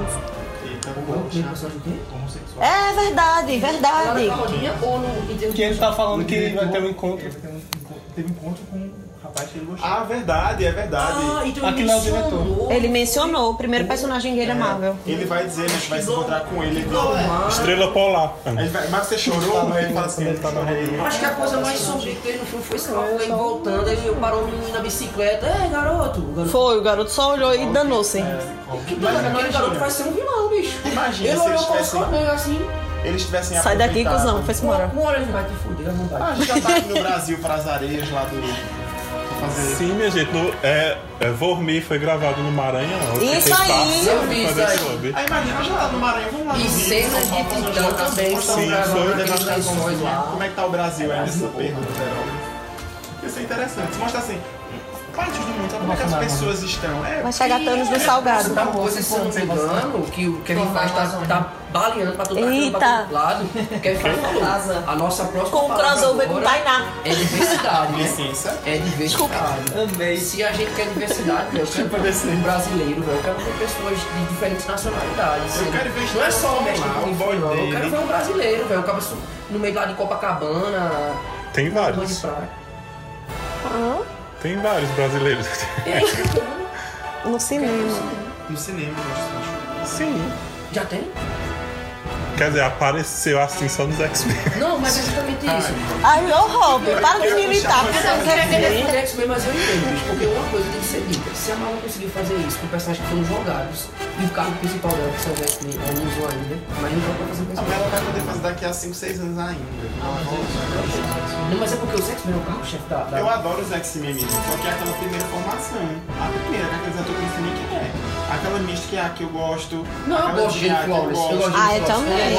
[SPEAKER 2] Ou o primeiro personagem do quê?
[SPEAKER 1] homossexual.
[SPEAKER 5] É verdade,
[SPEAKER 2] Lá
[SPEAKER 5] verdade.
[SPEAKER 2] na rodinha ou no... em termos
[SPEAKER 6] Que
[SPEAKER 2] de-
[SPEAKER 6] ele tá
[SPEAKER 1] O
[SPEAKER 6] falando que
[SPEAKER 1] diretor,
[SPEAKER 6] vai ter um encontro.
[SPEAKER 1] ele vai ter um encontro- Teve um encontro com um rapaz que ele gostou.
[SPEAKER 3] Ah, verdade, é verdade.
[SPEAKER 2] Ah, então ele
[SPEAKER 6] Aquilo é o
[SPEAKER 2] mencionou.
[SPEAKER 5] Ele mencionou o primeiro personagem que ele amava.
[SPEAKER 3] Ele vai dizer, né, que vai se encontrar com ele.
[SPEAKER 2] Não, é.
[SPEAKER 3] Aí
[SPEAKER 2] mas-
[SPEAKER 8] Estrela polar.
[SPEAKER 3] ele vai, mas você chorou? Aí ele fala assim,
[SPEAKER 6] Quando ele tá na
[SPEAKER 3] chorei.
[SPEAKER 2] Eu Acho que a coisa mais sombria que teve no filme foi, sei lá, ele voltando, aí parou o menino na bicicleta, é garoto, o garoto.
[SPEAKER 5] Foi, o garoto só olhou e danou-se.
[SPEAKER 2] Que
[SPEAKER 3] é
[SPEAKER 2] doido, aquele garoto vai ser um vilão, bicho.
[SPEAKER 3] Imagina
[SPEAKER 2] ele
[SPEAKER 3] se
[SPEAKER 2] olhou
[SPEAKER 3] eles
[SPEAKER 2] para os
[SPEAKER 3] tivessem-
[SPEAKER 2] colegas assim,
[SPEAKER 3] Eles tivessem
[SPEAKER 5] Sai daqui,
[SPEAKER 3] aproveitado-
[SPEAKER 5] cuzão, foi-se embora.
[SPEAKER 2] com olho, ele vai te fuder, não vai.
[SPEAKER 3] Ah, a gente já tá aqui no Brasil para as areias lá do. pra fazer.
[SPEAKER 8] Sim, minha gente. No, é, é, Vormir foi gravado no Maranhão. Eu
[SPEAKER 5] Isso
[SPEAKER 8] fiquei
[SPEAKER 5] aí!
[SPEAKER 8] passando
[SPEAKER 2] Eu vi
[SPEAKER 8] pra
[SPEAKER 2] isso
[SPEAKER 8] ver
[SPEAKER 2] aí.
[SPEAKER 8] sobre.
[SPEAKER 3] Aí imagina, já lá no Maranhão, vamos lá no
[SPEAKER 2] E
[SPEAKER 3] Rio,
[SPEAKER 2] cenas
[SPEAKER 3] São
[SPEAKER 2] de
[SPEAKER 3] Paulo, fazer
[SPEAKER 2] Titã
[SPEAKER 3] uma locação.
[SPEAKER 2] também são
[SPEAKER 8] Sim, foi
[SPEAKER 2] gravadas
[SPEAKER 8] das
[SPEAKER 2] naqueles lençóis lá.
[SPEAKER 3] Como é que tá o Brasil aí nessa perda do verão? Isso é interessante. Se mostrar assim, partes do mundo, sabe como é que as pessoas estão? É,
[SPEAKER 5] Vai chegar Thanos no salgado.
[SPEAKER 2] Tá bom, vocês estão engano que o Kevin Feige tá, tá baleando pra todo
[SPEAKER 5] Eita.
[SPEAKER 2] pra todo lado. O Kevin Feige falou, a nossa próxima
[SPEAKER 5] Com o
[SPEAKER 2] palavra
[SPEAKER 5] crossover com o
[SPEAKER 2] agora
[SPEAKER 5] Tainá.
[SPEAKER 2] é diversidade, né?
[SPEAKER 3] licença.
[SPEAKER 2] É diversidade. Amei. Se a gente quer diversidade, meu, eu quero ver
[SPEAKER 3] Diversidade.
[SPEAKER 2] um brasileiro, meu, eu quero ver pessoas de diferentes nacionalidades.
[SPEAKER 3] Eu quero ver
[SPEAKER 2] Não é só o
[SPEAKER 3] um
[SPEAKER 2] mestre
[SPEAKER 3] lá,
[SPEAKER 2] do
[SPEAKER 3] um boy
[SPEAKER 2] futebol, Eu
[SPEAKER 3] dele.
[SPEAKER 2] quero ver um brasileiro, velho. O cara su- no meio lá de Copacabana,
[SPEAKER 8] Tem
[SPEAKER 2] Rua de
[SPEAKER 8] vários.
[SPEAKER 2] Praia.
[SPEAKER 8] Tem vários brasileiros.
[SPEAKER 5] No cinema.
[SPEAKER 3] No cinema, eu acho.
[SPEAKER 8] Sim.
[SPEAKER 2] Já tem?
[SPEAKER 8] Quer dizer, apareceu assim só nos X-Men.
[SPEAKER 2] Não, mas é justamente
[SPEAKER 3] Ah,
[SPEAKER 2] isso.
[SPEAKER 3] então,
[SPEAKER 2] é assim,
[SPEAKER 5] Ai, ô Rob, para de me imitar, porque você não quer
[SPEAKER 2] Eu
[SPEAKER 5] ver.
[SPEAKER 2] entendo X-Men, mas eu entendo, bicho, porque uma coisa tem que ser dita. Se a Marvel conseguir fazer isso com personagens que foram jogados e o carro principal dela, que são os X-Men, ela não usou um ainda, mas não dá pra fazer com
[SPEAKER 3] Não,
[SPEAKER 2] isso.
[SPEAKER 3] Ah, mas ela vai poder fazer daqui a 5, 6 anos ainda.
[SPEAKER 2] Não, mas é porque os X-Men é o carro-chefe da, da-
[SPEAKER 3] Eu adoro os X-Men, menino, só que é aquela primeira formação. A primeira, né? Aqueles atores que eu não sei nem quem é. Aquela mística é a que eu gosto.
[SPEAKER 2] Não, eu
[SPEAKER 3] aquela é
[SPEAKER 2] gosto de
[SPEAKER 3] Jack
[SPEAKER 2] Jane Flowers. Eu gosto de é
[SPEAKER 5] Ah,
[SPEAKER 2] Jane
[SPEAKER 5] eu
[SPEAKER 2] Flowers.
[SPEAKER 5] também.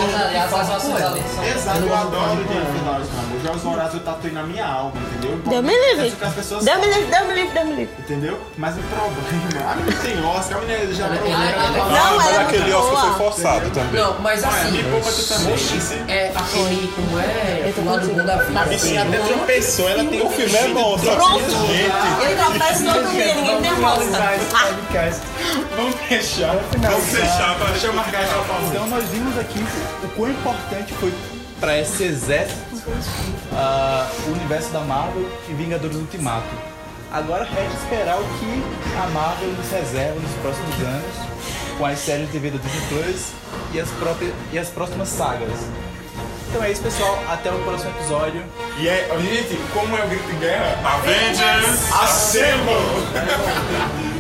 [SPEAKER 3] Exato,
[SPEAKER 2] Eu
[SPEAKER 3] eu,
[SPEAKER 2] gosto
[SPEAKER 3] adoro
[SPEAKER 2] de
[SPEAKER 3] o
[SPEAKER 2] Flowers.
[SPEAKER 3] James Flowers, mano. Os Jogos Horários eu tatuei na tá minha alma, entendeu?
[SPEAKER 5] Deu me livre.
[SPEAKER 3] É isso que as pessoas
[SPEAKER 5] Deu me
[SPEAKER 3] falam,
[SPEAKER 5] livre, deu me livre, deu me livre.
[SPEAKER 3] Entendeu? Mas o problema... A menina tem Oscar, a menina já...
[SPEAKER 2] Ela- é
[SPEAKER 3] provou
[SPEAKER 2] ela-
[SPEAKER 3] que
[SPEAKER 2] ela-
[SPEAKER 3] ela-
[SPEAKER 5] Não,
[SPEAKER 8] mas
[SPEAKER 5] ela é
[SPEAKER 8] aquele
[SPEAKER 5] muito
[SPEAKER 8] Oscar
[SPEAKER 5] boa.
[SPEAKER 8] foi forçado também.
[SPEAKER 2] Não, mas
[SPEAKER 3] Olha,
[SPEAKER 2] assim,
[SPEAKER 3] me poupa tu também. Oxi.
[SPEAKER 2] é aquele, como é, o lado bom da vida.
[SPEAKER 3] Bichinha até tropeçou, ela tem
[SPEAKER 8] O
[SPEAKER 3] um
[SPEAKER 8] filme é bom, só
[SPEAKER 5] Pronto.
[SPEAKER 8] que, gente,
[SPEAKER 5] Eu tropeço no outro dia, ninguém me derrota. Ah.
[SPEAKER 3] é Vamos fechar.
[SPEAKER 8] vamos fechar para
[SPEAKER 3] Deixa eu
[SPEAKER 8] chamar.
[SPEAKER 3] marcar já o
[SPEAKER 1] Então
[SPEAKER 3] Faustão.
[SPEAKER 1] nós vimos aqui o quão importante foi pra esse exército ah, o universo da Marvel e Vingadores Ultimato. Agora resta esperar o que a Marvel nos reserva nos próximos anos com as séries de TV da Disney Plus e as, próprias, e as próximas sagas. Então é isso pessoal, até o próximo episódio.
[SPEAKER 3] E é, gente, como é o grito de guerra?
[SPEAKER 8] Avengers!
[SPEAKER 3] Assemble!